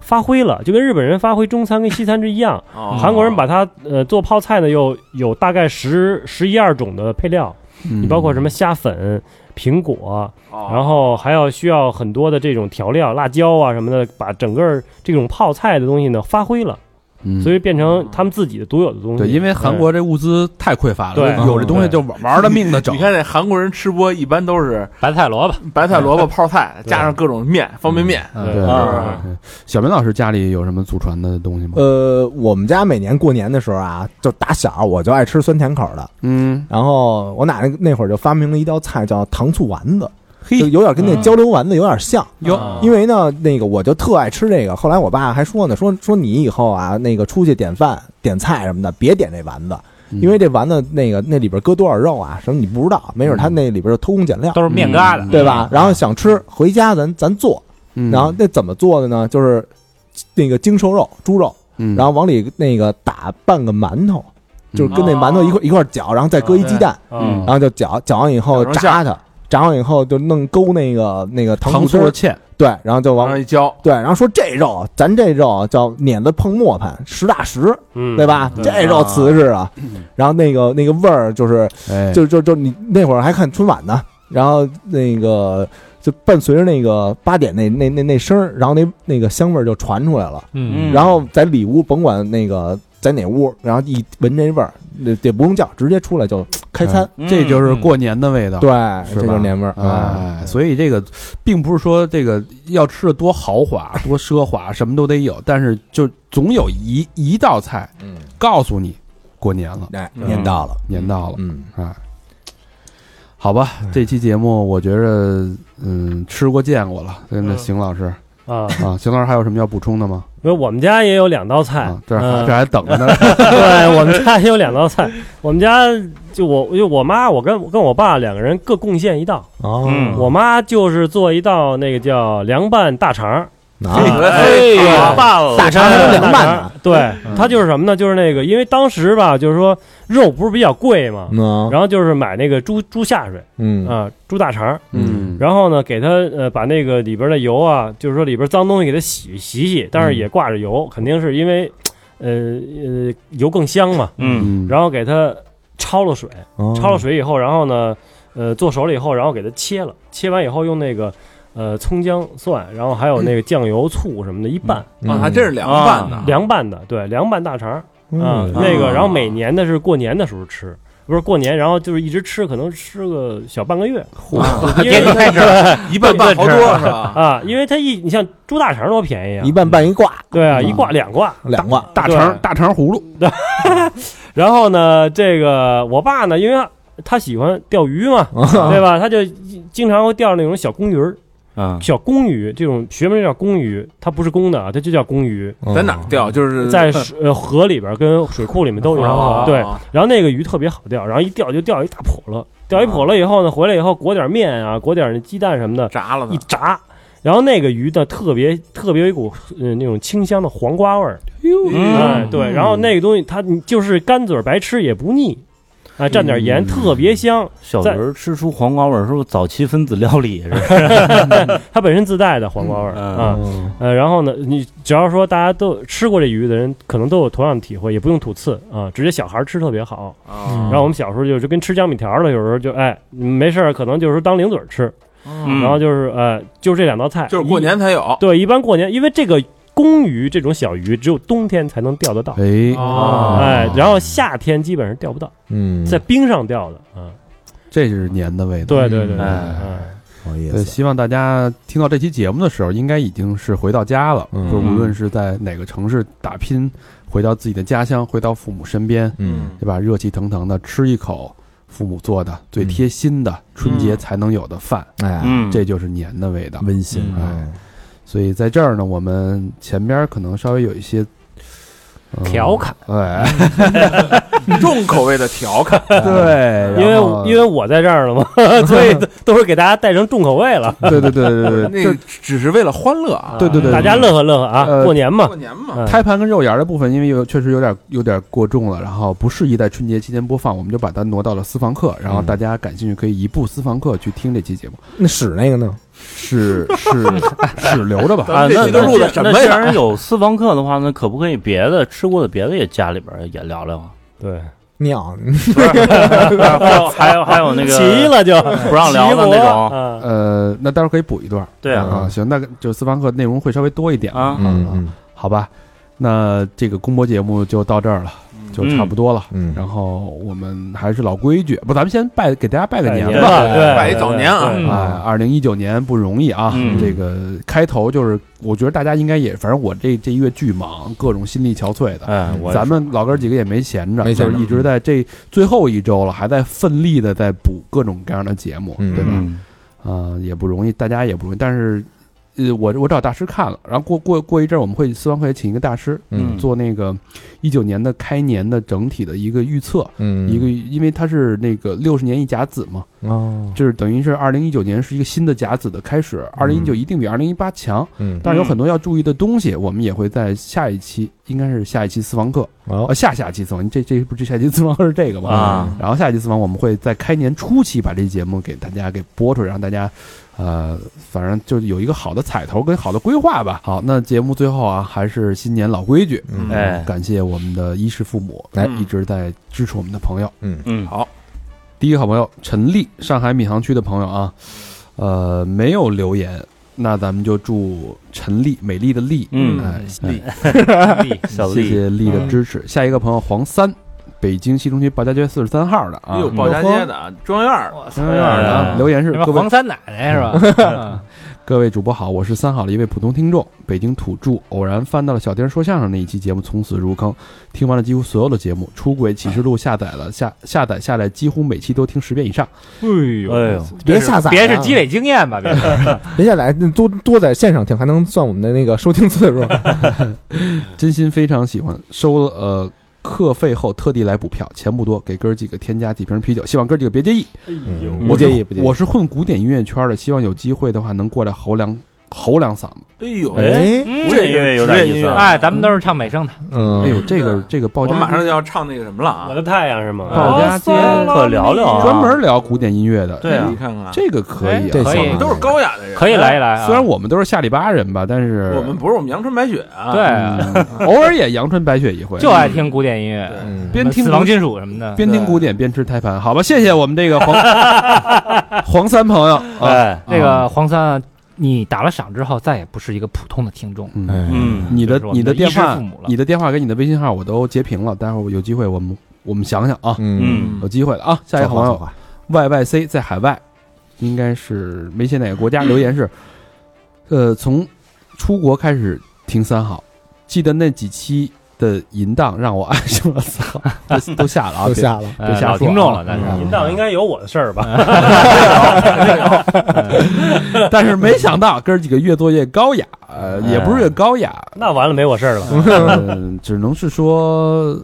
S7: 发挥了，就跟日本人发挥中餐跟西餐是一样，
S5: 哦
S7: 韩国人把它呃做泡菜呢，又有大概十十一二种的配料，
S2: 嗯
S7: 你包括什么虾粉、苹果，
S5: 哦
S7: 然后还要需要很多的这种调料、辣椒啊什么的，把整个这种泡菜的东西呢发挥了，
S2: 嗯
S7: 所以变成他们自己的独有的东西。
S2: 对，因为韩国这物资太匮乏了，
S7: 对
S2: 有这东西就玩玩了命的整
S7: [laughs]
S5: 你。看那韩国人吃播一般都是
S8: 白菜萝卜，
S5: 白菜、萝卜、泡菜，加上各种面、方便面。
S2: 嗯
S7: 对
S2: 对
S5: 啊
S2: 对小明老师家里有什么祖传的东西吗？
S3: 呃，我们家每年过年的时候啊，就打小我就爱吃酸甜口的，
S2: 嗯，
S3: 然后我奶奶那会儿就发明了一道菜叫糖醋丸子，
S2: 嘿
S3: 就有点跟那焦溜丸子有点像。
S5: 啊
S7: 嗯
S2: 哟，
S5: 嗯
S3: 因为呢，那个我就特爱吃这个。后来我爸还说呢，说说你以后啊，那个出去点饭、点菜什么的，别点这丸子，
S2: 嗯
S3: 因为这丸子那个那里边搁多少肉啊，什么你不知道，没准他那里边就偷工减料，
S8: 都是面疙瘩，
S3: 对吧？然后想吃，回家咱咱做。
S2: 嗯
S3: 然后那怎么做的呢？就是那个精瘦肉、猪肉，
S2: 嗯
S3: 然后往里那个打半个馒头，就是跟那馒头一块一块搅，然后再搁一鸡蛋，
S7: 嗯
S3: 然后就搅搅完以后
S5: 搅成馅
S3: 炸它，炸完以后就弄勾那个那个糖
S2: 糖
S3: 汁
S2: 醋
S3: 儿
S2: 的，芡，
S3: 对，然后就
S5: 往
S3: 往
S5: 上一浇，
S3: 对，然后说这肉，咱这肉叫碾子碰磨盘，实打实，
S7: 嗯，
S3: 对吧？这肉瓷实啊。然后那个那个味儿就是，
S2: 哎，
S3: 就就就你那会儿还看春晚呢，然后那个就伴随着那个八点那那那那声儿，然后那那个香味儿就传出来了。
S8: 嗯，
S3: 然后在里屋甭管那个在哪屋，然后一闻这味儿，那也不用叫，直接出来就开餐。
S4: 嗯
S2: 这就是过年的味道。
S3: 对，
S2: 嗯是
S3: 这
S2: 吧
S3: 就是年味儿啊。
S2: 哎，所以这个并不是说这个要吃的多豪华、多奢华，什么都得有，但是就总有一一道菜
S3: 嗯，
S2: 告诉你过年了，
S3: 哎，年到了，
S2: 年到了。
S3: 嗯，
S2: 哎，好吧，这期节目我觉着，嗯，吃过见过了。真的，
S7: 嗯
S2: 邢老师
S7: 啊，
S2: 啊，邢老师还有什么要补充的吗？
S7: 因为我们家也有两道菜
S2: 啊，，这还
S7: 嗯
S2: 这还等
S7: [laughs]
S2: 着呢。
S7: 对我们家也有两道菜，我们家就我就我妈，我跟跟我爸两个人各贡献一道。
S3: 哦，
S4: 嗯
S7: 我妈就是做一道那个叫凉拌大肠，
S3: 啊，
S5: 哎
S4: 呀，罢了，
S3: 大肠嗯还有凉拌呢，
S7: 对，它就是什么呢？就是那个，因为当时吧，就是说肉不是比较贵嘛，
S3: 嗯
S7: 然后就是买那个猪猪下水
S3: 嗯
S7: 啊，猪大肠，
S2: 嗯，
S7: 然后呢，给它呃把那个里边的油啊，就是说里边脏东西给它洗洗洗，但是也
S3: 嗯
S7: 挂着油，肯定是因为呃呃油更香嘛，
S4: 嗯，
S2: 嗯，
S7: 然后给它焯了水，
S3: 哦
S7: 焯了水以后，然后呢，呃，做熟了以后，然后给它切了，切完以后用那个呃葱姜蒜，然后还有那个酱油、醋什么的，一拌、
S5: 啊，还真是凉拌的。
S7: 凉拌的，对，凉拌大肠啊、
S3: 啊嗯
S7: 那个，
S5: 啊
S7: 然后每年的是过年的时候吃。不是过年，然后就是一直吃，可能吃个小半个月因为
S5: 天天开始一拌拌好多是吧？
S7: 啊，因为它一，你像猪大肠多便宜啊，
S3: 一拌拌一挂，
S7: 对啊，
S3: 嗯
S7: 一挂两挂，
S3: 两挂，
S2: 大肠大肠葫芦，
S7: 然后呢，这个我爸呢，因为他喜欢钓鱼嘛，对吧？他就经常会钓那种小公鱼儿，
S4: 嗯，
S7: 小公鱼，这种学名叫公鱼，它不是公的啊，它就叫公鱼，
S5: 在哪儿钓？就是
S7: 在水呃河里边跟水库里面都有。
S5: 哦
S7: 对，然后那个鱼特别好钓，然后一钓就钓一大笸箩，钓一笸箩以后呢，回来以后裹点面啊，裹点那鸡蛋什么的，
S5: 炸了
S7: 一
S5: 它。
S7: 炸，然后那个鱼呢，特别特别有一股呃那种清香的黄瓜味儿，哎，对，然后那个东西它你就是干嘴儿白吃也不腻，啊，蘸点盐
S4: 嗯
S7: 特别香，
S4: 小
S7: 在
S4: 人吃出黄瓜味儿，是不是早期分子料理
S7: [laughs]
S4: 是 [laughs] 吧？
S7: 它本身自带的黄瓜味儿
S4: 嗯
S7: 啊，呃，然后呢，你只要说大家都吃过这鱼的人，可能都有同样的体会，也不用吐刺啊，直接小孩儿吃特别好。
S5: 啊
S7: 然后我们小时候就是跟吃江米条儿的，有时候就哎没事儿，可能就是当零嘴儿吃，
S4: 嗯
S7: 然后就是呃，就这两道菜，
S5: 就是过年才有
S7: 一。对，一般过年，因为这个公鱼这种小鱼只有冬天才能钓得到，
S2: 哎，
S5: 啊，
S7: 哎，然后夏天基本上钓不到，
S3: 嗯，
S7: 在冰上钓的啊。
S2: 这是年的味道。
S7: 对对对，对
S4: 哎
S7: 哎
S3: 好意
S2: 呃，
S3: 思，
S2: 希望大家听到这期节目的时候，应该已经是回到家了，
S3: 嗯
S2: 就是无论是在哪个城市打拼，回到自己的家乡，回到父母身边，
S3: 嗯，
S2: 对吧？热气腾腾的吃一口父母做的最贴心的春
S7: 嗯
S2: 节才能有的饭，
S3: 哎，
S4: 嗯，
S2: 这就是年的味道。
S3: 温馨，
S2: 嗯
S3: 哎，
S2: 所以在这儿呢，我们前边可能稍微有一些。呃
S8: 调侃，
S2: 哎，
S5: 嗯重口味的调侃，
S2: 对，
S7: 因为
S2: 然后
S7: 因为我在这儿了嘛，所以都是给大家带成重口味了，
S2: 对对对对对
S5: 那个只是为了欢乐啊。
S2: 对对对，
S7: 大家乐呵乐呵啊，
S2: 呃
S7: 过年嘛
S5: 过，年嘛，
S7: 嗯
S2: 胎盘跟肉芽的部分，因为有确实有点有点过重了，然后不适宜在春节期间播放，我们就把它挪到了私房课。然后大家感兴趣可以移步私房课去听这期节目，
S3: 那屎那个呢？
S2: 是
S3: [laughs]
S2: 是是留着吧。
S4: 啊，那
S5: 这期都录的
S4: 那
S5: 什么
S4: 那
S5: 呀
S4: 既然有私房课的话，那可不可以别的吃过的别的也家里边儿也聊
S8: [laughs]
S4: 聊啊？ [laughs]
S7: 对，
S3: 尿，
S4: 还有还有还有那个
S7: 齐了就
S4: 不让聊的那种，
S7: 种，
S2: 呃，那待会儿可以补一段。
S4: 对啊
S2: 啊，行，那个就私房课内容会稍微多一点，
S4: 啊，
S3: 嗯
S2: 好吧？那这个公播节目就到这儿了，就差不多了。
S3: 嗯
S2: 然后我们还是老规矩，不，咱们先拜给大家拜个年吧。
S7: 吧，对，
S5: 拜一早年啊
S7: 对
S4: 嗯
S2: 啊，二零一九年不容易啊！
S4: 嗯
S2: 这个开头就是，我觉得大家应该也，反正我这这一月巨忙，各种心力憔悴的。
S4: 哎，我
S2: 咱们老哥几个也没闲着，
S3: 没闲着
S2: 就是一直在这最后一周了，还在奋力的在补各种各样的节目，
S3: 嗯
S2: 对吧？
S4: 嗯
S2: 啊、也不容易，大家也不容易。但是，呃，我我找大师看了，然后过过过一阵儿，我们会私房会请一个大师，
S4: 嗯
S2: 做那个一九年的开年的整体的一个预测，
S3: 嗯
S2: 一个因为他是那个六十年一甲子嘛，
S3: 哦，
S2: 就是等于是二零一九年是一个新的甲子的开始，二零一九一定比二零一八强，
S3: 嗯，
S2: 但是有很多要注意的东西，我们也会在下一期，应该是下一期私房课，
S3: 好
S2: 呃，，下下期私房，这这不是下期私房课是这个吧？
S4: 啊，
S2: 然后下一期私房我们会在开年初期把这节目给大家给播出来，让大家，呃，反正就有一个好的彩头跟好的规划吧。好，那节目最后啊，还是新年老规矩，
S3: 嗯
S4: 哎
S2: 感谢我们的衣食父母，
S3: 哎
S2: 一直在支持我们的朋友。
S4: 嗯
S5: 好，
S2: 第一个好朋友陈丽，上海闵行区的朋友啊，呃，没有留言，那咱们就祝陈丽美丽的丽，
S4: 嗯，
S2: 哎，
S4: 小
S2: 谢
S4: 丽，嗯
S2: 谢丽的支持。下一个朋友黄三，北京西城区报家街四十三号的啊，
S5: 有鲍家街的啊，中央院儿，
S8: 我操
S2: 三院的啊
S4: 哎
S2: 留言是
S8: 什么
S2: 各位哎
S8: 黄三奶奶
S2: [laughs]
S8: 是吧？
S2: 各位主播好，我是三好的一位普通听众，北京土著，偶然翻到了小丁说相声那一期节目，从此入坑，听完了几乎所有的节目，《出轨启示录》下载了下下载下来，几乎每期都听十遍以上。
S4: 哎呦，
S3: 别下载啊，
S8: 嗯呃别是积累经验吧，别
S2: [laughs]
S8: 是
S3: 别下载，多多在线上听，还能算我们的那个收听次数。
S2: 真心非常喜欢，收了呃课费后特地来补票，钱不多，给哥儿几个添加几瓶啤酒，希望哥儿几个别介意。
S3: 嗯
S2: 我是
S3: 不介意，不介意。
S2: 我是混古典音乐圈的，希望有机会的话能过来吼两吼两嗓子。
S5: 哎呦，
S3: 哎，
S4: 古典音乐有点意思啊，
S8: 嗯哎，咱们都是唱美声的，
S2: 哎
S3: 嗯，
S2: 呦，这个这个
S5: 我
S2: 报家
S5: 马上就哦要唱那个什么了
S7: 我
S5: 啊，
S7: 的太阳是吗？
S2: 报家街
S4: 可聊聊啊，
S2: 专门聊古典音乐的，
S4: 对啊
S5: 你，看看，
S2: 这个可以、啊，
S3: 哎这
S8: 可以
S3: 行
S5: 都是高雅的人，
S8: 可以来一来啊。
S2: 虽然我们都是下里巴人吧，但是
S5: 我们不是我们阳春白雪啊，
S8: 对，
S2: 嗯偶尔也阳春白雪一回，
S8: 就
S3: 啊
S8: 爱听古典音乐，
S3: 嗯，
S2: 边听
S8: 死亡金属什么的。
S2: 边听古典边吃胎盘，好吧？谢谢我们这个黄
S3: [laughs]
S2: 黄三朋友啊，
S8: 哎，这个黄三，你打了赏之后，再也不是一个普通的听众。
S2: 嗯。
S3: 哎，
S4: 嗯，
S2: 你的
S8: 就是我们
S2: 你的
S8: 的
S2: 电
S8: 衣食
S2: 话
S8: 父母，了
S2: 你的电话跟你的微信号我都截屏了，待会儿我有机会我们我们想想啊，
S3: 嗯，
S4: 嗯
S2: 有机会了啊。下一个朋友 YYC 在海外，应该是没写哪个国家，留言
S8: [laughs]
S2: 是，呃，从出国开始听三好，记得那几期的淫荡让我爱上了三
S8: [laughs]
S2: 好，都都下了啊，
S3: 都
S2: 别
S3: 下了，
S8: 呃
S2: 别瞎
S8: 老
S2: 说啊
S8: 听众了，但是
S7: 嗯淫荡应该有我的事儿吧？
S2: 但是没想到哥儿几个越做越高雅，
S8: 嗯
S2: 呃，也不是越高雅，
S7: 那完了，没我事儿了。
S2: 嗯，只能是说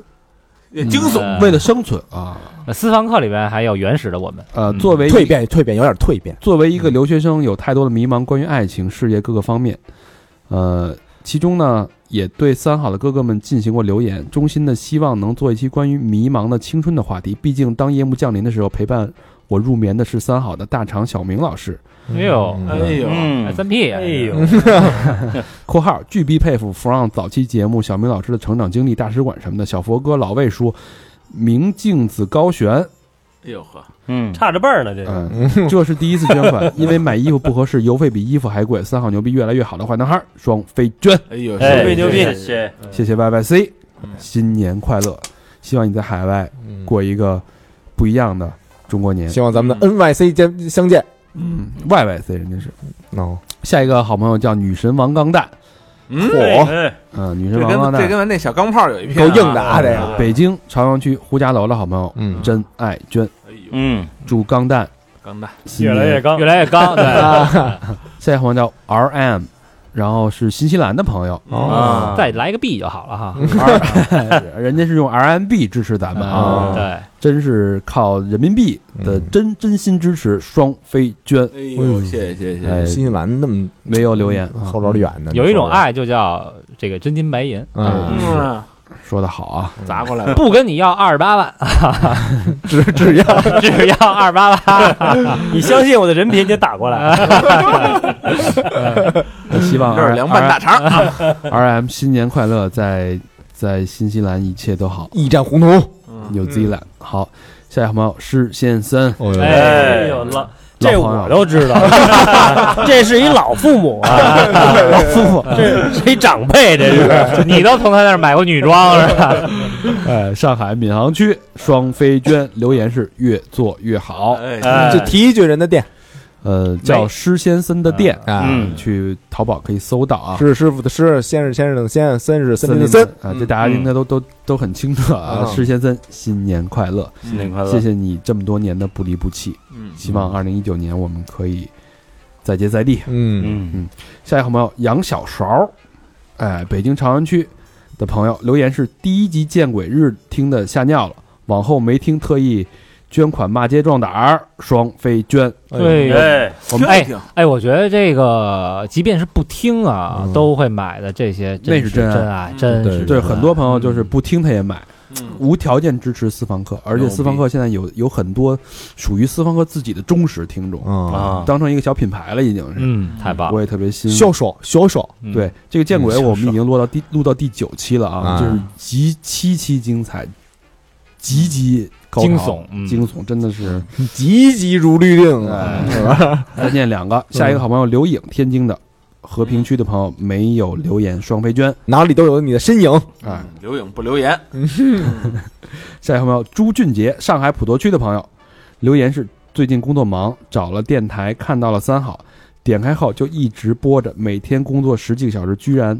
S5: 也惊悚，
S8: 呃
S2: 为了生存啊，
S8: 呃私房课里边还有原始的我们，
S2: 呃，
S8: 嗯
S2: 作为
S3: 蜕变蜕变有点蜕变，
S2: 作为一个留学生，有太多的迷茫，关于爱情、事业各个方面。呃，其中呢，也对三好的哥哥们进行过留言，衷心的希望能做一期关于迷茫的青春的话题。毕竟，当夜幕降临的时候，陪伴我入眠的是三好的大肠小明老师
S8: 哎呦，
S5: 哎呦，
S4: 嗯，
S8: 三 P，
S7: 哎呦，
S2: （括号巨逼佩服 from 早期节目小明老师的成长经历、大使馆什么的）。小佛哥、老魏说，明镜子高悬，
S5: 哎呦呵，
S4: 嗯，
S7: 差着辈儿呢，这个
S2: 嗯，这是第一次捐
S3: [laughs]
S2: 款，因为买衣服不合适，邮费比衣服还贵。三好牛逼，越来越好的坏男孩，双飞捐，
S5: 哎呦，
S7: 哎
S5: 是
S7: 牛逼
S4: 谢谢，
S3: 嗯
S2: 谢谢 Y Y C，新年快乐！希望你在海外
S3: 嗯
S2: 过一个不一样的中国年。
S3: 希望咱们
S8: 嗯
S3: 的 NYC 见相见。
S2: 嗯，Y Y C 人家是
S3: 哦，
S2: 下一个好朋友叫女神王钢蛋，
S3: 火
S4: 哎
S2: 嗯，女
S5: 这
S2: 神嗯王钢
S5: 跟这
S2: 蛋，
S5: 跟那小钢炮有一拼，
S3: 够硬的啊，这
S5: 啊
S3: 个。
S2: 北京朝阳区胡家楼的好朋友，
S3: 嗯
S2: 真爱娟，
S5: 哎呦，
S4: 嗯，
S2: 祝钢蛋
S5: 钢蛋，
S2: 新
S7: 越来越
S2: 年。
S7: 刚
S8: 越，来
S2: [laughs]
S8: 越高，对，
S2: 啊下一个好朋友叫 R M，然后是新西兰的朋友，
S3: 嗯
S4: 啊，
S8: 再来一个 B 就好了哈。
S2: 人家是用 RMB 支持咱们
S3: 啊
S8: 对，
S2: 真是靠人民币的真真心支持，双飞捐
S5: 哎呦，谢谢谢谢，
S2: 哎
S3: 新西兰那么嗯
S2: 没有留言，
S3: 后边远的，
S8: 有一种爱就叫这个真金白银，
S2: 嗯
S3: 嗯，
S5: 嗯，
S2: 说的好啊，
S5: 砸过来了，
S8: [laughs] 不跟你要二十
S2: [laughs]
S8: 八万，
S3: 只只要
S8: [laughs] 只要二十八万，
S7: [laughs] 你相信我的人品，你打过来。
S8: [laughs]
S2: 希望
S5: 这是
S2: R
S5: 凉拌大肠啊，
S2: R M 新年快乐，在在新西兰一切都好，
S3: 一战宏图，
S2: 有 Z 兰好，下一个好朋友施先森，
S7: 哎呦，老这我都知
S2: [laughs]
S7: 道，这是一老父母啊，
S8: 老夫 [laughs] 妇，
S7: 这是一长辈，这是
S2: [laughs]
S8: 你都从他那儿买过女装是吧？
S2: 呃，上海闵行区双飞捐留言是越做越好，
S5: 哎，
S7: 哎
S3: 嗯就提一句人的店
S2: 呃，叫施先森的店，
S3: 啊，
S4: 嗯，
S2: 去淘宝可以搜到
S8: 嗯
S2: 啊。
S3: 是师傅的师，先是先生的先，森是森林的
S2: 林
S3: 森
S2: 森，啊，这大家应该都都都很清楚啊。
S3: 嗯
S2: 施先森，新年快乐！
S4: 嗯新年快乐，
S2: 谢谢你这么多年的不离不弃，
S5: 嗯
S2: 希望二零一九年我们可以再接再厉。
S3: 嗯，
S4: 嗯，
S2: 下一个好朋友杨小勺，哎，北京朝阳区的朋友留言是第一集见鬼日听的吓尿了，往后没听特意捐款骂街壮胆儿，双飞捐，
S8: 对
S4: 哎，
S5: 我们
S8: 哎
S5: 听
S8: 哎，我觉得这个即便是不听啊，都会买的这些，
S2: 嗯那是
S8: 是
S2: 真爱
S8: 真爱，真是
S2: 对
S8: 真爱
S2: 很多
S3: 嗯
S2: 朋友就是不听他也买，
S5: 嗯
S2: 无条件支持私房课，而且私房课现在有有很多属于私房课自己的忠实听众，
S3: 啊，
S2: 当成一个小品牌了已经是，
S8: 嗯，太棒了，
S2: 我也特别欣慰。
S3: 销售销售，
S8: 嗯
S2: 对，这个见鬼，
S3: 嗯
S2: 我们已经录到第录到第九期了啊，
S3: 啊
S2: 就是极七期精彩，极极高潮
S8: 惊悚嗯
S2: 惊悚真的
S8: [laughs]
S2: 是
S3: 急急如律令啊，
S2: 哎再见两
S8: 嗯
S2: 个，下一个好朋友刘颖，天津的和平区的朋友没有留言，双飞娟，
S3: 哪里都有你的身影，
S2: 哎，
S5: 嗯留影不留言，
S2: 下一个朋友朱俊杰，上海普陀区的朋友留言是最近工作忙，找了电台看到了三好，点开后就一直播着，每天工作十几个小时，居然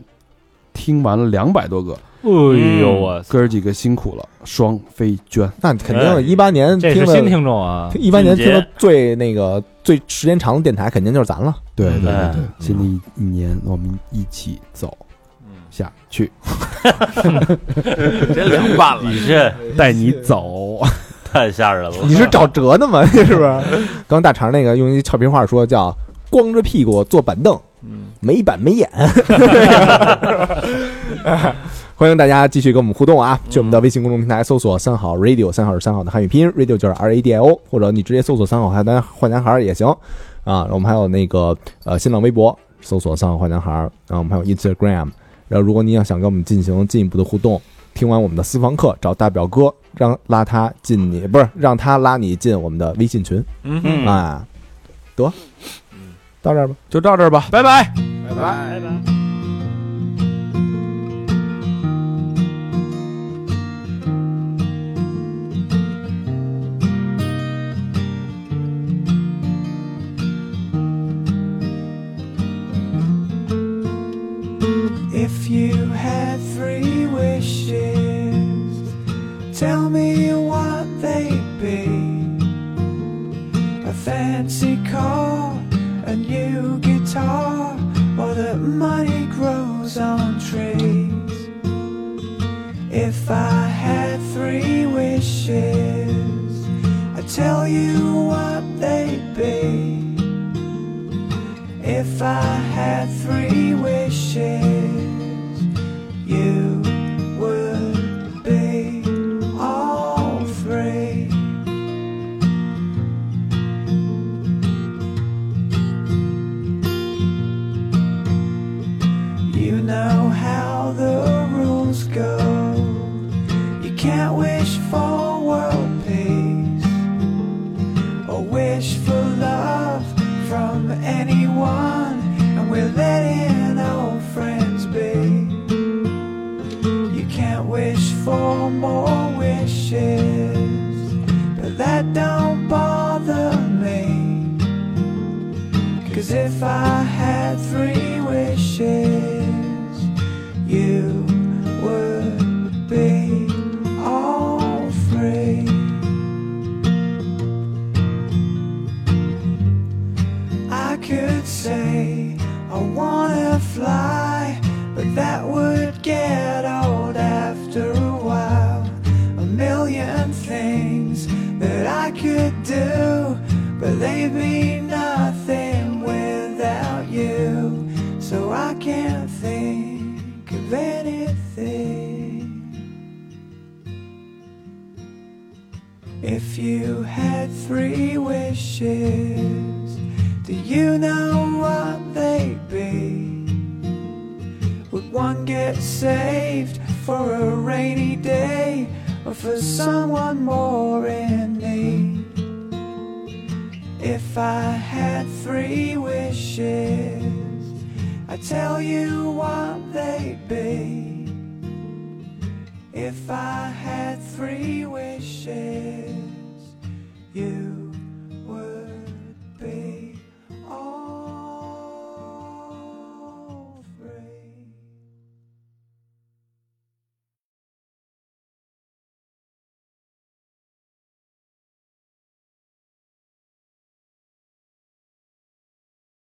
S2: 听完了两百多个，
S4: 嗯
S8: 哎呦我，
S2: 哥儿几个辛苦了，双飞娟。
S3: 那肯定一八年
S8: 哎这
S3: 听
S8: 是新
S3: 了。
S8: 听众啊，
S3: 一八年听的最那个最时间长的电台，肯定就是咱了。
S2: 对对对
S4: 哎
S2: 对，新的一一年我们一起走下去，
S5: 真凉拌了，
S4: 你这
S2: 带你走。
S4: 太吓人了，
S3: 你是找辙呢吗？ [laughs] 是不是？刚大肠那个用一俏皮话说叫“光着屁股坐板凳”，没板没眼。 [laughs] 欢迎大家继续跟我们互动啊！去我们的微信公众平台搜索“三好 radio”，三好是三好的汉语拼音，radio 就是 R A D I O，或者你直接搜索“三好坏男坏男孩儿”也行啊。我们还有那个呃新浪微博搜索“三好坏男孩”，儿”，然后我们还有 Instagram。然后如果你要想跟我们进行进一步的互动，听完我们的私房课，找大表哥让拉他进你，不是让他拉你进我们的微信群
S5: 嗯哼。
S4: 嗯，
S3: 啊。得，到这儿吧。
S2: 就到这儿吧，拜拜。
S9: If you had three wishes, tell me what they'd be. A fancy car, a new guitar, or that money grows on trees. If I had three three wishes. I tell you what they'd be. If I had three wishes, you would be all three. You know how the rules go. You can't wish for world peace or wish for love from anyone, and we're letting old friends be. You can't wish for more wishes, but that don't bother me. Cause if I had three wishes, you would be all free. I could say I wanna fly, but that would get old after a while. A million things that I could do, but they'd be nothing without you. So I can't think of anything. If you had three wishes, do you know what they'd be? Would one get saved for a rainy day or for someone more in need? If I had three wishes, I'd tell you what they'd be. If I had three wishes, you